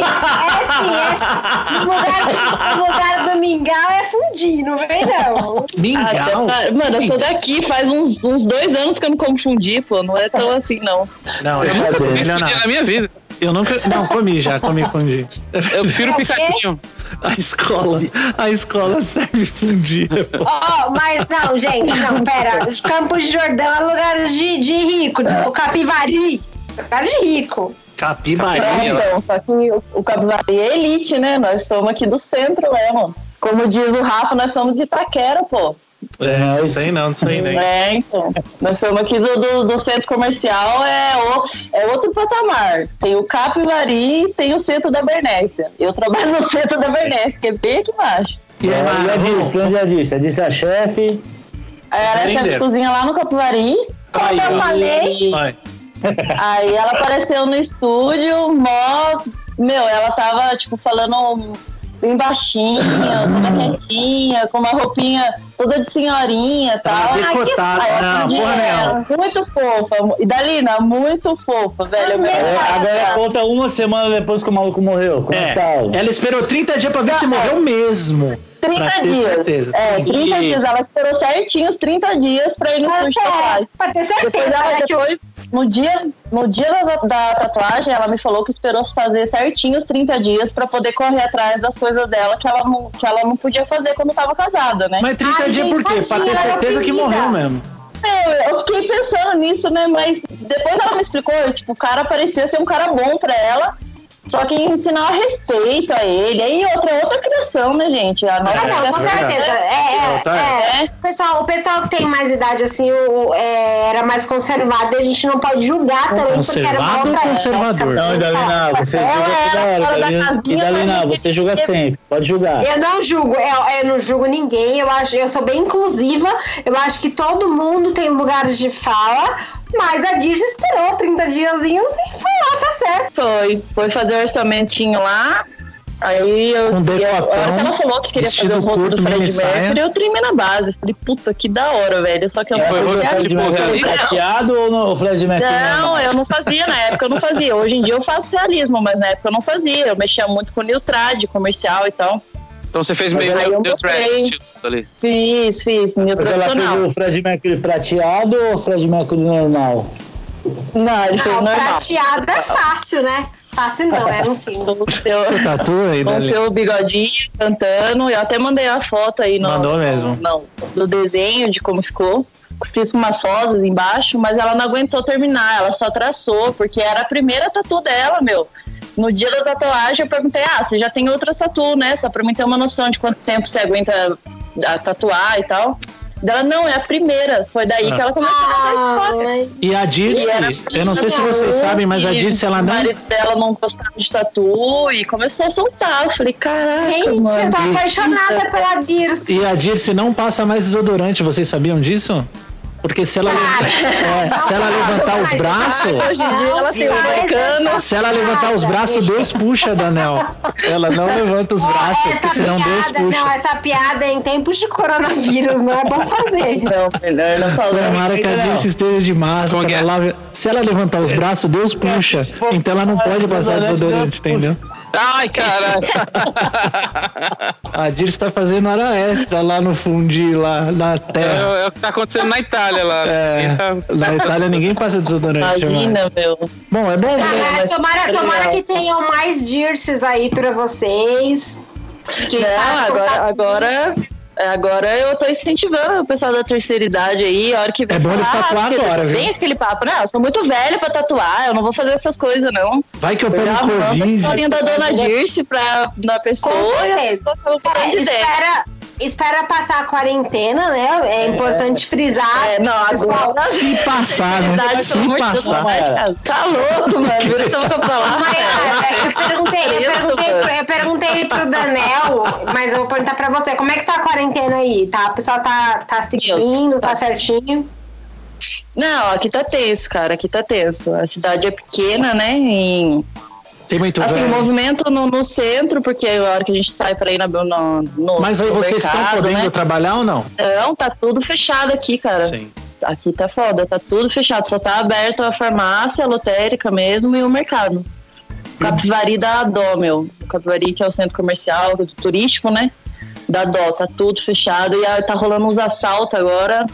é sim, é sim. No lugar, no lugar do mingau é fundir, não vem não. Mingau? Até- Ah, tá, Mano, eu sou daqui, faz uns, uns dois anos que eu não confundi, pô. Não é tão assim, não. Não, eu nunca comi Um dia milionário. na minha vida. Eu nunca. Não, comi já, comi fundi. Eu prefiro É o quê? picadinho. A escola. A escola serve fundi. pô. Ó, mas não, gente, não, pera. Os Campos de Jordão é lugar de, de rico, de, o capivari. Lugar de rico. É, Capivari. então, só que o, o Capivari é elite, né? Nós somos aqui do centro mesmo. Como diz o Rafa, nós somos de Itaquera, pô. É, não sei não, não sei nem. É, então. Nós somos aqui do, do, do centro comercial, é, o, é outro patamar. Tem o Capivari e tem o centro da Bernécia. Eu trabalho no centro da Bernécia, que é bem aqui embaixo. E é aí, Ela já Mara, disse, ela já disse. Já disse É a chefe. Aí ela é chefe de Entendeu? cozinha lá no Capivari. Aí, Eu ó. falei, Vai. Aí ela apareceu no estúdio, mó. Meu, ela tava, tipo, falando bem baixinha, toda quietinha, com uma roupinha toda de senhorinha e Tá tal. Ai, que- decotado. Aí Não, aprendi porra ela, nenhuma. Muito fofa. E Dalina, muito fofa, velho. Amei. É, agora conta uma semana depois que o maluco morreu. Como é. tal? É, ela esperou 30 dias pra ver se Não, morreu mesmo. 30 pra ter dias. certeza. É, 30 E- mas é, curso de tatuagem. pra ter Depois certeza, ela né, que o depois, no dia, no dia da, da tatuagem, ela me falou que esperou fazer certinho os 30 dias pra poder correr atrás das coisas dela que ela não, que ela não podia fazer quando tava casada, né? Mas 30 Ai, dias gente, por quê? Pra ter tadinha, ela certeza que oprimida. morreu mesmo. Meu, eu fiquei pensando nisso, né? Mas depois ela me explicou, tipo, o cara parecia ser um cara bom pra ela. Só que ensinar respeito a ele. Aí outra, outra criação, né, gente? A nossa Ah, não, com criação, certeza. né? É, é, Tá, é. é. O pessoal, o pessoal que tem mais idade, assim, o- é, era mais conservado, e a gente não pode julgar também, porque era uma Conservado ou outra época. conservador? Não, né? Dalina, você Ela julga era toda É, fora hora. da Dalina. E casinha, Dalina, mas- você julga sempre. Pode julgar. Eu não julgo, é, eu, eu não julgo ninguém, eu acho, eu sou bem inclusiva, eu acho que todo mundo tem lugares de fala, mas a Dirce esperou 30 diazinhos e foi lá, tá certo. Foi, foi fazer o orçamentinho lá. Aí eu. Com e a- decotão, a hora que ela falou que queria fazer vestido o rosto curto, do Fred mini saia. Mercury, eu treinei na base. Falei, puta, que da hora, velho. Só que eu não Foi fazia- rosto Fred de Mercury né? boca. Prateado ou no, o Fred Mercury? Não, eu não fazia na época, eu não fazia. Hoje em dia eu faço realismo, mas na época eu não fazia. Eu mexia muito com Niltrad, comercial e tal. Então você fez Mas meio aí eu deu track mostrei. estilo ali. Fiz, fiz, Mas ela fez Niltradicional. o Fred Mercury prateado ou o Fred Mercury normal? Não, ele fez Não, normal. prateado é fácil, né? Fácil não, era um sim. Com o seu, Você tatua aí, com o Dali? seu bigodinho, cantando. Eu até mandei a foto aí no, Mandou mesmo. Não, do desenho, de como ficou. Fiz com umas rosas embaixo, mas ela não aguentou terminar, ela só traçou, porque era a primeira tatu dela, meu. No dia da tatuagem eu perguntei, ah, você já tem outra tatu, né? Só pra mim ter uma noção de quanto tempo você aguenta a tatuar e tal. Dela, não, é a primeira. Foi daí Ah. que ela começou a Ah, tatuar. mas- E a Dirce, eu não sei se vocês sabem, mas a Dirce, ela O não. marido dela não gostava de tatu e começou a soltar. Eu falei, caraca, Gente, eu mano. tô apaixonada pela Dirce. E a Dirce não passa mais desodorante, vocês sabiam disso? Porque se ela, é, se ela levantar os braços, Hoje em dia Não ela tem um faz moicano. essa se ela levantar os braços, Deus puxa, Daniel. Ela não levanta os braços, essa porque senão Deus piada, não, puxa. essa piada é em tempos de coronavírus não é bom fazer. Não, melhor não falar. Tomara que a Dirce esteja de Como que máscara. é? lave- Se ela levantar os braços, Deus puxa. Então ela não pode passar desodorante, entendeu? Ai, caralho. A Dirce tá fazendo hora extra lá no fundi, lá na terra. É, é o que tá acontecendo na Itália lá. É, Ninguém tá- na Itália ninguém passa desodorante. mano. Imagina, meu. Bom, é bom ver. Cara, mas tomara, é tomara legal. que tenham mais Dirces aí pra vocês. Que Não, façam agora, tatu- agora, é, agora eu tô incentivando o pessoal da terceira idade aí, a hora que vem É bom eles falar, tatuar porque agora, viu? Tem aquele papo, não, eu sou muito velho pra tatuar, eu não vou fazer essas coisas, não. Vai que eu Eu pego já mando a Covid. historinha da dona Dirce pra, na pessoa Com e a certeza. pessoa fala, "Pô, É, ideia." espera, espera passar a quarentena, né? É, importante frisar. É, não, pessoal. agora- Se passar, né? Verdade, pelo Se amor de Deus, não vai passar. de casa. Tá louco, mano. Vira essa boca pra lá. Mas, eu perguntei, eu perguntei, pro- eu perguntei pro Daniel, mas eu vou perguntar pra você, como é que tá a quarentena aí, tá? O pessoal tá, tá seguindo, tá certinho? Não, aqui tá tenso, cara. Aqui tá tenso. A cidade é pequena, né? E, Tem muito assim, o velho. movimento no, no centro, porque é a hora que a gente sai pra ir na, no, no Mas aí no vocês estão mercado, podendo né? trabalhar ou não? Não, tá tudo fechado aqui, cara. Sim. Aqui tá foda, tá tudo fechado. Só tá aberto a farmácia, a lotérica mesmo e o mercado. Capivari da Dó, meu. Capivari, que é o centro comercial, turístico, né? Da Dó, tá tudo fechado e ah, tá rolando uns assaltos agora.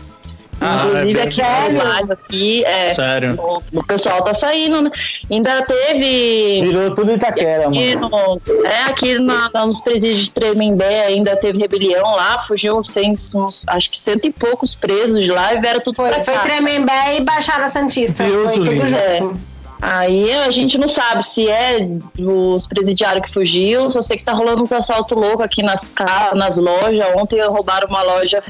Ah, Inclusive é aqui nas lives, aqui, é, Sério. o, o pessoal tá saindo, né? Ainda teve. Virou tudo Itaquera, Aqui mano. no, é, aqui na, na- nos presídios de Tremembé ainda teve rebelião lá, fugiu sem, uns- acho que cento e poucos presos de lá e vieram tudo Foi, pra foi cá. Tremembé e Baixada Santista. Deus foi o tudo livre. junto. Aí a gente não sabe se é os presidiários que fugiu, só sei que tá rolando uns assaltos loucos aqui nas casas, nas lojas. Ontem roubaram uma loja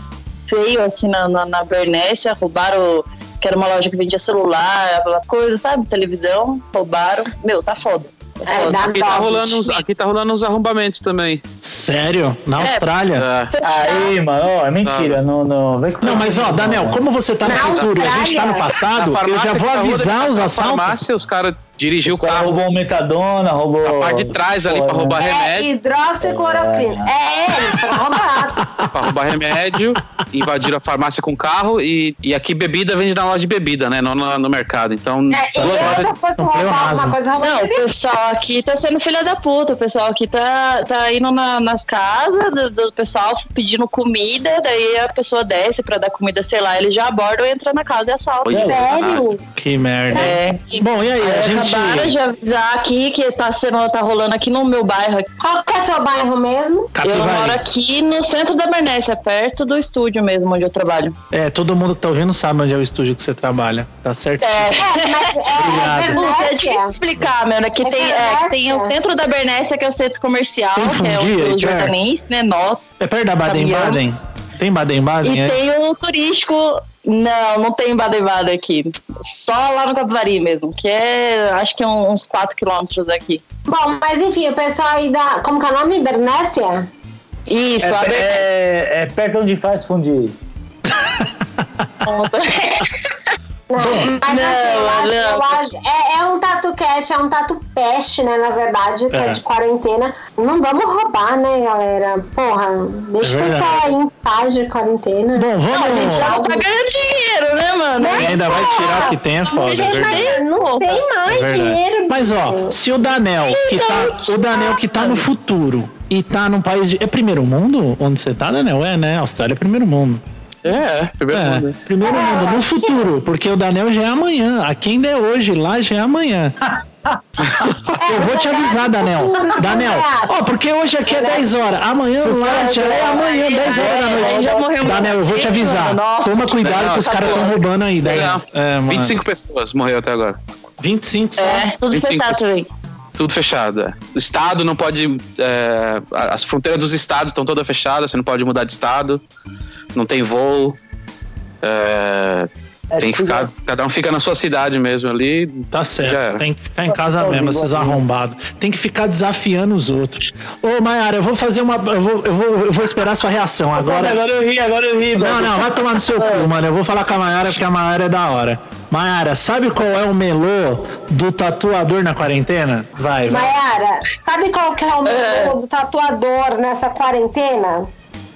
feio aqui na, na, na Bernécia, roubaram, que era uma loja que vendia celular, coisa, sabe, televisão, roubaram. Meu, tá foda. Tá É, foda. dá Aqui tá, dó. rolando uns, aqui tá rolando uns arrombamentos também. Sério? Na É. Austrália? Ah, Aí, mano, ó, é mentira. Não, não. Vem com- Não, mas ó, Daniel, como você tá no Na futuro e a gente tá no Austrália. passado, na eu já farmácia vou que tá avisar rodando, os na assaltos. farmácia, os caras dirigiu o O cara carro roubou o metadona, roubou. a parte de trás ali pra Porra, roubar É remédio, hidroxicloroquina. É, é, eles foram roubados. pra roubar remédio, invadiram a farmácia com carro e, e aqui bebida vende na loja de bebida, né? Não na- no mercado. Então, É, duas e eu, lojas- se eu fosse Não, roubar pleonasmo. alguma coisa, eu Não, o roubaria. pessoal aqui tá sendo filha da puta. O pessoal aqui tá, tá indo na- nas casas do, do pessoal pedindo comida, daí a pessoa desce pra dar comida, sei lá, eles já abordam, entram na casa e assaltam. Olha. Sério? Que merda. É. Bom, e aí, é, a gente. Acabaram de avisar aqui que tá, sendo, tá rolando aqui no meu bairro. aqui. Qual que é seu bairro mesmo? Tá Eu moro Capivari. aqui no centro da Bernécia, perto do estúdio mesmo onde eu trabalho. É, todo mundo que tá ouvindo sabe onde é o estúdio que você trabalha. Tá certo? É, mas é, é Obrigado. Puta, é verdade. difícil explicar, meu. Aqui É tem, é, Bernécia. tem o centro da Bernécia, que é o centro comercial, que é Confundi, o dos é. jornalistas, né? Nós. É perto da Baden-Baden? Tem Baden-Baden? E É? tem o turístico. Não, não tem Badevada aqui. Só lá no Capivari mesmo, que é acho que é uns 4 quilômetros daqui. Bom, mas enfim, o pessoal aí da. Como que é o nome? Bernécia? Isso, É, a pe- é, é perto onde faz fundir. Não, Né? mas assim, Bernécia. Não, tá eu acho, não. eu acho- é, é um tatu cash, é um tatu peste, né? Na verdade, que é. É. de quarentena. Não vamos roubar, né, galera? Porra, É deixa o pessoal verdade. aí em paz de quarentena. Bom, vamos. Já não tá ganhando dinheiro, né, mano? E ainda vai tirar o que tem, é Tá foda. é Gente, verdade. mas não tem mais É verdade. dinheiro. Mas ó, se o Danel, que tá, Então, o Danel que tá no futuro e tá num país de. É primeiro mundo? Onde você tá, Danel? É, né? Austrália é primeiro mundo. É, primeiro É, mundo. primeiro mundo, no futuro, porque o Danel já é amanhã. Aqui ainda é hoje, lá já é amanhã. É, Eu vou te avisar, Danel. né, Danel, ó, porque hoje aqui é 10 horas, amanhã lá já é amanhã, 10 horas da Aí já morreu noite. muita Danel, eu vou te gente, avisar. mano. Nossa. Toma cuidado Não, que os tá caras bom. estão roubando aí, Danel. Legal. É, mano. 25 pessoas morreu até agora. 25 só. É, tudo 25. fechado também. Tudo fechado. é. O estado não pode. é, a- as fronteiras dos estados estão todas fechadas, você não pode mudar de estado. Não tem voo. é, É, tem que tudo- ficar. Cada um fica na sua cidade mesmo ali. Tá Já certo, era. tem que ficar em casa mesmo, esses arrombados. Tem que ficar desafiando os outros. Ô, Mayara, eu vou fazer uma. Eu vou, eu vou, eu vou esperar a sua reação Agora, agora. agora eu ri, agora eu ri. Não, mano. não, vai tomar no seu cu, mano. Eu vou falar com a Mayara porque a Mayara é da hora. Mayara, sabe qual é o melô do tatuador na quarentena? Vai, vai. Mayara, sabe qual que é o meu do tatuador nessa quarentena?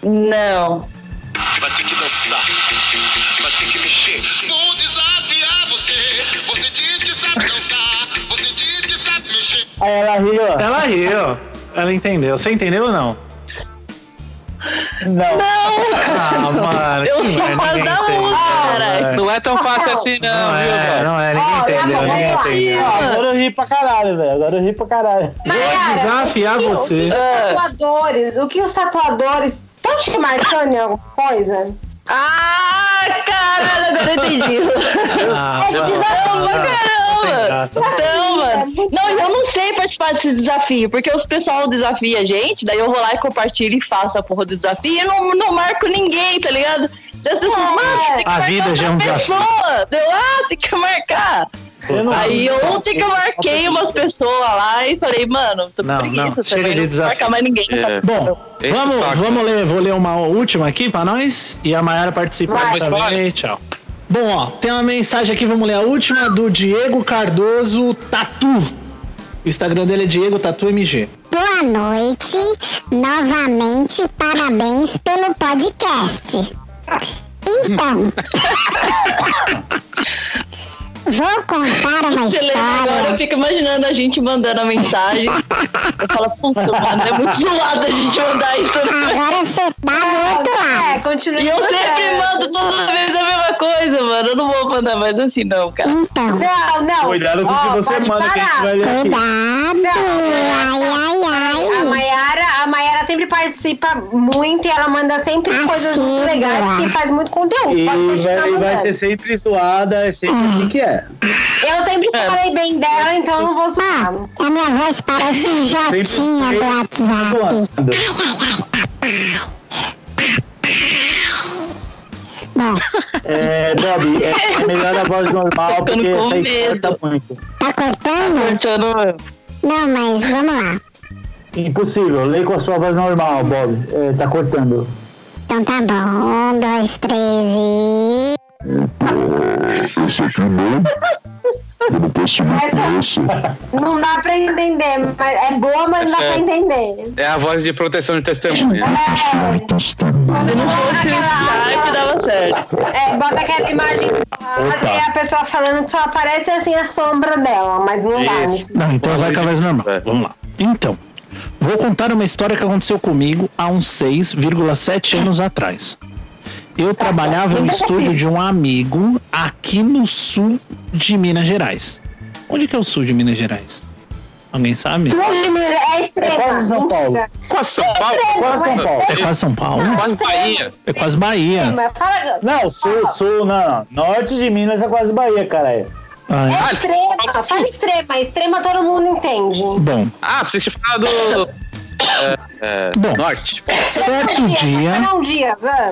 Não. Vai ter que dançar, vai ter que mexer. Vou desafiar você. Você diz que sabe dançar, você diz que sabe mexer. Aí ela ri, ó. Ela riu. Ela entendeu. Você entendeu ou não? Não. Não! Ah, mano. Eu que tô merda, ninguém quase da entendeu, música, velho. caralho. Não é tão fácil assim, não, Não viu, é, velho? não é. Ó, Ninguém tá entendeu, bom, ninguém vamos lá. entendeu. Agora eu ri pra caralho, velho. Agora eu ri pra caralho. Vou Mayara, desafiar o que- você. O que os tatuadores, o que os tatuadores estão te marcando em alguma coisa? Ah, caralho, agora eu entendi. Ah, É de desafio, Caramba, tem mano. Ah, graça. Então, mano. Não, eu não sei participar desse desafio, porque os pessoal desafia a gente, daí eu vou lá e compartilho e faço a porra do desafio e não, não marco ninguém, tá ligado? Daí as pessoas, mano, tem que A marcar vida já é outra um desafio. pessoa. Deu, ah, tem que marcar. Eu não- Aí ontem que eu marquei umas pessoas lá e falei, mano, tô com Não, preguiça não, também, chega não de vou marcar desafio. mais ninguém. tá? Bom, vamos, vamos ler, vou ler uma última aqui pra nós e a Mayara participar Vai. também. Tchau. Bom, ó, tem uma mensagem aqui, vamos ler a última do Diego Cardoso Tatu. O Instagram dele é Diego Tatu MG. Boa noite. Novamente, parabéns pelo podcast. Então. Vou contar uma Você lembra agora, eu história. fico imaginando a gente mandando a mensagem. Eu falo, puta, mano, é muito zoado a gente mandar isso. Agora você tá do outro lado. É, continua. E eu sempre É. mando toda vez a mesma coisa, mano. Eu não vou mandar mais assim, não, cara. Então, Não, não. Cuidado com o que Ó, você pode manda, que a gente parar. vai ler aqui. cuidado. Ai, A ai, ai. Mayara, a Mayara sempre participa muito e ela manda sempre Assim, coisas muito Dora. legais e faz muito conteúdo. E Pode continuar vai, e vai mandando. ser sempre zoada, é sempre assim que é. Eu sempre falei bem dela, então eu não vou zoar. Ah, a minha voz parece um Jotinha do WhatsApp. Zoando. Bom, É, Bob, é melhor a voz normal, porque Ficando com essa medo. escuta muito. tá cortando? Então, Cortando. Não, mas vamos lá. Impossível, lê com a sua voz normal, Bob. É, tá cortando. Então tá bom. Um, dois, três e. Opa, essa aqui não. Eu não posso ler com essa. Não dá pra entender, mas é boa, mas não dá pra Certo. entender. É a voz de proteção de testemunha. Ai, testemunho. Se não fosse o Skype, dava certo. É, bota aquela imagem borrada e a pessoa falando que só aparece assim a sombra dela, mas não dá. Isso. né? Não, então vai com a voz normal. É. Vamos lá. Então, vou contar uma história que aconteceu comigo há uns 6,7 anos atrás. Eu Tá trabalhava no assim. estúdio de um amigo aqui no sul de Minas Gerais. Onde que é o sul de Minas Gerais? Alguém sabe? Longe de mim, É extrema. É quase São Paulo. mentira. É Quase São Paulo. Quase São Paulo. É quase São Paulo? Quase Bahia. É quase Bahia. Mas Fala, Não, sul, sul, não, não. Norte de Minas é quase Bahia, caralho. Ah, é. é extrema. Fala extrema. Extrema todo mundo entende. é. Bom, Ah, precisa falar do. é, é, Bom. norte. certo dia. Não, dias. ah.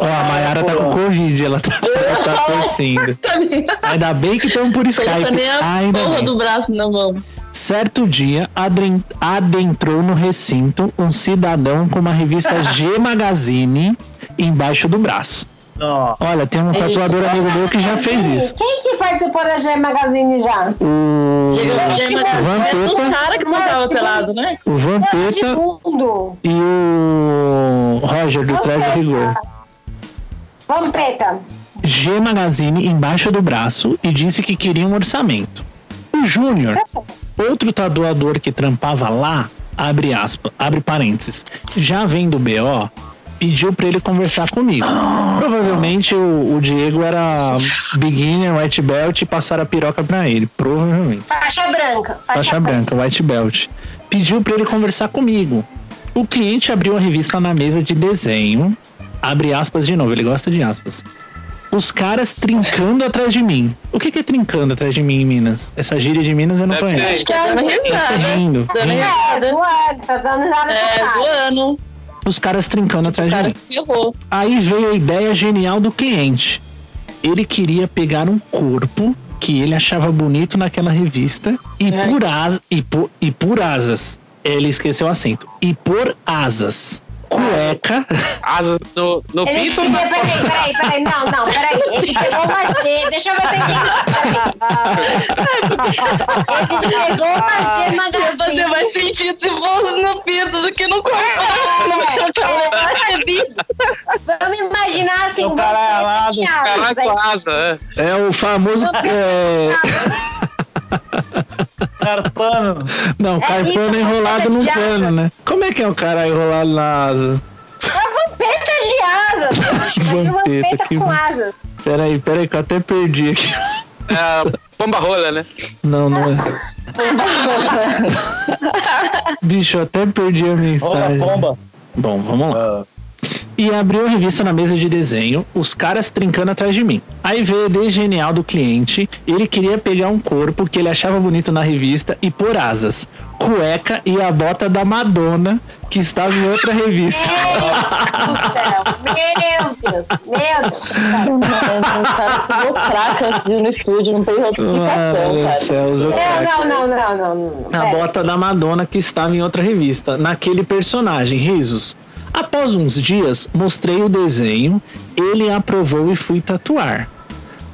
Ó, a Mayara tá com Covid, ela tá, ela tá torcendo. Ainda bem que estamos por Colocando Skype. nem a Ainda porra bem. do braço na mão. Certo dia, adren- adentrou no recinto um cidadão com uma revista G Magazine embaixo do braço. Não. Olha, tem um tatuador amigo meu que já fez isso. Quem que participou da G Magazine já? O, Chegou o dia, mas- Vampeta. mas é do cara que mandava pelado, né? o De Vampeta mundo. e o Roger do Traje Rigor. Vampeta. G Magazine embaixo do braço e disse que queria um orçamento. O Júnior, outro tatuador que trampava lá, abre aspas, abre parênteses, já vendo o BO, pediu pra ele conversar comigo. Provavelmente o, o Diego era beginner, white belt e passaram a piroca pra ele, provavelmente. Faixa branca. Faixa branca, white belt. Pediu pra ele conversar comigo. O cliente abriu a revista na mesa de desenho. Abre aspas de novo, ele gosta de aspas. Os caras trincando atrás de mim. O que, que é trincando atrás de mim em Minas? Essa gíria de Minas eu não É, conheço. Tá dando Tá se risada. rindo. Dando rindo. É, risada. zoando, tá dando risada É, pra cara. zoando. Os caras trincando atrás O de cara mim. se ferrou. Aí veio a ideia genial do cliente. Ele queria pegar um corpo que ele achava bonito naquela revista e É. por asas e por, e por asas. Ele esqueceu o acento. E por asas. Cueca. Asas no, no Ele pinto. pediu, mas- peraí, peraí, peraí, não, não, peraí. Ele pegou uma G, deixa eu ver se eu entendi. Ele pegou uma G Você magazine. É, vai sentir se fosse no pinto do que no corpo. Não vai trocar a revista. Vamos né? imaginar assim, O cara é alado, você tinha Caralho, asas, com asa. é. É o famoso. é, Carpano. Não, carpano É isso, enrolado num de asa. pano, né? Como é que é o cara enrolado na asa? é Uma vampeta de asas. é Uma Vampeta, vampeta que com van- asas. Peraí, peraí, que eu até perdi aqui. É a bomba rola, né? Não, não é. Bicho, eu até perdi a Opa, mensagem. pomba. Bom, vamos lá. e abriu a revista na mesa de desenho, os caras trincando atrás de mim. Aí veio a ideia genial do cliente, ele queria pegar um corpo que ele achava bonito na revista e pôr asas, cueca e a bota da Madonna, que estava em outra revista. Meu Deus, meu Deus. é, Caraca, no estúdio, não tem outra explicação, Mano tá cara. É, do céu, usou crack. Não, não, não, não, não, não. É, A bota da Madonna que estava em outra revista, naquele personagem, risos. Após uns dias, mostrei o desenho, ele aprovou e fui tatuar.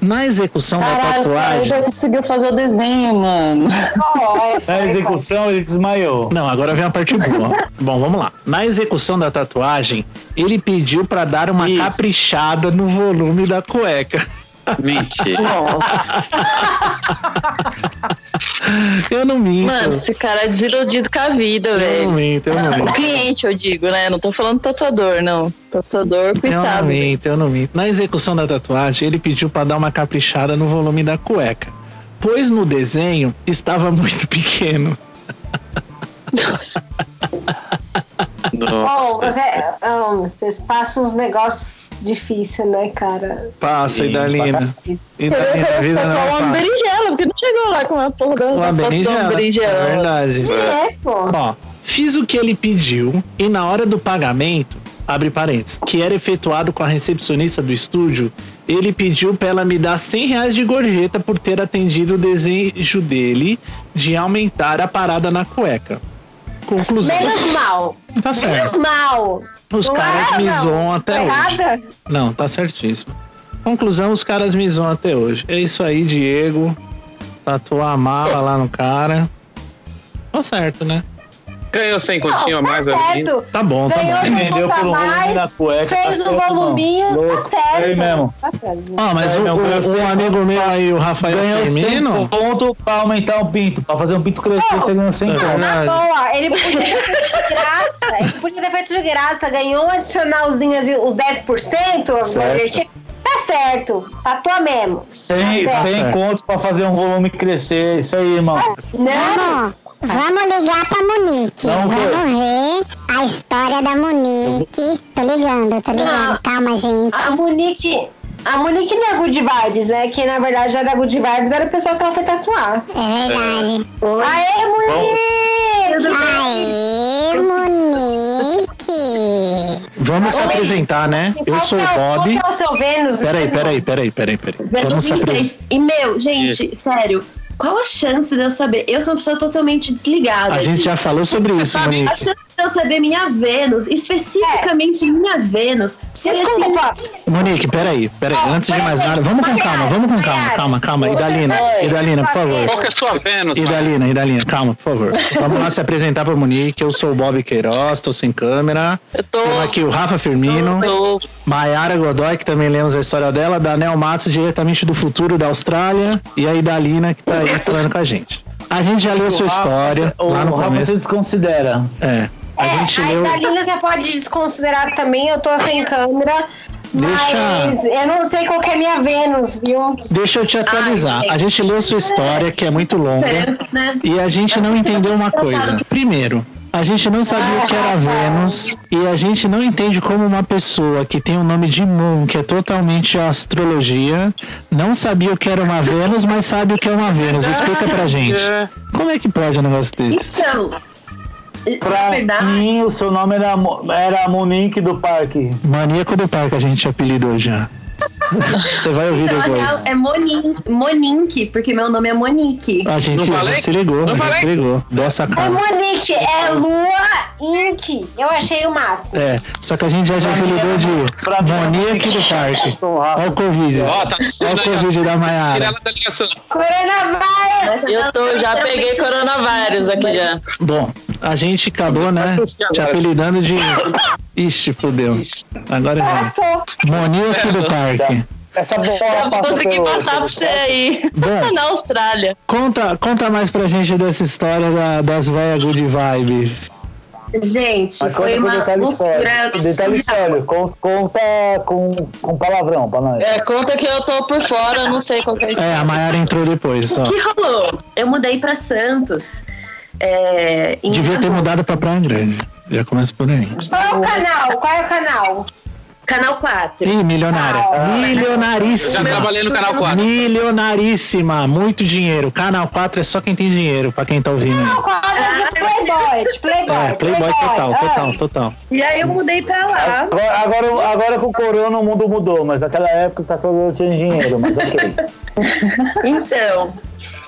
Na execução da Caralho, cara, ele tatuagem. já conseguiu fazer o desenho, mano. é, Na execução ele desmaiou. Não, agora vem a parte boa. Bom, vamos lá. Na execução da tatuagem, ele pediu pra dar uma caprichada no volume da cueca. Mentira. Eu não minto. Mano, esse cara é desiludido com a vida, velho. não minto, eu não minto. O cliente, eu digo, né? Não tô falando tatuador, não. Tatuador, Eu não coitado. minto, eu não minto. Na execução da tatuagem, ele pediu pra dar uma caprichada no volume da cueca, pois no desenho estava muito pequeno. Oh, você, ah, vocês passam uns negócios difíceis, né, cara? Passa, Idalina. Idalina, a vida não Tatuou é uma fácil. berinjela, porque não chegou lá com uma porra da Uma da foto de berinjela. uma berinjela. É verdade. É, pô. Ó, fiz o que ele pediu e na hora do pagamento, abre parênteses, que era efetuado com a recepcionista do estúdio, ele pediu pra ela me dar 100 reais de gorjeta por ter atendido o desejo dele de aumentar a parada na cueca. Conclusão. Menos mal. Tá Menos certo. mal. Os assim, Não caras é, me não. zoam até Tô hoje. errada? Não, tá certíssimo. Conclusão, os caras me zoam até hoje. É isso aí, Diego. Tatuou a mala lá no cara. Tá certo, né? Ganhou sem continha a tá mais certo. ali. Tá bom, tá Ganhou bom. de um Vendeu ponto a pelo volume mais, da cueca, tá fez o certo, não. voluminho, Louco, tá certo. aí mesmo. Tá certo. Ah, mas Aí, o, meu, o- ganhou um cem amigo meu aí, o Rafael Ganhou 100 Firmino. ponto pra aumentar um pinto. Pra fazer um pinto crescer, você ganhou 100 É ponto. verdade. Boa, ele podia ter feito de graça. Ele podia ter feito de graça, ganhou um adicionalzinho de os 10%. Certo. gente. Tá certo. Tatua mesmo. 100, Tá certo. 100 contos pra fazer um volume crescer. Isso aí, irmão. Vamos, vamos ligar pra Monique. Vamos ver. vamos ver a história da Monique. Tô ligando, tô ligando. Calma, gente. A Monique. A Monique não é Good Vibes, né? Que na verdade era Good Vibes, era o pessoal que ela foi tatuar. É verdade. Aê, Monique! Aê, Monique. Vamos se Oi. apresentar, né? Eu Qual sou o que é Qual Bob. que é o seu Vênus? Peraí, peraí, peraí, peraí, peraí. Vamos Vênus se em apresentar. três. E, meu, gente, sério, qual a chance de eu saber? Eu sou uma pessoa totalmente desligada. A gente já falou sobre isso, Monique. A chance de eu saber minha Vênus, especificamente minha Vênus. foi Desculpa. Monique, peraí, peraí. Antes de mais nada, vamos com calma, vamos com calma, calma, calma. Idalina, Idalina, por favor. Qual que é a sua Vênus? Idalina, Idalina, calma, por favor. Vamos lá se apresentar pra Monique. Eu sou o Bob Queiroz, tô sem câmera. Eu tô. aqui o Rafa Firmino. Maiara Godoy, que também lemos a história dela. Daniel Matos, diretamente do futuro da Austrália. E a Idalina, que tá aí falando com a gente. é A gente já leu sua O Rafa- história o lá no Rafa começo. você desconsidera. É. A gente A leu. Italina você pode desconsiderar também, eu tô sem câmera. Mas eu não sei qual que é minha Vênus, viu? Deixa eu te atualizar. Ai, A gente leu sua história, que é muito longa, e a gente não entendeu uma coisa. Primeiro, a gente não sabia o que era Vênus, e a gente não entende como uma pessoa que tem o nome de Moon, que é totalmente astrologia, não sabia o que era uma Vênus, mas sabe o que é uma Vênus. Explica pra gente. Como é que pode um negócio desse? Então, É Pra mim, o seu nome era, Mo- era Monique do Parque. Maníaco do parque a gente é apelidou já. Você vai ouvir então, depois. real é Monin, Monique, porque meu nome é Monique. A gente, a gente se ligou, a gente se ligou. Dessa É cara. Monique, é Lua Inc. Eu achei o máximo. É, só que a gente já já apelidou de Monique do Parque. Olha o Covid. Ó, tá Olha o Covid da Tira Maiara. ela da ligação. Coronavírus! Eu tô, já peguei coronavírus aqui já. Bom, a gente acabou, né? Te apelidando de. Ixi, fudeu. Agora já. Passou. Monique do Parque. Essa bola Eu passou consegui pelo- passar pra você aí. Bom. Na Austrália. Conta, conta mais pra gente dessa história da- das velhas Good Vibe. Tipo, Gente, Mas conta foi com uma um detalhe loucura. sério. Detalhe sério. con- Conta com, com palavrão pra nós. É, conta que eu tô por fora, eu não sei qual que é. É, a Maiara entrou depois só. O que rolou? Eu mudei pra Santos. É, em Devia ter mudado pra Praia Grande. Já começa por aí. Qual é o canal? Qual é o canal? Canal 4. Ih, milionária. Milionaríssima. Ah, Eu já trabalhei no Canal 4. Milionaríssima. Muito dinheiro. Canal 4 é só quem tem dinheiro, pra quem tá ouvindo. Não, quadra de Playboy, de Playboy. É, Playboy total, ah. total, total. E aí eu mudei pra lá. Agora, agora, agora com o corona o mundo mudou, mas naquela época tá todo mundo tinha dinheiro, mas ok. Então.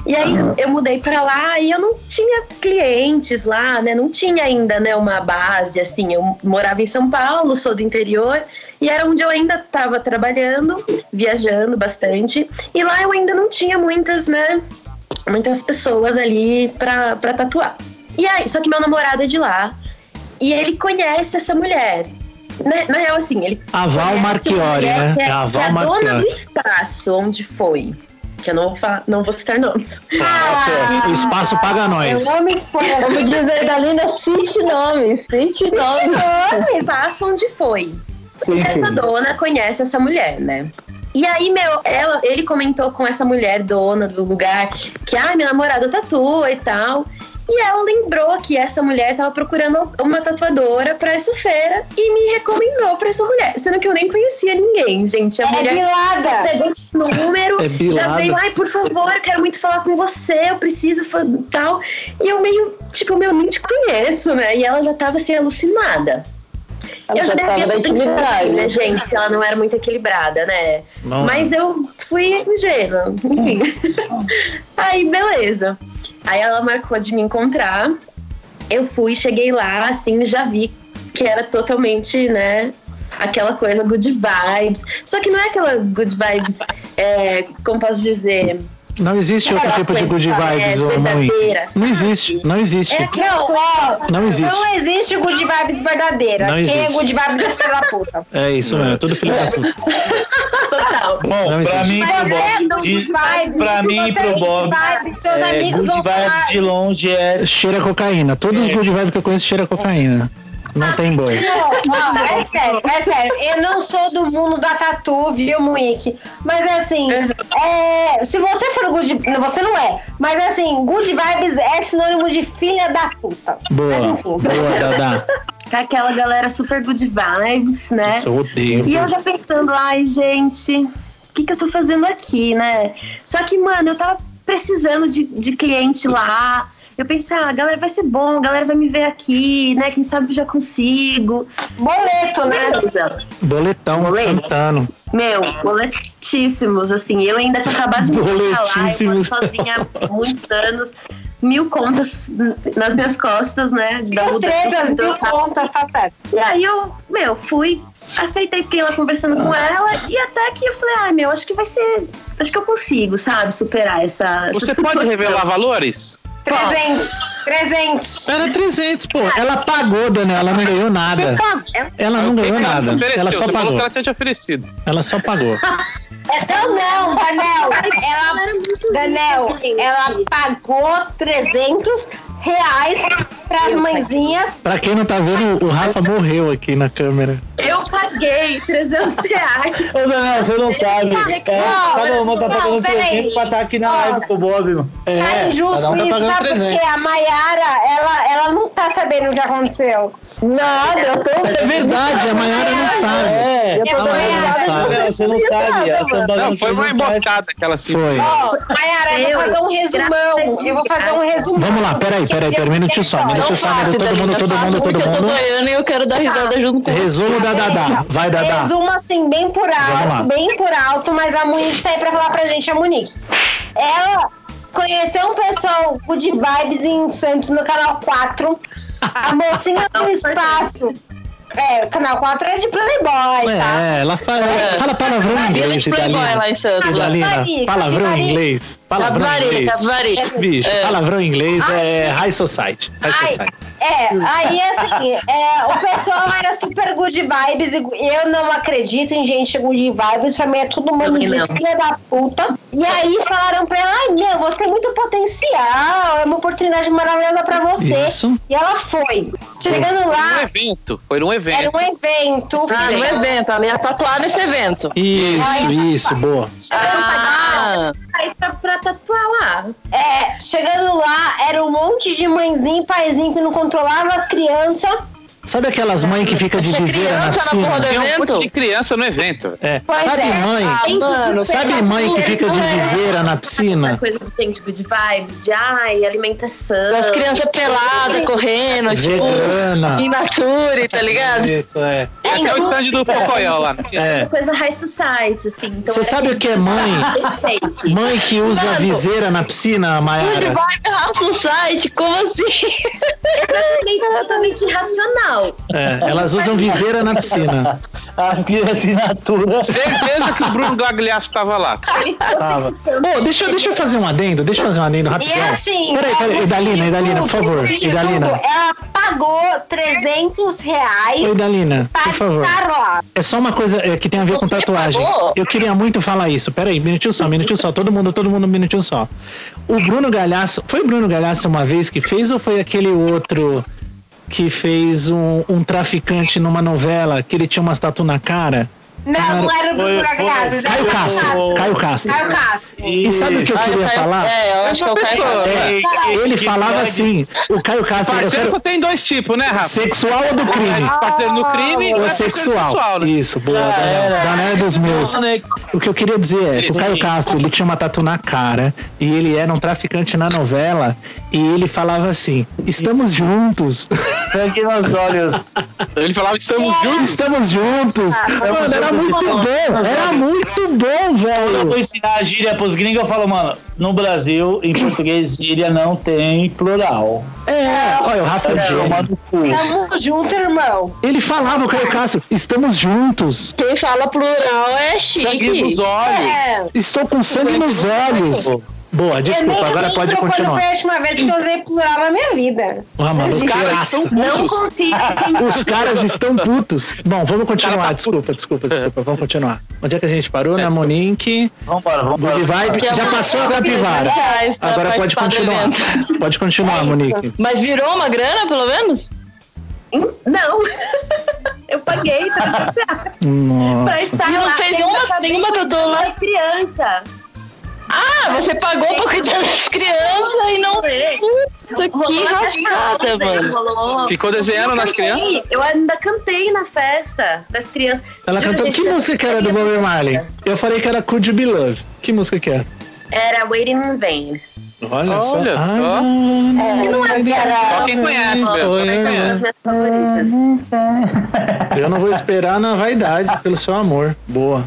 E aí Ah. eu mudei pra lá e eu não tinha clientes lá, né? Não tinha ainda, né, uma base assim. Eu morava em São Paulo, sou do interior, e era onde eu ainda estava trabalhando, viajando bastante. E lá eu ainda não tinha muitas, né, muitas pessoas ali pra, pra tatuar. E aí, só que meu namorado é de lá e ele conhece essa mulher. Né? Na real, assim, ele. A Val conhece uma Marchiori, mulher né? Que é, É a a, que é Val a dona Marchiori. do espaço onde foi. Que eu não vou, falar, não vou citar nomes. O espaço paga nós. me exponho. Como diz a Idalina, cite nomes, cite nomes. nome. Passa onde foi. Sim, Essa sim. dona conhece essa mulher, né? E aí, meu, ela, ele comentou com essa mulher dona do lugar que, ah, minha namorada tatua e tal. E ela lembrou que essa mulher tava procurando uma tatuadora pra essa feira e me recomendou pra essa mulher. Sendo que eu nem conhecia ninguém, gente. A É mulher bilada. recebeu esse número, É bilada. já veio, ai, por favor, eu quero muito falar com você, eu preciso fa- tal. E eu meio, tipo, meu, nem te conheço, né? E ela já tava assim, alucinada. Ela eu já já devia tava da ter pensado, intimidade. né, gente, se ela não era muito equilibrada, né? Não. Mas eu fui ingênua, enfim. Aí, beleza. Aí ela marcou de me encontrar. Eu fui, cheguei lá, assim, já vi que era totalmente, né? Aquela coisa good vibes. Só que não é aquela good vibes, é, como posso dizer? Não existe outro Aquela tipo de é coisa good que vibes, é ô Mui. verdadeira, Não existe, não existe. É aquela Não, Não existe. Não existe good vibes verdadeira. Não Quem é existe. good vibes é filho da puta. É isso mesmo, é tudo filho da puta. total. Não Bom, pra existe. mim, Mas é pro Bob, do good de, vibes. pra Se mim e você pro é Bob, good vibes, seus é, amigos good vão vibes falar. de longe é Cheira cocaína. É. Todos os good vibes que eu conheço cheira cocaína. Não Ah. tem boi. Não, ó, é sério, é sério. Eu não sou do mundo da tatu, viu, Muik? Mas assim, Uhum. é, se você for good. não, Você não é. Mas assim, good vibes é sinônimo de filha da puta. Boa, Mas enfim. boa, Dadá. Com é aquela galera super good vibes, né? Isso eu odeio. E eu já pensando, ai, gente, o que, que eu tô fazendo aqui, né? Só que, mano, eu tava precisando de, de cliente lá. Eu pensei, ah, galera vai ser bom, a galera vai me ver aqui, né? Quem sabe eu já consigo. Boleto, né? Beleza. Boletão Boleto. cantando. Meu, boletíssimos, assim. Eu ainda tinha acabado de me mudar lá, eu moro Boletíssimos. sozinha há muitos anos. Mil contas nas minhas costas, né? Da Mil mudança, tretas, então mil eu tava contas, tá certo. E aí eu, meu, fui, aceitei, fiquei lá conversando com ela e até que eu falei, ai, meu, acho que vai ser. Acho que eu consigo, sabe, superar essa. Você essa pode situação. revelar valores? 300, 300. Era 300, pô. Ela pagou, Daniel. Ela não ganhou nada. Ela- Ela não ganhou nada. tá- Ofereceu, Ela só você falou pagou. que ela tinha te oferecido. Ela só pagou. Não, não, Daniel. ela Ela, era muito Daniel, linda, gente. ela pagou 300 reais pras mãezinhas. Pra quem não tá vendo, o Rafa morreu aqui na câmera. Eu paguei 300 reais. Ô, Daniel, você não sabe. É, cada uma tá Não, pagando peraí. 300 pra estar aqui na live com o Bob, mano. É, Tá injusto cada um tá isso, pagando sabe? 300. Porque a Mayara, ela, ela não tá sabendo o que aconteceu. Nada, eu tô. É verdade, a Mayara não sabe. É. Eu A Mayara não sabe. Não, você não sabe. elas tão pagando Não, foi uma 300 reais. emboscada aquela é. assim. Foi. Ó, Mayara, eu vou Meu, fazer um resumão. Eu vou fazer um resumão. então, Vamos lá, peraí, peraí, peraí. um Minutinho só, minutinho só. Todo mundo, todo mundo, todo Eu tô mundo. ganhando e eu quero dar risada junto com Resumo da Dadá. Vai, Dadá. Resumo assim, bem por lá. alto, bem por alto, mas a Monique tá aí pra falar pra gente, a Monique. Ela conheceu um pessoal good vibes em Santos no canal 4. A mocinha do espaço. É, o canal 4 é de Playboy, tá? É, ela fala, ela fala palavrão em Vila inglês, de Playboy lá em Idalina. Santos. Idalina, Caparica, palavrão em caparica. inglês. Tá Palavrão em Caparica, inglês. caparica. Bicho, É. palavrão em inglês é high society. High Ai, society. é, aí assim, é, o pessoal era super good vibes e eu não acredito em gente good vibes, pra mim é todo mundo Também de não. filha da puta. E aí falaram pra ela, ai meu, você tem muito potencial, é uma oportunidade maravilhosa pra você. Isso. E ela foi. Chegando Foi um lá, evento. Foi um Ah! era evento. um evento. Ah, no evento, ela ia tatuar nesse evento. Isso, isso, boa. Chegando Ah, Aí pra, pra tatuar lá. É, chegando lá, era um monte de mãezinha e paizinho que não controlava as crianças. Sabe aquelas mães que fica de Tinha viseira na criança na piscina? porra do Tem um evento? monte de criança no evento. É. Pois Sabe é. mãe? Ah, mano, sabe pega mãe que tudo, fica de né? viseira na piscina? coisa que tem, tipo, de vibes, de ai, alimentação. As crianças peladas, correndo, tipo, Vegana. in nature, tá ligado? Isso, é. É, até o stand do Pocoyó lá, não tinha? É. Uma coisa high society, assim. Então Você era sabe o que é mãe? Perfeito. Mãe que usa Mano, viseira na piscina, Good Mayara? vibe, high society, como assim? Exatamente, totalmente irracional. É, elas usam viseira na piscina. As que assinatura. Certeza que o Bruno Gagliasso tava lá. Tava. Pô, deixa, eu- deixa eu fazer um adendo, deixa eu fazer um adendo rapidão. E assim, peraí, peraí, Idalina, Idalina, por favor. Filho, Idalina, Ela pagou 300 reais Ô, Idalina, por favor. estar lá. É só uma coisa é, que tem a ver com tatuagem. pagou? Eu queria muito falar isso. Peraí, minutinho só, minutinho só. Todo mundo, todo mundo, minutinho só. O Bruno Galhaço. Foi o Bruno Galhaço uma vez que fez ou foi aquele outro que fez um, um traficante numa novela que ele tinha umas tatu na cara? Não, não era o Bruno Foi- Gagliasso. foi- Caio Castro. Caio Castro. Caio Castro. E sabe o que eu Caio- queria Caio- falar? é, eu acho que é o Caio Castro. É, Ele Que falava grande. assim: o Caio Castro. eu Parceiro quero- só tem dois tipos, né, Rafa? Sexual ou do crime? Parceiro no crime Ou é sexual. né? Isso, boa, Daniel. Daniel é dos meus. O que eu queria dizer é que o Caio Castro, ele tinha uma tatu na cara e ele era um traficante na novela e ele falava assim, estamos juntos. Sangue nos olhos. Ele falava, estamos é juntos? Estamos juntos. Mano, era muito bom, era muito bom, velho. Eu vou ensinar a gíria pros gringos, eu falo, mano, no Brasil, em português, gíria não tem plural. É, olha, o Rafa é Eu gênio. mando cu. Tamo junto, irmão. Ele falava, o Caio Castro, estamos juntos. Quem fala plural é chique. Sangue nos olhos. É. Estou com sangue nos olhos. Boa, eu desculpa, nem agora pode lembro Quando continuar. foi a última vez que eu usei plural na minha vida. Ah, mano, os caras estão Não putos. consigo. Os caras estão putos. Bom, tá vamos continuar. Desculpa, desculpa, desculpa. Vamos continuar. Onde é que a gente parou? Na Monink. Vambora, vambora. Good vibe. Já Já passou a passou capivara. reais pra Agora pode participar do continuar. Pode É continuar, Monique. Mas virou uma grana, pelo menos? Não. Eu paguei 300 reais pra Nossa. estar E Tá lá. não tem nenhuma, nenhuma tá que eu tô lá. criança. Ah, você pagou pra cuidar das crianças e não. Puta que Rolou até rascada, pausa, mano. rolou. Ficou desenhando Eu nas cantei, crianças? Eu ainda cantei na festa das crianças. Ela Juro, cantou. gente, Que eu- assim, música que era do Bob Marley? Eu falei que era Could You Be Love. Que música que é? Era Waiting in Vain. Olha só. Olha Ah, só. É, não é que era- Só quem conhece, meu. Só quem conhece. é. Eu não vou esperar na vaidade, pelo seu amor. Boa.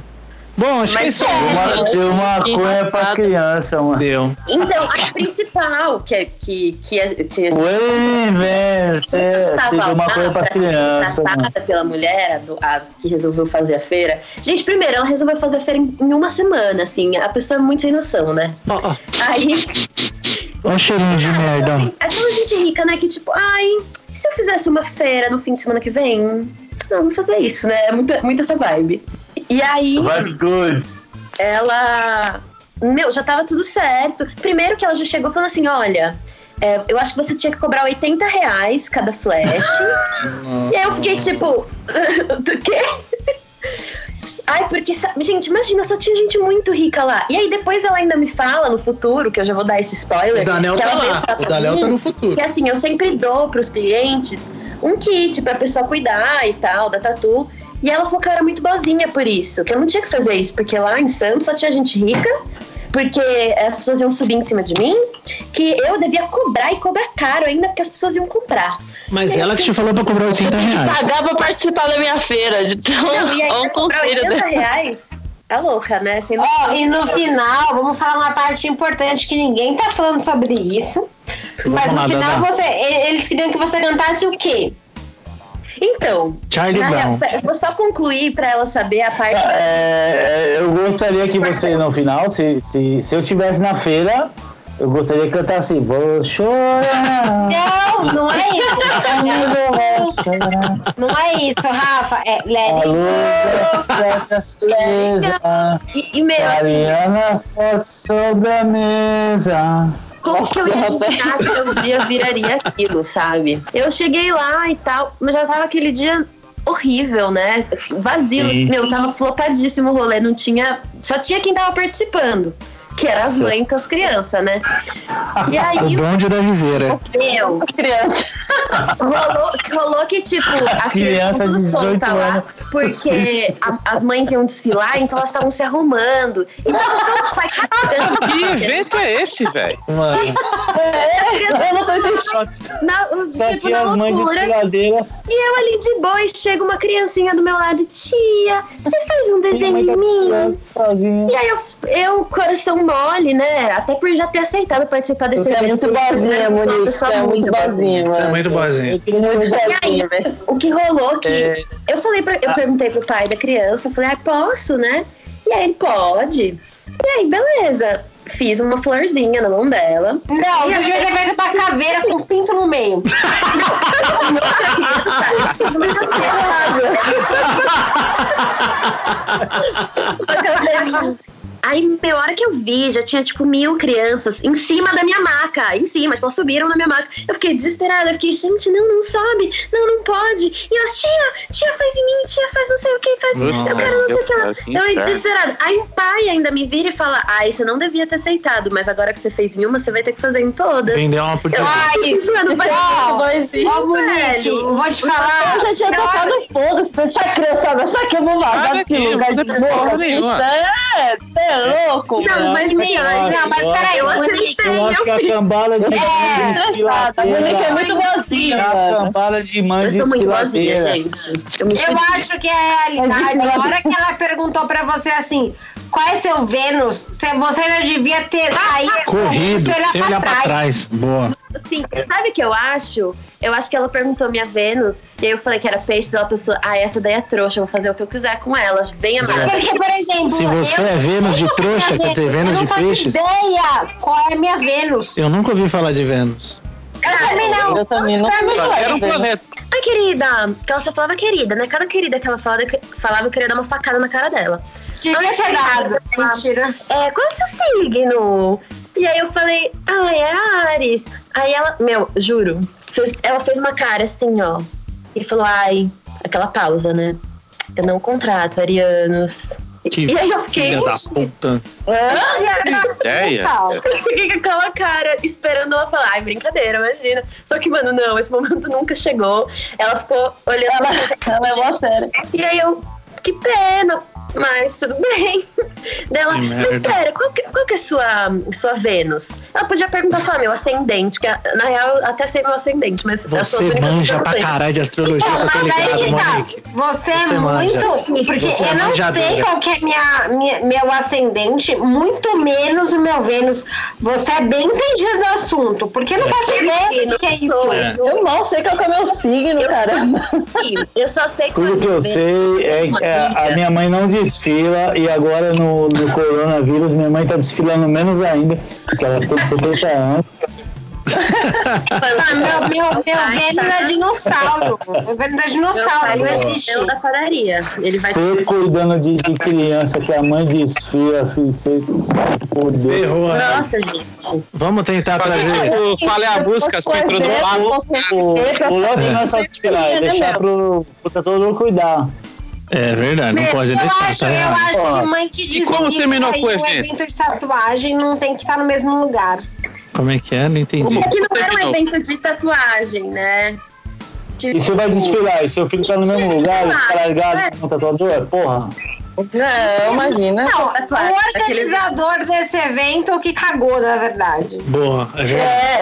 Bom, acho que é isso Uma, aí. deu uma cunha pra criança, mano. Deu. Então, a principal que, é- que, que, a- que a gente Ué, velho, você estava é, deu uma lá coisa né? pras pra ser crianças, mano. tratada pela mulher do- a- que resolveu fazer a feira. Gente, primeiro, ela resolveu fazer a feira em, em uma semana, assim. A pessoa é muito sem noção, né? Aí, Olha o cheirinho de merda. ó. aquela gente rica, né? Que tipo, ai, e se eu fizesse uma feira no fim de semana que vem? Não, vou fazer isso, né? É muito, muito essa vibe. E aí. Vibe good. ela. Meu, já tava tudo certo. Primeiro que ela já chegou falando assim: olha, é, eu acho que você tinha que cobrar 80 reais cada flash. e aí eu fiquei tipo: do quê? Ai, porque, sa- gente, imagina, só tinha gente muito rica lá. E aí depois ela ainda me fala no futuro, que eu já vou dar esse spoiler. O Daniel que tá ela veio lá. falar O pra Daniel mim tá no futuro. Que assim, eu sempre dou pros clientes um kit pra pessoa cuidar e tal, da tatu. E ela falou que eu era muito boazinha por isso, que eu não tinha que fazer isso, porque lá em Santos só tinha gente rica, porque as pessoas iam subir em cima de mim, que eu devia cobrar e cobrar caro ainda, porque as pessoas iam comprar. Mas ela que te falou pra cobrar 80 reais. Pagar Tá, pra participar da minha feira. Então, Não, e aí, olha pra o comprar conselho 80 dela. reais, tá louca, né? Sem Ó, noção. e no final, vamos falar uma parte importante que ninguém tá falando sobre isso. Mas no falar, final, Dada. você, e- eles queriam que você cantasse o quê? Então, Charlie na Brown. real, pera, eu vou só concluir pra ela saber a parte. É, é, eu gostaria que vocês, no final, se, se, se eu tivesse na feira, eu gostaria que cantasse Vou chorar. Não, não é isso. Não é isso, Rafa. É A let it luz da certeza. E, e, meu, assim, Mariana forte sobre a mesa. Como que eu ia imaginar que um dia eu viraria aquilo, sabe? Eu cheguei lá e tal, mas já tava aquele dia horrível, né? Vazio. Sim. Meu, tava flopadíssimo o rolê, não tinha. Só tinha quem tava participando. que era as mães com as crianças, né? E aí o bonde da viseira. meu, criança. rolou, rolou que, tipo, Criança as de crianças 18 tudo solta lá, anos. porque a- as mães iam desfilar, então elas estavam se arrumando. E tava só os pais catando. Que evento é esse, velho? Mano. É, eu não tô entendendo. Na, Só tipo, que na as mães de loucura. desfiladeira. E eu ali de boa, e chega uma criancinha assim, do meu lado, tia, você faz um desenho em mim? E aí eu, eu, coração mole, né? Até por já ter aceitado participar desse Você é evento. muito boazinha, eu sou uma Monique, pessoa você é muito boazinha, Você é muito boazinho. um e aí, o que rolou que É. eu falei pra, Ah. eu perguntei pro pai da criança, falei, ah, posso, né? E aí ele pode. E aí, beleza. Fiz uma florzinha na mão dela. Não, e você devia ter feito uma caveira com um pinto no meio. Aí, na hora que eu vi, já tinha, tipo, mil crianças em cima da minha maca. Em cima, tipo, elas subiram na minha maca. Eu fiquei desesperada. Eu fiquei, gente, não, não sobe. Não, não pode. E elas, tia, tia, faz em mim. Tia, faz não sei o que. Faz... Nossa, eu quero não sei o que. cara, Ela... que Eu ia inferno. desesperada. Aí, o pai ainda me vira e fala, ai, você não devia ter aceitado. Mas agora que você fez em uma, você vai ter que fazer em todas. Vendeu uma por Eu, Ai, mano, vai ó, vai- ó, Monique, velho. eu vou te falar. Eu já tinha Na tocado hora- foda-se pra essa criançada. Será que eu vou vazar Sai desse daqui, lugar de não precisa porra boa? nenhuma. É, cê é louco, Não, mano. mas, Monique, não, mas peraí, eu Monique, aceitei, Eu acho que eu a fiz. cambada de É, desfiladeira- a Monique é muito boazinha, A mano. cambada de mães de Eu sou muito desfiladeira. boazinha, gente. Eu me Eu acho que é a realidade. Na hora que ela perguntou pra você assim, qual é seu Vênus, Cê- você já devia ter saído Corrido, e olhar sem olhar pra trás. Boa. Sim, sabe o que eu acho? Eu acho que ela perguntou minha Vênus, e aí eu falei que era peixe, ela pensou, ah, essa daí é trouxa, eu vou fazer o que eu quiser com ela, É. bem amada. Porque, por exemplo, Se você é Vênus de trouxa, quer dizer, Vênus de peixes, Eu não faço ideia qual é a minha Vênus. eu nunca ouvi falar de Vênus. Eu também não. Eu também não Pra mim não é. um Ai, querida, que ela só falava querida, né? Cada querida que ela falava, falava eu queria dar uma facada na cara dela. Tinha Ai, ter dado. querida, ela- Mentira. É, qual é o seu signo? E aí eu falei, ai, é Ares. Aí ela, meu, juro, fez- ela fez uma cara assim, ó. E falou, ai, aquela pausa, né? Eu não contrato arianos. Que e aí eu fiquei. filha da puta. Hã? Ideia. um Eu fiquei com aquela cara esperando ela falar, ai, brincadeira, imagina. Só que, mano, não, esse momento nunca chegou. Ela ficou olhando. assim, Ela- ela é levou a sério. E aí eu, que pena, mas tudo bem. Dela, Que mas merda. pera, qual que, qual que é sua, sua Vênus? Ela podia perguntar só ah, meu ascendente, que a- na real eu até sei meu ascendente, mas. eu Então, sou a Você única que manja não pra sei. caralho de astrologia, que eu tô É, Mas ligado, aí que tá. Monique. Você é Você manja. muito. assim, Porque Você é eu não sei manjadora. qual que é minha, minha- meu ascendente, muito menos o meu Vênus. Você é bem entendido do assunto, porque eu não faço ideia do que é isso. É. Eu não sei qual que é o meu signo, caramba. Eu só sei é Tudo que eu sei é que a a minha mãe não desfila e agora no, no coronavírus minha mãe tá desfilando menos ainda, porque ela tem 70 anos. Ah, meu, meu, meu Vênus é dinossauro. Meu Vênus é dinossauro, tá- Meu não pai existe. é o da padaria. Ele vai Você cuidando de, de criança que a mãe desfila, filho, você fudeu. Errou, né? Nossa, gente. Vamos tentar trazer. Qual é a busca que entrou no ar? O lance não é só desfilar, é deixar pro lutador cuidar. É verdade, não Meu, pode eu deixar. acho, tá eu errado. acho que mãe que E diz como que terminou aí com o um evento? evento de tatuagem não tem que estar no mesmo lugar. Como é que é? Não entendi. É que não era um evento de tatuagem, né? tipo, E você vai desfilar, e seu filho tá no mesmo lugar, e tá largado com o tatuador? Porra. Não, É, imagina. Não, o tatuagem, organizador desse evento é o que cagou, na verdade. Boa, é verdade. É,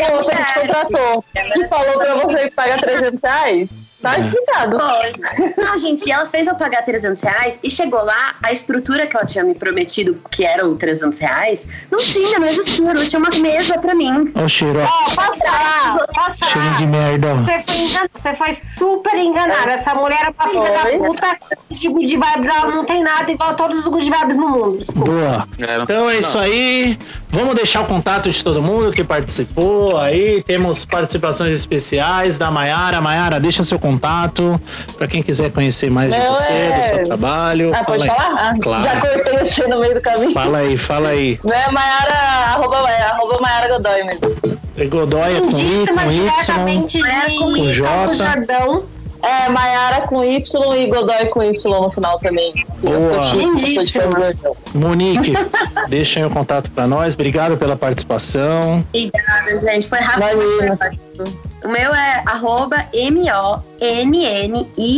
é a moça que te contratou. Que falou pra você que paga 300 reais. Tá explicado. Foi. Não, gente, e ela fez eu pagar 300 reais e chegou lá, a estrutura que ela tinha me prometido, que eram 300 reais, não tinha, não existia, não tinha uma mesa pra mim. Ó o cheiro, ó. Ó, posso falar? Posso Cheiro falar? de merda, ó. Você foi, engan- você foi super enganada. Essa mulher é uma filha da puta. Esse good vibes, ela não tem nada igual a todos os good vibes no mundo. Boa. Então é isso aí. Vamos deixar o contato de todo mundo que participou aí. Temos participações especiais da Maiara. Maiara, deixa seu contato para quem quiser conhecer mais de Meu, você, é. do seu trabalho. Ah, pode Fala aí. falar? Ah, Claro. Já cortei você no meio do caminho. Fala aí, fala aí. Né, Maiara, arroba, é arroba Maiara Godoy mesmo. Godoy é com I, Lindíssima com Y. diretamente de com J. Campo Jordão. É, É, Maiara com Y e Godoy com Y no final também. Boa. Lindíssimo. Monique, deixa aí o contato pra nós. Obrigado pela participação. Obrigada, gente. Foi rápido. mas foi fácil. O meu é arroba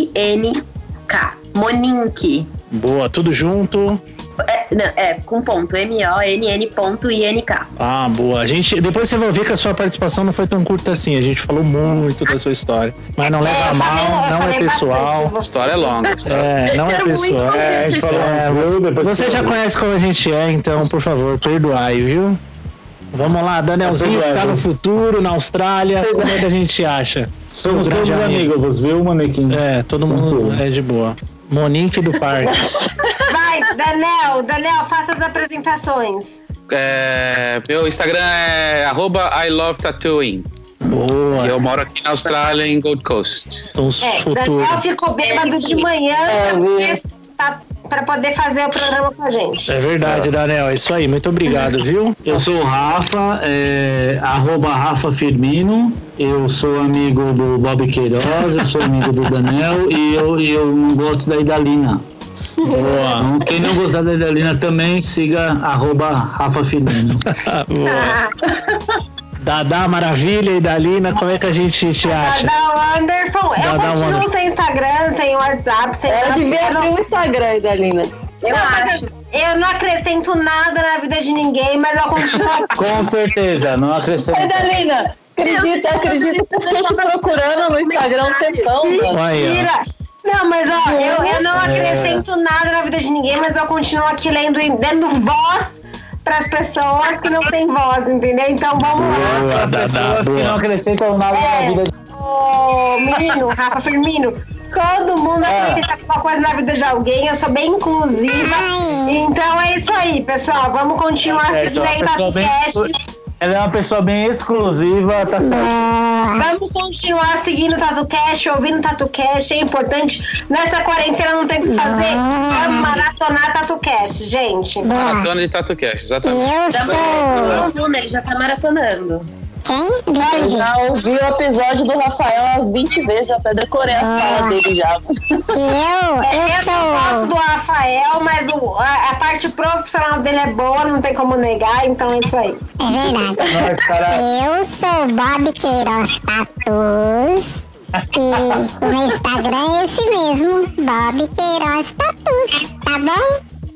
M-O-N-N-I-N-K. Monink. Boa, tudo junto. É, não, é, com ponto. M-O-N-N ponto I-N-K. Ah, boa. A gente, depois você vai ver que a sua participação não foi tão curta assim. A gente falou muito da sua história. Mas É, não leva a mal, não é pessoal. A história é longa. a história- É, não é pessoal. É, a gente falou É, antes, você- depois você que já eu- conhece como a gente é, então, por favor, perdoai, viu? Vamos lá, Danielzinho, que tá no futuro, na Austrália. Como é que a gente acha? Somos Um todos grande amigo. amigos, viu, manequim? É, todo mundo é de boa. Monique do Parque. Vai, Daniel, Daniel, faça as apresentações. É, meu Instagram é arroba I love tattooing. Boa. Eu moro aqui na Austrália, em Gold Coast. Os É, Daniel ficou bêbado de manhã é, pra, poder, tá- pra poder fazer o programa com a gente. É verdade, Daniel. É isso aí. Muito obrigado, viu? Eu sou o Rafa, é, arroba Rafa Firmino. Eu sou amigo do Bob Queiroz, eu sou amigo do Daniel e eu, e eu não gosto da Idalina. Boa. Então, quem não gostar da Idalina também, siga arroba Rafa Firmino. Ah. Boa. Dadá Maravilha e Dalina, como é que a gente te acha? Dada Wonderful. Eu Dada continuo Wonderful. sem Instagram, sem WhatsApp, sem Ela nada. devia abrir o Instagram, Dalina. Eu, não acres- eu não acrescento nada na vida de ninguém, mas eu continuo aqui. Com certeza, não acrescenta. Oi, É, Dalina. Acredita, acredita. Eu tô te procurando no Instagram um tempão. mano. Mentira! Não, mas ó, eu, eu não É. acrescento nada na vida de ninguém, mas eu continuo aqui lendo e dando voz pras pessoas que não têm voz, entendeu? Então vamos lá. Boa, Dadá, Pessoas que não boa. É. acrescentam nada na vida de É. Ô, menino, Rafa Firmino, todo mundo Ah. acrescenta alguma coisa na vida de alguém, eu sou bem inclusiva. Então é isso aí, pessoal. Vamos continuar Certo, seguindo uma aí o pessoa É, bem TatuCast. exclu- Ela é uma pessoa bem exclusiva, tá certo? Vamos continuar seguindo o TatuCast, ouvindo o TatuCast, é importante. Nessa quarentena não tem o que fazer. É maratonar TatuCast, gente. Maratona de TatuCast, exatamente. Já maratonando, né? Ele já tá maratonando. Quem? Eu já ouvi o episódio do Rafael umas 20 vezes, já até decorei as falas dele já. Eu, eu gosto do Rafael, mas o- a, a parte profissional dele é boa, não tem como negar, então é isso aí. É verdade. Eu sou o Bob Queiroz Tatus. E o meu Instagram é esse mesmo, Bob Queiroz Tatus, tá bom?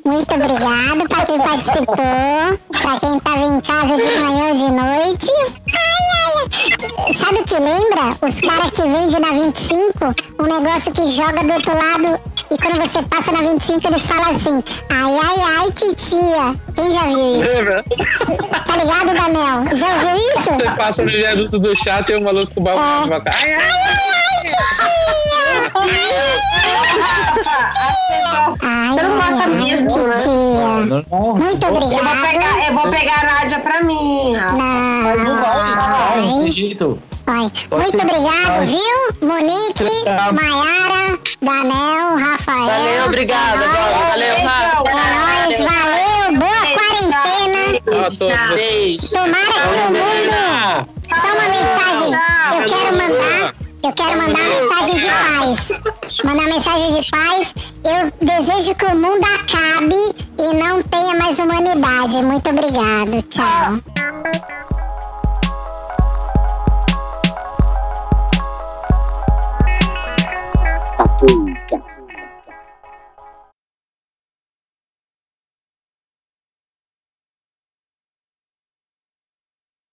Muito obrigada pra quem participou, pra quem tava em casa de manhã ou de noite. Ai, ai, sabe o que lembra? Os caras que vendem na 25, um negócio que joga do outro lado e quando você passa na 25 eles falam assim, ai, ai, ai, titia. Quem já viu É. isso? Lembra? Tá ligado, Daniel? Já ouviu isso? Você passa no viaduto do chá, tem um maluco com o balcão. Ai, ai, titia! Você não gosta mesmo, né? Muito Eu vou obrigada. pegar, eu vou pegar a Nádia pra mim, Rafa. Mas não um, vai, Desse é um jeito. Ai, muito obrigado, viu? Monique, Maiara, Daniel, Rafael. Valeu, obrigada, Ah, Dora. Valeu, É Rafa. nóis, valeu, boa quarentena. Ó, tô- Beijo. Tomara que o mundo. Só uma mensagem. Eu quero mandar. Eu quero mandar uma mensagem de paz. Mandar uma mensagem de paz. Eu desejo que o mundo acabe e não tenha mais humanidade. Muito obrigado. Tchau. Apoio.